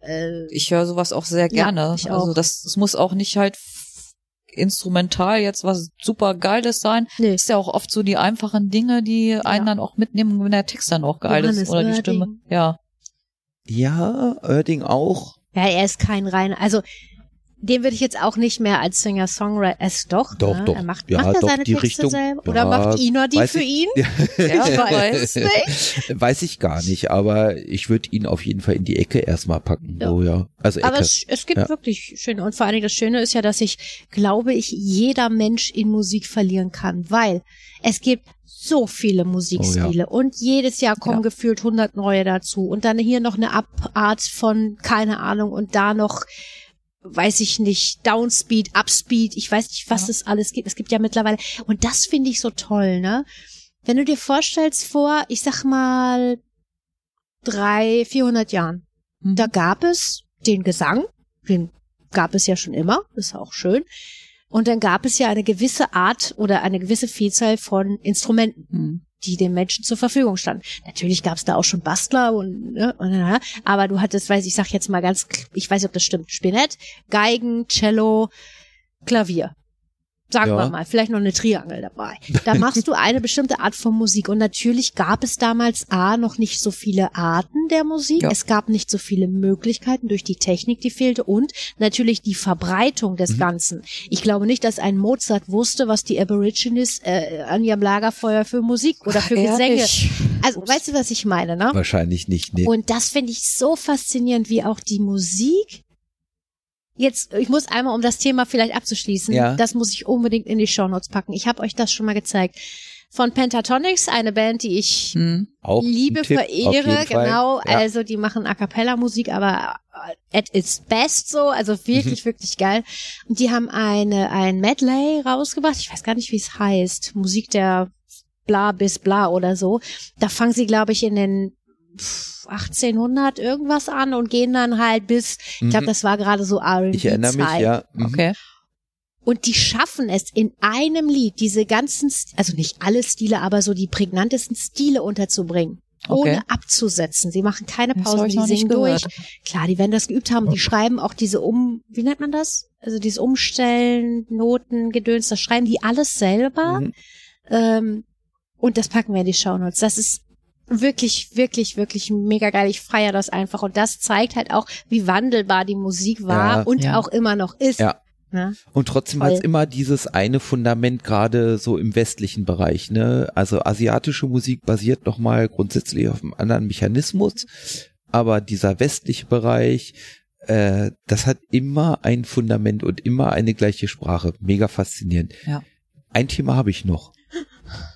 Äh, Ich höre sowas auch sehr gerne. ich auch. Also das, es muss auch nicht halt f- instrumental jetzt was super Geiles sein. nee. Ist ja auch oft so die einfachen Dinge, die einen dann auch mitnehmen, wenn der Text dann auch geil Johannes ist oder die Oerding. Stimme. Ja. Ja, Oerding auch. Ja, er ist kein reiner. Also den würde ich jetzt auch nicht mehr als Singer-Songwriter. Es doch. Doch, ne? doch. Er macht, Ja, macht er doch, seine die Texte Richtung- selber? Oder Ja, macht Ina die weiß für ich- ihn? Ja, ich weiß Weiß ich gar nicht, aber ich würde ihn auf jeden Fall in die Ecke erstmal packen. Ja. So, ja. Also Ecke. Aber es, es gibt Ja. wirklich schöne. Und vor allen Dingen das Schöne ist ja, dass sich, glaube ich, jeder Mensch in Musik verlieren kann, weil es gibt so viele Musikstile und jedes Jahr kommen Oh Ja. gefühlt 100 neue dazu und dann hier noch eine Abart von, keine Ahnung, und da noch, weiß ich nicht, Downspeed, Upspeed, ich weiß nicht, was Ja. es alles gibt. Es gibt ja mittlerweile, und das finde ich so toll, ne? Wenn du dir vorstellst vor, ich sag mal, drei, 400 Jahren, Mhm. da gab es den Gesang, den gab es ja schon immer, ist auch schön. Und dann gab es ja eine gewisse Art oder eine gewisse Vielzahl von Instrumenten, Mhm. die den Menschen zur Verfügung standen. Natürlich gab es da auch schon Bastler und, ne, und äh, aber du hattest, weiß ich, sag jetzt mal ganz, k- ich weiß nicht, ob das stimmt, Spinett, Geigen, Cello, Klavier. Sagen Ja. wir mal, vielleicht noch eine Triangel dabei. Da machst du eine bestimmte Art von Musik. Und natürlich gab es damals A, noch nicht so viele Arten der Musik. Ja. Es gab nicht so viele Möglichkeiten durch die Technik, die fehlte. Und natürlich die Verbreitung des Mhm. Ganzen. Ich glaube nicht, dass ein Mozart wusste, was die Aborigines äh, an ihrem Lagerfeuer für Musik oder für Gesänge. Ehrlich? Also, weißt du, was ich meine, ne? Wahrscheinlich nicht, nee. Und das finde ich so faszinierend, wie auch die Musik. Jetzt, ich muss einmal, um das Thema vielleicht abzuschließen, Ja. das muss ich unbedingt in die Shownotes packen. Ich habe euch das schon mal gezeigt. Von Pentatonics, eine Band, die ich Mhm. auch ein liebe, Tipp, auf verehre, jeden Fall. genau. Ja. Also die machen A cappella Musik, aber äh, at its best so, also Mhm. wirklich, wirklich geil. Und die haben eine, ein Medley rausgebracht, ich weiß gar nicht, wie es heißt, Musik der bla bis bla oder so. Da fangen sie, glaube ich, in den pff, 1800 irgendwas an und gehen dann halt bis, ich glaube, Mhm. das war gerade so R&B-Zeit. ich erinnere mich, ja. Mhm. Okay. Und die schaffen es in einem Lied, diese ganzen, St- also nicht alle Stile, aber so die prägnantesten Stile unterzubringen. Okay. Ohne abzusetzen. Sie machen keine Das habe Pause, ich die noch nicht singen durch. gehört. Oh. Klar, die werden das geübt haben. Die schreiben auch diese um, wie nennt man das? Also dieses Umstellen, Noten, Gedöns, das schreiben die alles selber. Mhm. Ähm, und das packen wir in die Shownotes. Das ist wirklich, wirklich, wirklich mega geil. Ich feiere das einfach. Und das zeigt halt auch, wie wandelbar die Musik war Ja. und Ja. auch immer noch ist. Ja. Ne? Und trotzdem hat es Voll. immer dieses eine Fundament, gerade so im westlichen Bereich. Ne? Also asiatische Musik basiert nochmal grundsätzlich auf einem anderen Mechanismus, aber dieser westliche Bereich, äh, das hat immer ein Fundament und immer eine gleiche Sprache. Mega faszinierend. Ja. Ein Thema habe ich noch.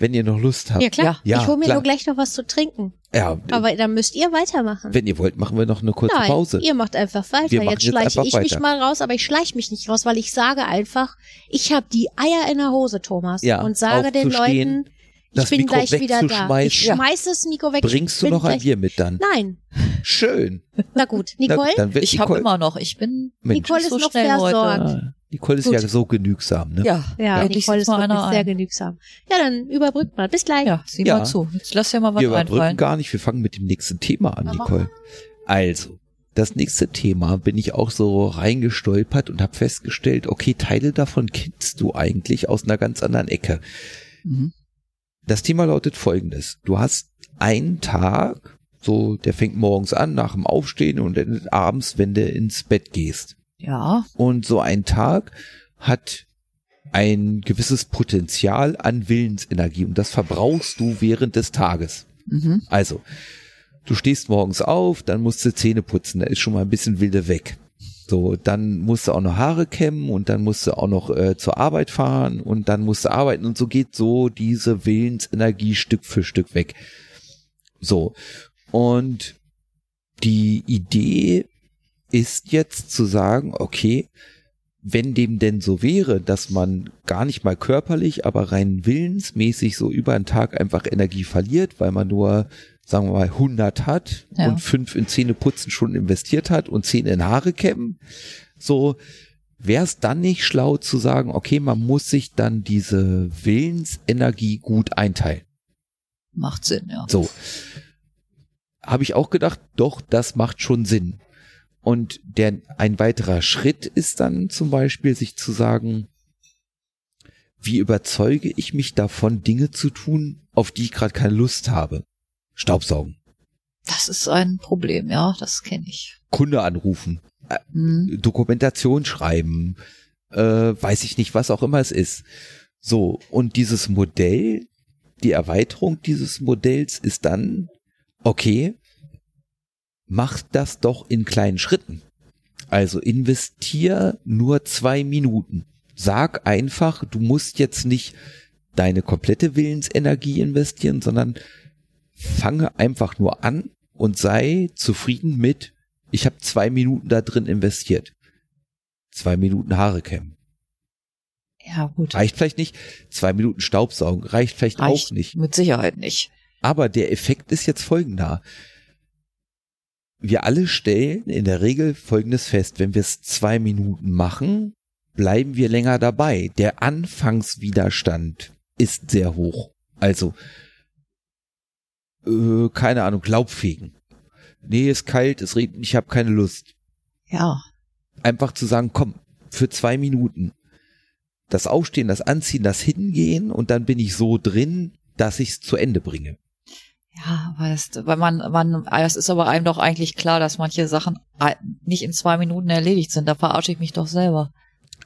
Wenn ihr noch Lust habt. Ja, klar. Ja, ich hole mir klar. nur gleich noch was zu trinken. Ja, Aber dann müsst ihr weitermachen. wenn ihr wollt, machen wir noch eine kurze Nein, Pause. ihr macht einfach Wir weiter. machen Jetzt jetzt schleiche einfach ich mich weiter. mal raus, aber ich schleiche mich nicht raus, weil ich sage einfach, ich habe die Eier in der Hose, Thomas. Ja, und sage den aufzustehen, Leuten, ich das bin Mikro gleich wieder da. Ich wegzuschmeißen. schmeiß das Nico weg. ich Bringst du bin noch ein gleich- Bier mit dann? Nein. Schön. Na gut, Na Nicole, gut, dann wird Ich habe Nicole- immer noch. Ich bin. Mensch. Nicole nicht ist so noch schnell versorgt. Ah, Nicole ist Gut. ja so genügsam, ne? Ja. Ja, endlich Nicole ist sitzt mal wirklich einer sehr ein. genügsam. Ja, dann überbrückt mal. Bis gleich. Ja, sieh Ja. mal zu. Jetzt lass dir mal was Wir überbrücken einfallen. gar nicht, wir fangen mit dem nächsten Thema an, Nicole. Also, das nächste Thema bin ich auch so reingestolpert und habe festgestellt, okay, Teile davon kennst du eigentlich aus einer ganz anderen Ecke. Mhm. Das Thema lautet folgendes. Du hast einen Tag, so der fängt morgens an, nach dem Aufstehen und endet abends, wenn du ins Bett gehst. Ja. Und so ein Tag hat ein gewisses Potenzial an Willensenergie und das verbrauchst du während des Tages. Mhm. Also, du stehst morgens auf, dann musst du Zähne putzen, da ist schon mal ein bisschen wilde weg. So, dann musst du auch noch Haare kämmen und dann musst du auch noch äh, zur Arbeit fahren und dann musst du arbeiten und so geht so diese Willensenergie Stück für Stück weg. So. Und die Idee ist jetzt zu sagen, okay, wenn dem denn so wäre, dass man gar nicht mal körperlich, aber rein willensmäßig so über den Tag einfach Energie verliert, weil man nur sagen wir mal 100 hat Ja. und fünf in Zähne putzen schon investiert hat und zehn in Haare kämmen, so wäre es dann nicht schlau zu sagen, okay, man muss sich dann diese Willensenergie gut einteilen. Macht Sinn, ja. So. Habe ich auch gedacht, doch, das macht schon Sinn. Und der, ein weiterer Schritt ist dann zum Beispiel, sich zu sagen, wie überzeuge ich mich davon, Dinge zu tun, auf die ich gerade keine Lust habe? Staubsaugen, Das ist ein Problem, ja, das kenne ich. Kunde anrufen, Hm. Dokumentation schreiben, äh, weiß ich nicht, was auch immer es ist. So, und dieses Modell, die Erweiterung dieses Modells ist dann, okay, mach das doch in kleinen Schritten. Also investier nur zwei Minuten. Sag einfach, du musst jetzt nicht deine komplette Willensenergie investieren, sondern fange einfach nur an und sei zufrieden mit, ich habe zwei Minuten da drin investiert. Zwei Minuten Haare kämmen. Ja, gut. Reicht vielleicht nicht. Zwei Minuten Staubsaugen. Reicht vielleicht auch nicht. Mit Sicherheit nicht. Aber der Effekt ist jetzt folgender. Wir alle stellen in der Regel folgendes fest. Wenn wir es zwei Minuten machen, bleiben wir länger dabei. Der Anfangswiderstand ist sehr hoch. Also, äh, keine Ahnung, Laubfegen. Nee, ist kalt, es regnet, ich habe keine Lust Ja, einfach zu sagen, komm, für zwei Minuten. Das Aufstehen, das Anziehen, das Hingehen und dann bin ich so drin, dass ich es zu Ende bringe. Ja, weißt, weil man, man, es ist aber einem doch eigentlich klar, dass manche Sachen ei- nicht in zwei Minuten erledigt sind. Da verarsche ich mich doch selber.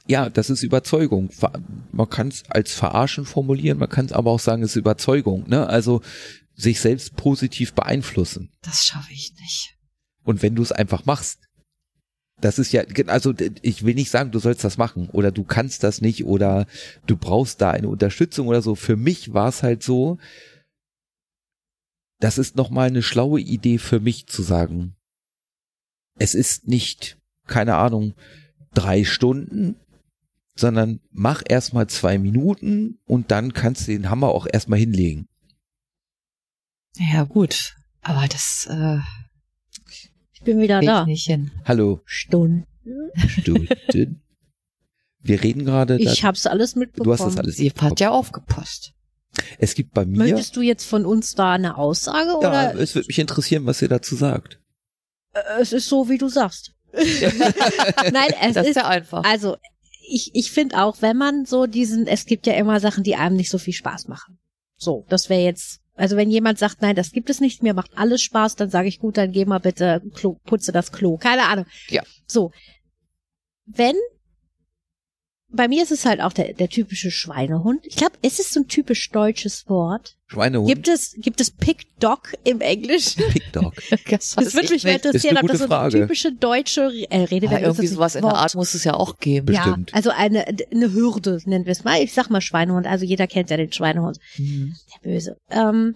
Ja, das ist Überzeugung. Ver- Man kann es als verarschen formulieren, man kann es aber auch sagen, es ist Überzeugung. Ne? Also sich selbst positiv beeinflussen. Das schaffe ich nicht. Und wenn du es einfach machst, das ist ja, also ich will nicht sagen, du sollst das machen oder du kannst das nicht oder du brauchst da eine Unterstützung oder so. Für mich war es halt so, das ist nochmal eine schlaue Idee für mich zu sagen. Es ist nicht, keine Ahnung, drei Stunden, sondern mach erstmal zwei Minuten und dann kannst du den Hammer auch erstmal hinlegen. Ja, gut. Aber das äh, Ich bin wieder krieg ich da. nicht hin. Hallo, Stunden. Stunden. Wir reden gerade. Ich hab's alles du mitbekommen. hast das alles. Sie hat ja aufgepasst. Es gibt bei mir, Möchtest du jetzt von uns da eine Aussage ja, oder es würde mich interessieren, was ihr dazu sagt. äh, es ist so, wie du sagst? Nein, es das ist ist ja einfach. Also ich, ich finde auch, wenn man so diesen, es gibt ja immer Sachen, die einem nicht so viel Spaß machen. So, das wäre jetzt, also wenn jemand sagt, nein, das gibt es nicht, mir macht alles Spaß, dann sage ich, gut, dann geh mal bitte, Klo, putze das Klo, keine Ahnung. Ja. So, wenn, bei mir ist es halt auch der, der typische Schweinehund. Ich glaube, ist es so ein typisch deutsches Wort? Schweinehund, Gibt es, gibt es Pick Dog im Englischen? Pick Dog. Das Das würde mich mal interessieren, Ist eine ob das gute so eine Frage. typische deutsche äh, Rede Aber irgendwie sowas in der Art muss es ja auch geben. Bestimmt. Ja, also eine, eine Hürde, nennen wir es mal. Ich sag mal Schweinehund, also jeder kennt ja Mhm. den Schweinehund. Hm. Der Böse. Ähm,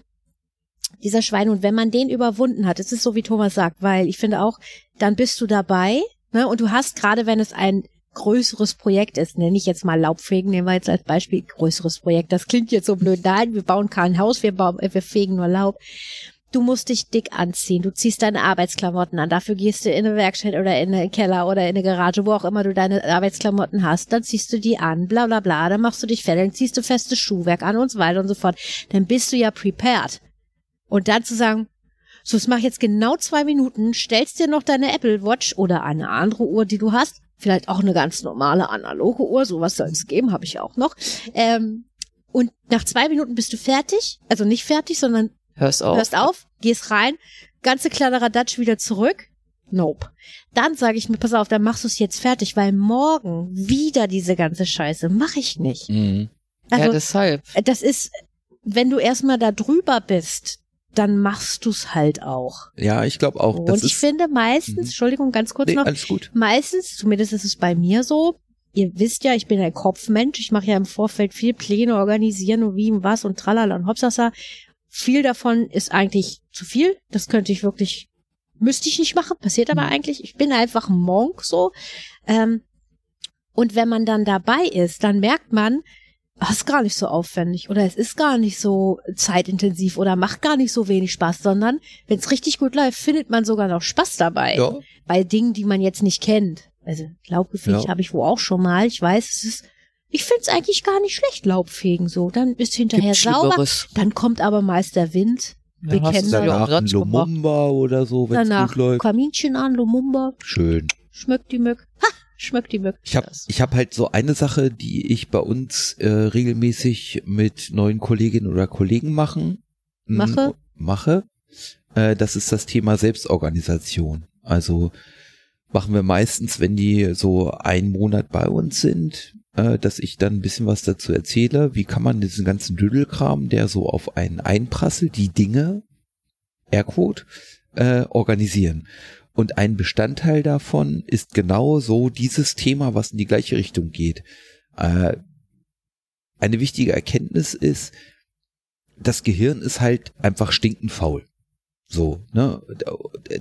dieser Schweinehund, wenn man den überwunden hat, es ist so wie Thomas sagt, weil ich finde auch, dann bist du dabei, ne, und du hast gerade, wenn es ein größeres Projekt ist, nenne ich jetzt mal Laubfegen, nehmen wir jetzt als Beispiel größeres Projekt. Das klingt jetzt so blöd. Nein, wir bauen kein Haus, wir bauen, äh, wir fegen nur Laub. Du musst dich dick anziehen, du ziehst deine Arbeitsklamotten an, dafür gehst du in eine Werkstatt oder in einen Keller oder in eine Garage, wo auch immer du deine Arbeitsklamotten hast, dann ziehst du die an, bla bla bla, dann machst du dich fertig, dann ziehst du festes Schuhwerk an und so weiter und so fort. Dann bist du ja prepared. Und dann zu sagen, so, das mach ich jetzt genau zwei Minuten, stellst dir noch deine Apple Watch oder eine andere Uhr, die du hast, vielleicht auch eine ganz normale analoge Uhr, sowas soll Mhm. es geben, habe ich auch noch. Ähm, und nach zwei Minuten bist du fertig, also nicht fertig, sondern Hör's Oh. auf. hörst auf, gehst rein, ganze Kladderadatsch wieder zurück. Nope. Dann sage ich mir, pass auf, dann machst du es jetzt fertig, weil morgen wieder diese ganze Scheiße mache ich nicht. Mhm. Also ja, deshalb. äh, das ist, wenn du erstmal da drüber bist, dann machst du es halt auch. Ja, ich glaube auch. Das Und ich ist, finde meistens, Mhm. Entschuldigung, ganz kurz nee, noch, alles gut. meistens, zumindest ist es bei mir so, ihr wisst ja, ich bin ein Kopfmensch, ich mache ja im Vorfeld viel Pläne, organisieren und wie und was und tralala und hopsasa. Viel davon ist eigentlich zu viel, das könnte ich wirklich, müsste ich nicht machen, passiert Mhm. aber eigentlich, ich bin einfach ein Monk so. Ähm, und wenn man dann dabei ist, dann merkt man, das ist gar nicht so aufwendig oder es ist gar nicht so zeitintensiv oder macht gar nicht so wenig Spaß, sondern wenn es richtig gut läuft, findet man sogar noch Spaß dabei. Ja. Bei Dingen, die man jetzt nicht kennt. Also Laubgefähig Ja. habe ich wo auch schon mal. Ich weiß, es ist, ich finde es eigentlich gar nicht schlecht, Laubfegen so. Dann ist hinterher Gibt sauber. Schlimmeres. Dann kommt aber meist der Wind. Ja, Wir hast kennen du das. ja auch Danach ein Ratsch gemacht. Lumumba oder so, wenn es Danach gut läuft. Kaminchen an, Lumumba, Schön. schmeckt die Mück. Ha, schmeckt die Mück. Ich habe Das- ich hab halt so eine Sache, die ich bei uns äh, regelmäßig mit neuen Kolleginnen oder Kollegen machen. m, Mache? Hm, Mache. Äh, das ist das Thema Selbstorganisation. Also machen wir meistens, wenn die so einen Monat bei uns sind, äh, dass ich dann ein bisschen was dazu erzähle. Wie kann man diesen ganzen Düdelkram, der so auf einen einprasselt, die Dinge, Airquote, äh, organisieren. Und ein Bestandteil davon ist genau so dieses Thema, was in die gleiche Richtung geht. Äh, eine wichtige Erkenntnis ist, das Gehirn ist halt einfach stinkend faul. So, ne?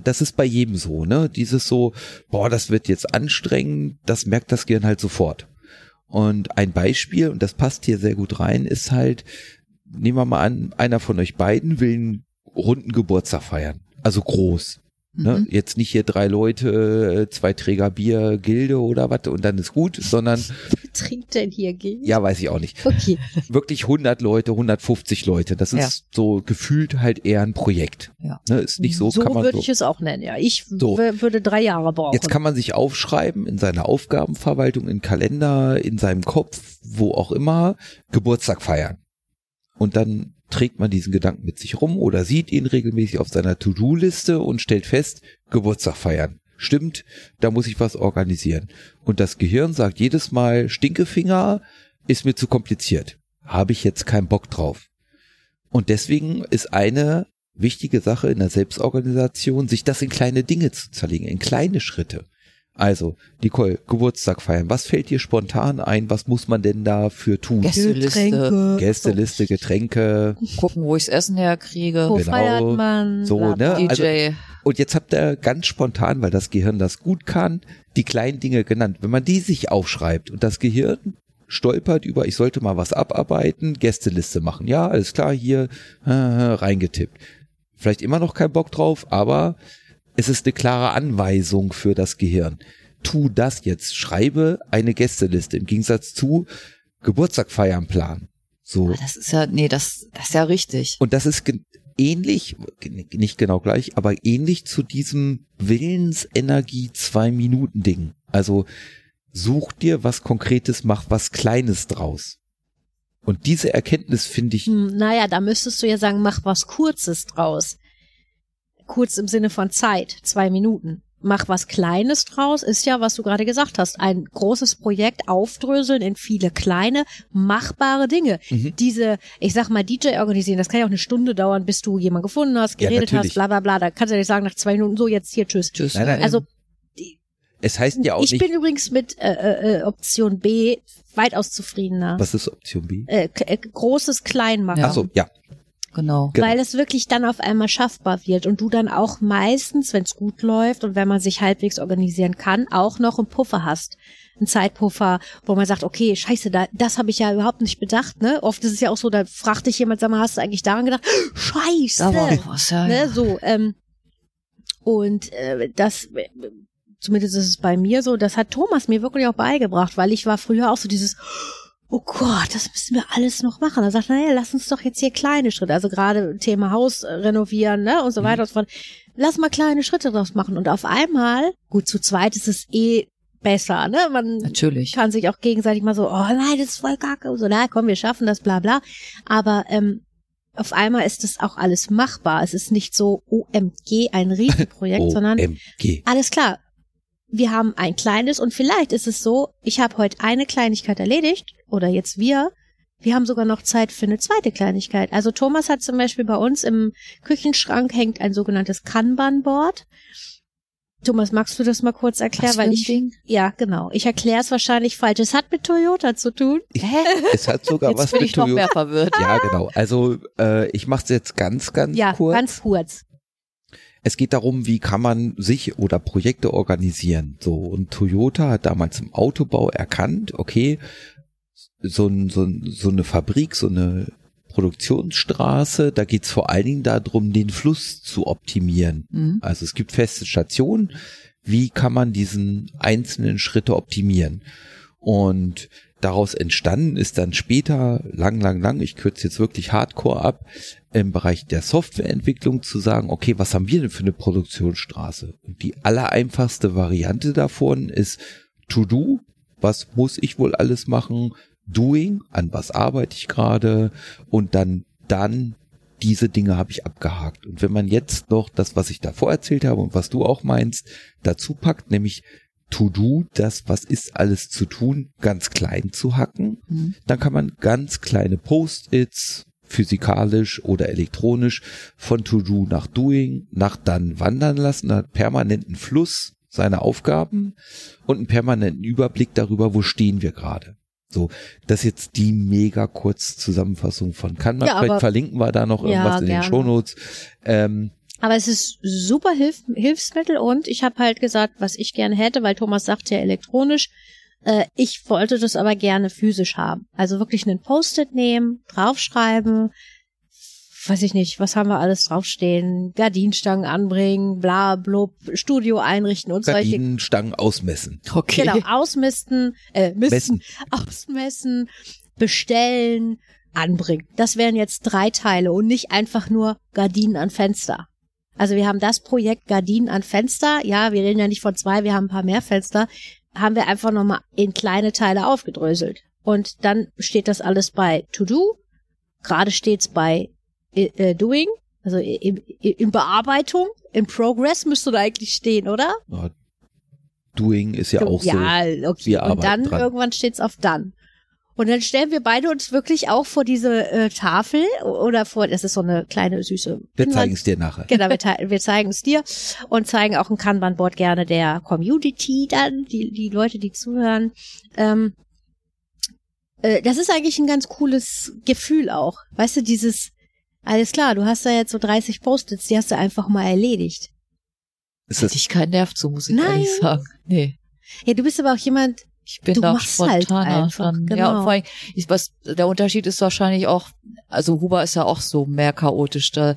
Das ist bei jedem so, ne? Dieses so, boah, das wird jetzt anstrengend, das merkt das Gehirn halt sofort. Und ein Beispiel, und das passt hier sehr gut rein, ist halt, nehmen wir mal an, einer von euch beiden will einen runden Geburtstag feiern. Also groß. Ne? Mhm. Jetzt nicht hier drei Leute, äh, zwei Träger Bier, Gilde oder was und dann ist gut, sondern, Trinkt denn hier gegen? ja, weiß ich auch nicht. Okay. Wirklich 100 Leute, 150 Leute. Das ist Ja. so gefühlt halt eher ein Projekt. Ja. Ne? Ist nicht so, kann man würde so. ich es auch nennen, ja. Ich So. w- würde drei Jahre brauchen. Jetzt kann man sich aufschreiben in seiner Aufgabenverwaltung, in Kalender, in seinem Kopf, wo auch immer, Geburtstag feiern. Und dann trägt man diesen Gedanken mit sich rum oder sieht ihn regelmäßig auf seiner To-Do-Liste und stellt fest, Geburtstag feiern. Stimmt, da muss ich was organisieren. Und das Gehirn sagt jedes Mal, Stinkefinger ist mir zu kompliziert. Habe ich jetzt keinen Bock drauf. Und deswegen ist eine wichtige Sache in der Selbstorganisation, sich das in kleine Dinge zu zerlegen, in kleine Schritte. Also, Nicole, Geburtstag feiern. Was fällt dir spontan ein? Was muss man denn dafür tun? Gästeliste, Gästeliste, Getränke. gucken, wo ich's Essen herkriege. Wo Genau. feiert man? So, bla, bla. ne? also- DJ. Und jetzt habt ihr ganz spontan, weil das Gehirn das gut kann, die kleinen Dinge genannt. Wenn man die sich aufschreibt und das Gehirn stolpert über, ich sollte mal was abarbeiten, Gästeliste machen. Ja, alles klar, hier äh, reingetippt. Vielleicht immer noch kein Bock drauf, aber es ist eine klare Anweisung für das Gehirn. Tu das jetzt, schreibe eine Gästeliste im Gegensatz zu Geburtstag feiern planen. So. Ah, Das ist ja, nee, das, das ist ja richtig. Und das ist gen- ähnlich, gen- nicht genau gleich, aber ähnlich zu diesem Willensenergie zwei Minuten Ding. Also such dir was Konkretes, mach was Kleines draus. Und diese Erkenntnis finde ich, Hm, naja, da müsstest du ja sagen, mach was Kurzes draus. Kurz im Sinne von Zeit, zwei Minuten. Mach was Kleines draus, ist ja, was du gerade gesagt hast. Ein großes Projekt aufdröseln in viele kleine, machbare Dinge. Mhm. Diese, ich sag mal, DJ organisieren, das kann ja auch eine Stunde dauern, bis du jemanden gefunden hast, Ja, geredet hast, natürlich. bla bla bla. Da kannst du ja nicht sagen, nach zwei Minuten, so jetzt hier, tschüss. Tschüss. Nein, nein. Also es heißt ja auch ich nicht, bin übrigens mit äh, äh, Option B weitaus zufriedener. was ist Option B? Äh, k- äh, großes Klein machen. Ja. Ach so, ja. genau. Genau. Weil es wirklich dann auf einmal schaffbar wird und du dann auch meistens, wenn es gut läuft und wenn man sich halbwegs organisieren kann, auch noch einen Puffer hast. Einen Zeitpuffer, wo man sagt, okay, scheiße, da, das habe ich ja überhaupt nicht bedacht. Ne? Oft ist es ja auch so, da fragt dich jemand, sag mal, hast du eigentlich daran gedacht? Scheiße! Da war auch was, ja. Ne, ja. so, ähm, und äh, das, äh, zumindest ist es bei mir so, das hat Thomas mir wirklich auch beigebracht, weil ich war früher auch so dieses, oh Gott, das müssen wir alles noch machen. Da sagt er, naja, lass uns doch jetzt hier kleine Schritte, also gerade Thema Haus äh, renovieren, ne, und so weiter und so fort. Lass mal kleine Schritte draus machen. Und auf einmal, gut, zu zweit ist es eh besser, ne, man Natürlich. kann sich auch gegenseitig mal so, oh nein, das ist voll kacke, und so, na komm, wir schaffen das, bla bla. Aber ähm, auf einmal ist das auch alles machbar. Es ist nicht so OMG ein Riesenprojekt, sondern OMG. alles klar, wir haben ein kleines und vielleicht ist es so, ich habe heute eine Kleinigkeit erledigt oder jetzt wir. Wir haben sogar noch Zeit für eine zweite Kleinigkeit. Also Thomas hat zum Beispiel bei uns im Küchenschrank hängt ein sogenanntes Kanban-Board. Thomas, magst du das mal kurz erklären? Was für Weil ein ich, Ding? ja, genau. Ich erkläre es wahrscheinlich falsch. Es hat mit Toyota zu tun. Es hat sogar Jetzt was bin mit ich noch Toyota. mehr verwirrt. Ja, genau. Also äh, ich mache es jetzt ganz, ganz Ja, kurz. ganz kurz. Es geht darum, wie kann man sich oder Projekte organisieren. So, und Toyota hat damals im Autobau erkannt, okay, so, ein, so, ein, so eine Fabrik, so eine Produktionsstraße, da geht's vor allen Dingen darum, den Fluss zu optimieren. Mhm. Also es gibt feste Stationen. Wie kann man diesen einzelnen Schritte optimieren? Und daraus entstanden ist dann später, lang, lang, lang, ich kürze jetzt wirklich hardcore ab, im Bereich der Softwareentwicklung zu sagen, okay, was haben wir denn für eine Produktionsstraße? Und die allereinfachste Variante davon ist To-Do, was muss ich wohl alles machen? Doing, an was arbeite ich gerade? Und dann, dann diese Dinge habe ich abgehakt. Und wenn man jetzt noch das, was ich davor erzählt habe und was du auch meinst, dazu packt, nämlich To-Do, das, was ist alles zu tun, ganz klein zu hacken, Mhm. dann kann man ganz kleine Post-its physikalisch oder elektronisch von To-Do nach Doing, nach dann wandern lassen, hat permanenten Fluss seiner Aufgaben und einen permanenten Überblick darüber, wo stehen wir gerade. So, das ist jetzt die mega kurz Zusammenfassung von Kanban. Ja, Vielleicht aber- verlinken wir da noch Ja, irgendwas in den gerne. Shownotes. Ähm, Aber es ist super Hilf Hilfsmittel und ich habe halt gesagt, was ich gerne hätte, weil Thomas sagt ja elektronisch. Äh, ich wollte das aber gerne physisch haben. Also wirklich einen Post-it nehmen, draufschreiben, weiß ich nicht, was haben wir alles draufstehen, Gardinstangen anbringen, bla, blub, Studio einrichten und solche. Gardinenstangen ausmessen. Okay. Genau, ausmisten, äh, misten, Messen. ausmessen, bestellen, anbringen. Das wären jetzt drei Teile und nicht einfach nur Gardinen an Fenster. Also wir haben das Projekt Gardinen an Fenster. Ja, wir reden ja nicht von zwei, wir haben ein paar mehr Fenster. Haben wir einfach nochmal in kleine Teile aufgedröselt. Und dann steht das alles bei To Do. Gerade steht's bei äh, äh, Doing. Also in, in in Bearbeitung. In Progress müsste da eigentlich stehen, oder? Ja, Doing ist ja auch so. ja, okay. Wir und arbeiten dann dran. irgendwann steht's auf dann. Und dann stellen wir beide uns wirklich auch vor diese äh, Tafel oder vor, das ist so eine kleine süße Wir Pinwand. zeigen es dir nachher. Genau, wir, te- wir zeigen es dir und zeigen auch ein Kanban-Board gerne der Community dann, die, die Leute, die zuhören. Ähm, äh, das ist eigentlich ein ganz cooles Gefühl auch. Weißt du, dieses, alles klar, du hast da jetzt so 30 Post-its, die hast du einfach mal erledigt. Ist Hätte das, ich keinen Nerv zu, muss ich Nein. ehrlich sagen. Nee. Ja, du bist aber auch jemand, Ich bin Du da machst halt spontaner einfach, dran. Ja, genau. und vor allem, ich, was, der Unterschied ist wahrscheinlich auch, also Huber ist ja auch so mehr chaotisch. Da,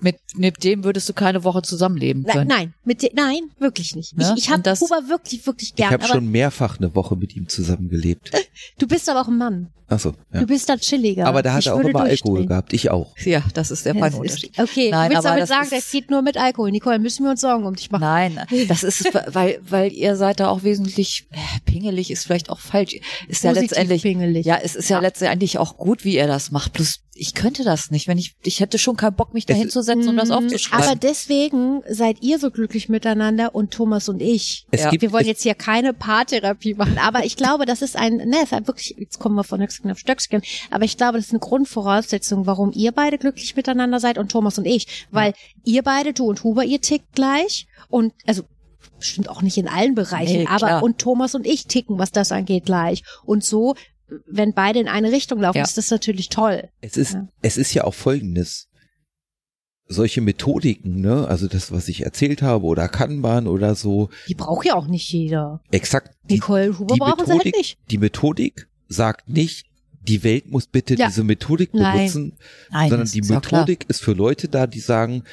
mit, mit dem würdest du keine Woche zusammenleben Nein, können. nein, mit de- nein, wirklich nicht. Ne? Ich, ich Und habe das- Huber wirklich, wirklich ich gern. habe aber Äh, schon mehrfach eine Woche mit ihm zusammengelebt. du bist aber auch ein Mann. Achso, ja. Du bist da chilliger. Aber da hat Ich er auch würde immer Alkohol durchdrehen. gehabt. Ich auch. Ja, das ist der Ja, das feine Unterschied. ist- Okay, Nein, du willst aber damit das sagen, ist- das geht nur mit Alkohol. Nicole, müssen wir uns Sorgen um dich machen. Nein, das ist, weil, weil ihr seid da auch wesentlich äh, pingelig, ist vielleicht auch falsch. Ist ja Positiv letztendlich. pingelig. Ja, es ist ja letztendlich auch gut, wie ihr das macht. Bloß ich könnte das nicht, wenn ich, ich hätte schon keinen Bock, mich da Es- hinzusetzen und das Mhm. aufzuschreiben. Aber deswegen seid ihr so glücklich miteinander und Thomas und ich. Es Ja. gibt, Wir wollen es, jetzt hier keine Paartherapie machen, aber ich glaube, das ist ein, ne, es hat wirklich, jetzt kommen wir von Höchstgen auf Stöckchen, aber ich glaube, das ist eine Grundvoraussetzung, warum ihr beide glücklich miteinander seid und Thomas und ich, weil ihr beide, du und Huber, ihr tickt gleich und, also, bestimmt auch nicht in allen Bereichen, Nee, aber klar. und Thomas und ich ticken, was das angeht, gleich. Und so, wenn beide in eine Richtung laufen, Ja. ist das natürlich toll. es ist, Ja. es ist ja auch Folgendes. Solche Methodiken, ne, also das, was ich erzählt habe, oder Kanban oder so, Die braucht ja auch nicht jeder. exakt die, Nicole Huber die brauchen sie halt Methodik- nicht. die Methodik sagt nicht, die Welt muss bitte Ja. diese Methodik Nein. benutzen, Nein, sondern das die ist doch klar. Methodik ist für Leute da, die sagen,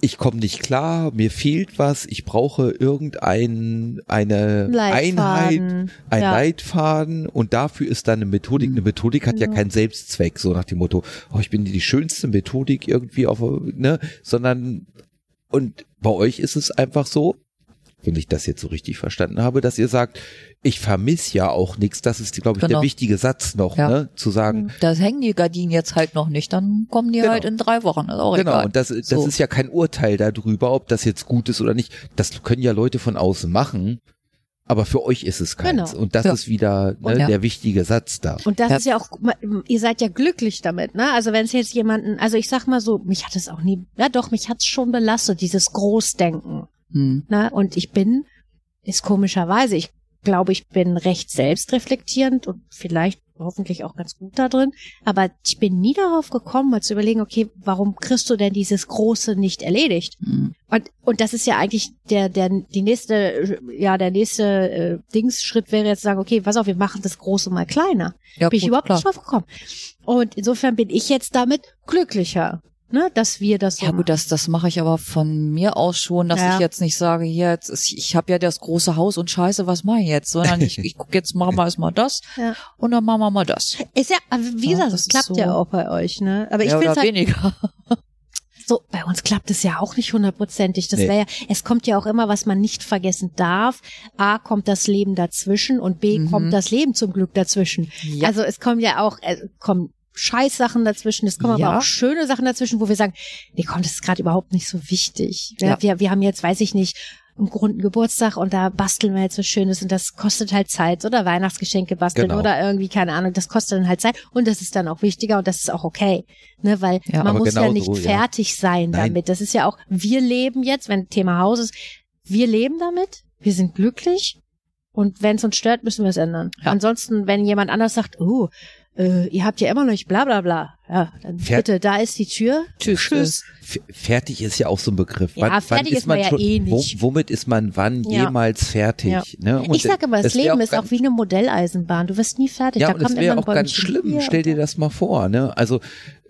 ich komme nicht klar, mir fehlt was, ich brauche irgendein eine Einheit, Leitfaden. ein Ja. Leitfaden und dafür ist dann eine Methodik. Mhm. Eine Methodik hat ja Ja. keinen Selbstzweck, so nach dem Motto, oh, ich bin die schönste Methodik irgendwie auf, ne, sondern, und bei euch ist es einfach so, wenn ich das jetzt so richtig verstanden habe, dass ihr sagt, ich vermisse ja auch nichts, das ist, glaube ich, Genau. der wichtige Satz noch, Ja. Mhm. ne, zu sagen, Da hängen die Gardinen jetzt halt noch nicht, dann kommen die Genau. halt in drei Wochen, ist auch Genau, egal. und das, das So. ist ja kein Urteil darüber, ob das jetzt gut ist oder nicht. Das können ja Leute von außen machen, aber für euch ist es keins. Genau. Und das Ja. ist wieder ne, Und ja. der wichtige Satz da. Und das Ja. ist ja auch, ihr seid ja glücklich damit, ne? Also wenn es jetzt jemanden, also ich sag mal so, mich hat es auch nie, ja doch, mich hat es schon belastet, dieses Großdenken, Hm. ne? Und ich bin, ist komischerweise, ich glaube, ich bin recht selbstreflektierend und vielleicht, hoffentlich auch ganz gut da drin. Aber ich bin nie darauf gekommen, mal zu überlegen, okay, warum kriegst du denn dieses Große nicht erledigt? Mhm. Und, und das ist ja eigentlich der, der, die nächste, ja, der nächste äh, Dingsschritt wäre jetzt zu sagen, okay, pass auf, wir machen das Große mal kleiner. Ja, bin ich gut, überhaupt klar. nicht drauf gekommen. Und insofern bin ich jetzt damit glücklicher, ne, dass wir das so Ja gut, machen. das, das mache ich aber von mir aus schon, dass Ja. ich jetzt nicht sage, hier, jetzt ist, ich habe ja das große Haus und scheiße, was mache ich jetzt? Sondern ich, ich gucke jetzt, machen wir erstmal das Ja. und dann machen wir mal das. Ist ja, aber wie Ja, gesagt, das das ist klappt so- ja auch bei euch, ne? Aber ich Mehr finde oder halt weniger. so, bei uns klappt es ja auch nicht hundertprozentig. Das Nee. wäre ja, es kommt ja auch immer, was man nicht vergessen darf. A kommt das Leben dazwischen und B Mhm. kommt das Leben zum Glück dazwischen. Ja. Also es kommen ja auch, äh, kommen Scheißsachen dazwischen, es kommen aber Ja. auch schöne Sachen dazwischen, wo wir sagen, nee, komm, das ist gerade überhaupt nicht so wichtig. Ja, Ja. Wir, wir haben jetzt, weiß ich nicht, im Grunde einen Geburtstag und da basteln wir jetzt was Schönes und das kostet halt Zeit oder Weihnachtsgeschenke basteln Genau. oder irgendwie, keine Ahnung, das kostet dann halt Zeit und das ist dann auch wichtiger und das ist auch okay, ne, weil Ja, man aber muss ja genau nicht so, ja. fertig sein Nein. damit. Das ist ja auch, wir leben jetzt, wenn Thema Haus ist, wir leben damit, wir sind glücklich und wenn es uns stört, müssen wir es ändern. Ja. Ansonsten, wenn jemand anders sagt, oh, äh, ihr habt ja immer noch nicht bla bla bla, ja, dann Fer- bitte, da ist die Tür. Tschüss. F fertig ist ja auch so ein Begriff. Ja, fertig ist man ja eh nicht. wo- Womit ist man wann Ja. jemals fertig? Ja. Ne? Und ich sage immer, das es wär Leben ist ganz- auch wie eine Modelleisenbahn. Du wirst nie fertig. Ja, da und es kommen wäre immer auch Bäumchen ganz schlimm. hier. Stell dir das mal vor. Ne? Also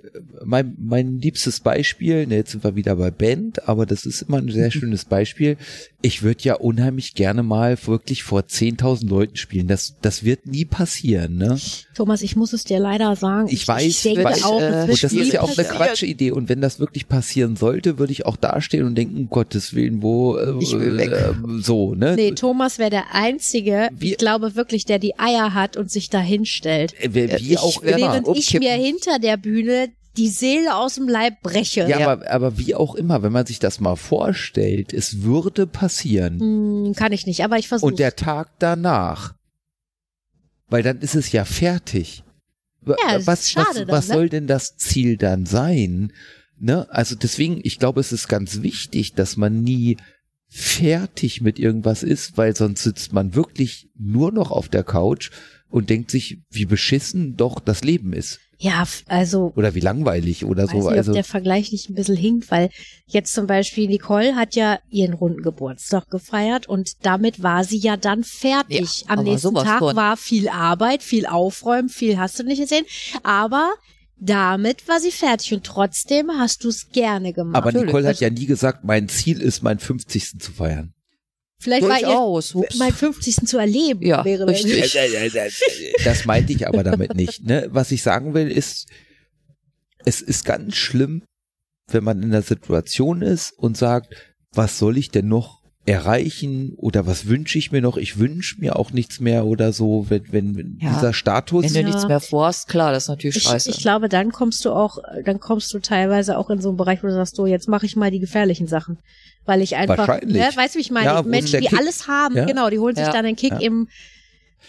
äh, mein, mein liebstes Beispiel, ne, jetzt sind wir wieder bei Band, aber das ist immer ein sehr schönes Beispiel. Ich würde ja unheimlich gerne mal wirklich vor 10.000 Leuten spielen. Das, das wird nie passieren. Ne? Thomas, ich muss es dir leider sagen. Ich weiß, ich denke weiß, auch, es äh, wird Und das nie ist ja auch eine passieren. Quatschidee. Und wenn das wirklich passieren sollte, würde ich auch dastehen und denken, um Gottes Willen, wo, äh, Ich will weg. äh, so, ne? Nee, Thomas wäre der Einzige, Wir- ich glaube wirklich, der die Eier hat und sich da hinstellt. Äh, Wer, wie Ich auch wär- immer. Während ich mir hinter der Bühne die Seele aus dem Leib breche. Ja, Aber, aber wie auch immer, wenn man sich das mal vorstellt, es würde passieren. Hm, kann ich nicht, aber ich versuche. Und der Tag danach. Weil dann ist es ja fertig. Wa- Ja, das was, ist schade was, dann, was ne? soll denn das Ziel dann sein? Ne? Also deswegen, ich glaube, es ist ganz wichtig, dass man nie fertig mit irgendwas ist, weil sonst sitzt man wirklich nur noch auf der Couch und denkt sich, wie beschissen doch das Leben ist. ja, f- also Oder wie langweilig oder weiß so. nicht, Also, ob der Vergleich nicht ein bisschen hinkt, weil jetzt zum Beispiel Nicole hat ja ihren runden Geburtstag gefeiert und damit war sie ja dann fertig. Ja, Am aber nächsten sowas Tag von. war viel Arbeit, viel Aufräumen, viel hast du nicht gesehen, aber damit war sie fertig und trotzdem hast du es gerne gemacht. aber natürlich. Nicole hat Also- ja nie gesagt, mein Ziel ist, meinen 50. zu feiern. Vielleicht war ihr Durchaus. Ups. mein 50. zu erleben Ja, wäre richtig. Das meinte ich aber damit nicht. Ne? Was ich sagen will, ist, es ist ganz schlimm, wenn man in der Situation ist und sagt, was soll ich denn noch erreichen oder was wünsche ich mir noch? Ich wünsche mir auch nichts mehr oder so, wenn, wenn wenn Ja. dieser Status. Wenn du Ja. nichts mehr vorhast, klar, das ist natürlich Ich, scheiße. ich glaube, dann kommst du auch, dann kommst du teilweise auch in so einen Bereich, wo du sagst, so, jetzt mache ich mal die gefährlichen Sachen. Weil ich einfach, Wahrscheinlich. ne, weißt du, wie ich meine? Ja, wo ist Menschen, der die Kick? alles haben, Ja. genau, die holen sich Ja. dann einen Kick Ja. im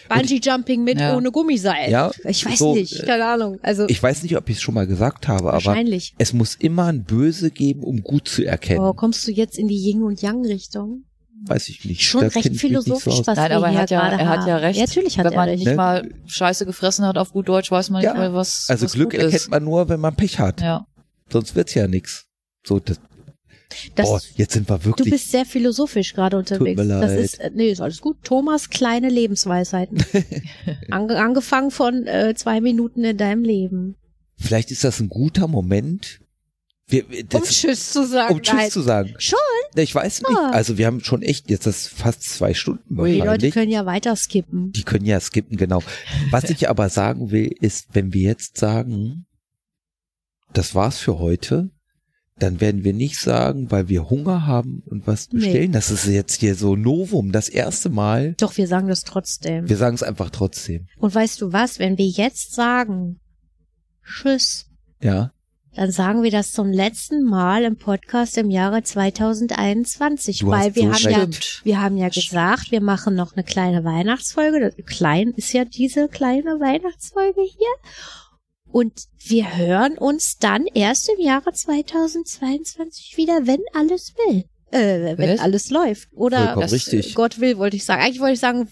Bungee-Jumping mit Ja. ohne Gummiseil. Ja, Ich weiß so, nicht, äh, keine Ahnung. Also, ich weiß nicht, ob ich es schon mal gesagt habe, aber wahrscheinlich. es muss immer ein Böse geben, um gut zu erkennen. Oh, kommst du jetzt in die Yin- und Yang-Richtung? weiß ich nicht. Schon Da kenn ich recht mich nicht so philosophisch, aus. was Nein, wir aber er hier hat ja, gerade er hat ja haben. recht. natürlich hat Wenn er man recht. nicht mal Scheiße gefressen hat auf gut Deutsch, weiß man Ja. nicht mehr, was. Also was Glück gut ist. erkennt man nur, wenn man Pech hat. Ja. Sonst wird's ja nix. So, das, Das, boah, jetzt sind wir Du wirklich bist sehr philosophisch gerade Tut unterwegs. mir Das leid. ist, äh, nee, ist alles gut. Thomas, kleine Lebensweisheiten. Ange angefangen von äh, zwei Minuten in deinem Leben. Vielleicht ist das ein guter Moment, wir, wir- das Um Tschüss zu sagen. um Tschüss nein. zu sagen. Schon? Na, Ich weiß nicht. Ah. Also wir haben schon echt jetzt das fast zwei Stunden Die Leute wahrscheinlich. können ja weiter skippen. Die können ja skippen, genau. Was ich aber sagen will, ist, wenn wir jetzt sagen, das war's für heute, dann werden wir nicht sagen, weil wir Hunger haben und was Nee. bestellen. Das ist jetzt hier so Novum, das erste Mal. Doch, wir sagen das trotzdem. Wir sagen es einfach trotzdem. Und weißt du was, wenn wir jetzt sagen Tschüss, Ja. dann sagen wir das zum letzten Mal im Podcast im Jahre 2021, Du weil hast wir so haben recht. ja Stimmt. Wir haben ja gesagt, wir machen noch eine kleine Weihnachtsfolge. Klein ist ja diese kleine Weihnachtsfolge hier. Und wir hören uns dann erst im Jahre 2022 wieder, wenn alles will. äh, wenn Was? alles läuft. Oder Vollkommen das, richtig. Gott will, wollte ich sagen. Eigentlich wollte ich sagen,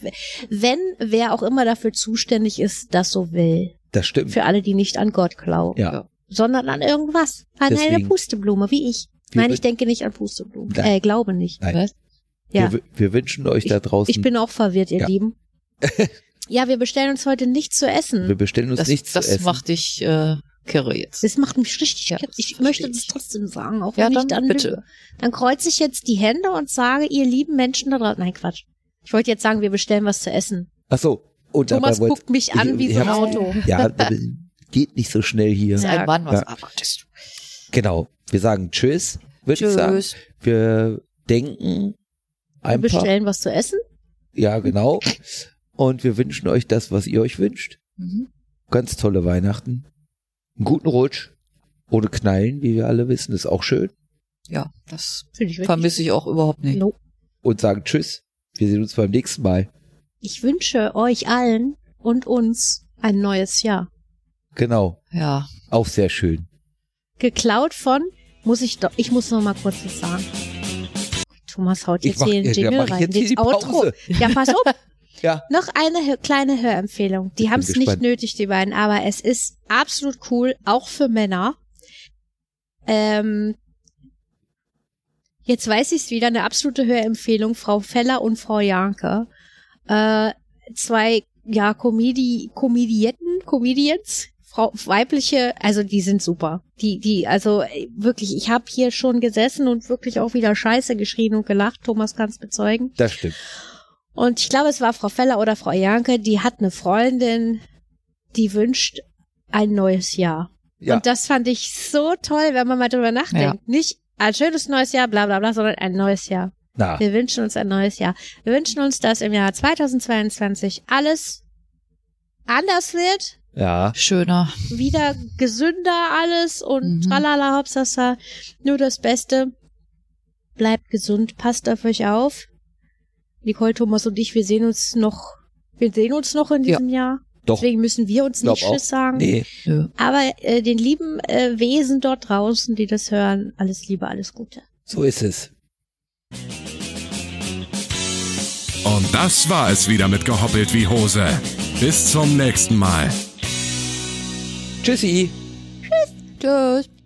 wenn wer auch immer dafür zuständig ist, das so will. Das stimmt. Für alle, die nicht an Gott glauben, Ja. sondern an irgendwas. An eine Deswegen- Pusteblume, wie ich. Wir Nein, wün- ich denke nicht an Pusteblumen. Nein. Äh, glaube nicht. Nein. Was? Ja. Wir, wü- wir wünschen euch da draußen, Ich bin auch verwirrt, ihr Ja. Lieben. ja, wir bestellen uns heute nichts zu essen. wir bestellen uns Das, nichts das zu essen. macht dich äh, kirre jetzt. Das macht mich richtig. Ja, kipp- ich verstehe möchte das ich. trotzdem sagen, auch Ja, wenn ich dann dann bitte. lüge. Dann kreuze ich jetzt die Hände und sage, ihr lieben Menschen da draußen. Nein, Quatsch. Ich wollte jetzt sagen, wir bestellen was zu essen. Ach so. Und Thomas dabei wollt- guckt mich an ich- wie ich so ein hab's- Auto. Ja, geht nicht so schnell hier. Das ist Ja. ein Mann, was Ja. arbeitest du? Genau. Wir sagen Tschüss, würde ich sagen. Tschüss. Wir denken Wir einfach. bestellen was zu essen. Ja, genau. Und wir wünschen euch das, was ihr euch wünscht. Mhm. Ganz tolle Weihnachten. Einen guten Rutsch. Ohne Knallen, wie wir alle wissen, ist auch schön. Ja, das Finde ich richtig. vermisse ich auch überhaupt nicht. No. Und sagen Tschüss. Wir sehen uns beim nächsten Mal. Ich wünsche euch allen und uns ein neues Jahr. Genau. Ja, Auch sehr schön. Geklaut von, muss ich doch, ich muss noch mal kurz was sagen. Thomas haut Ich jetzt mach- hier den ja, Jingle mach ich rein, jetzt hier ins die Outro. Pause. Ja, pass auf. Ja. Noch eine hö- kleine Hörempfehlung. Ich Die bin haben es nicht gespannt. nötig, die beiden, aber es ist absolut cool, auch für Männer. Ähm, jetzt weiß ich es wieder, eine absolute Hörempfehlung, Frau Feller und Frau Janke. Äh, zwei, ja, Comedi Comedietten, Comedians, Frau, weibliche, also die sind super. Die, die, also äh, wirklich, ich habe hier schon gesessen und wirklich auch wieder Scheiße geschrien und gelacht. Thomas kann es bezeugen. Das stimmt. Und ich glaube, es war Frau Feller oder Frau Janke, die hat eine Freundin, die wünscht ein neues Jahr. Ja. Und das fand ich so toll, wenn man mal drüber nachdenkt. Nicht ein schönes neues Jahr, bla bla bla, sondern ein neues Jahr. Na, Wir wünschen uns ein neues Jahr. Wir wünschen uns, dass im Jahr 2022 alles anders wird, ja. schöner. wieder gesünder alles und Mhm. tralala, hopsasa, nur das Beste. Bleibt gesund, passt auf euch auf. Nicole, Thomas und ich, wir sehen uns noch, wir sehen uns noch in Ja. diesem Jahr. Doch. Deswegen müssen wir uns Glaub nicht auch. Tschüss sagen. Nee. Nö. Aber äh, den lieben äh, Wesen dort draußen, die das hören, alles Liebe, alles Gute. So ist es. Und das war es wieder mit Gehoppelt wie Hose. Bis zum nächsten Mal. Tschüssi. Tschüss.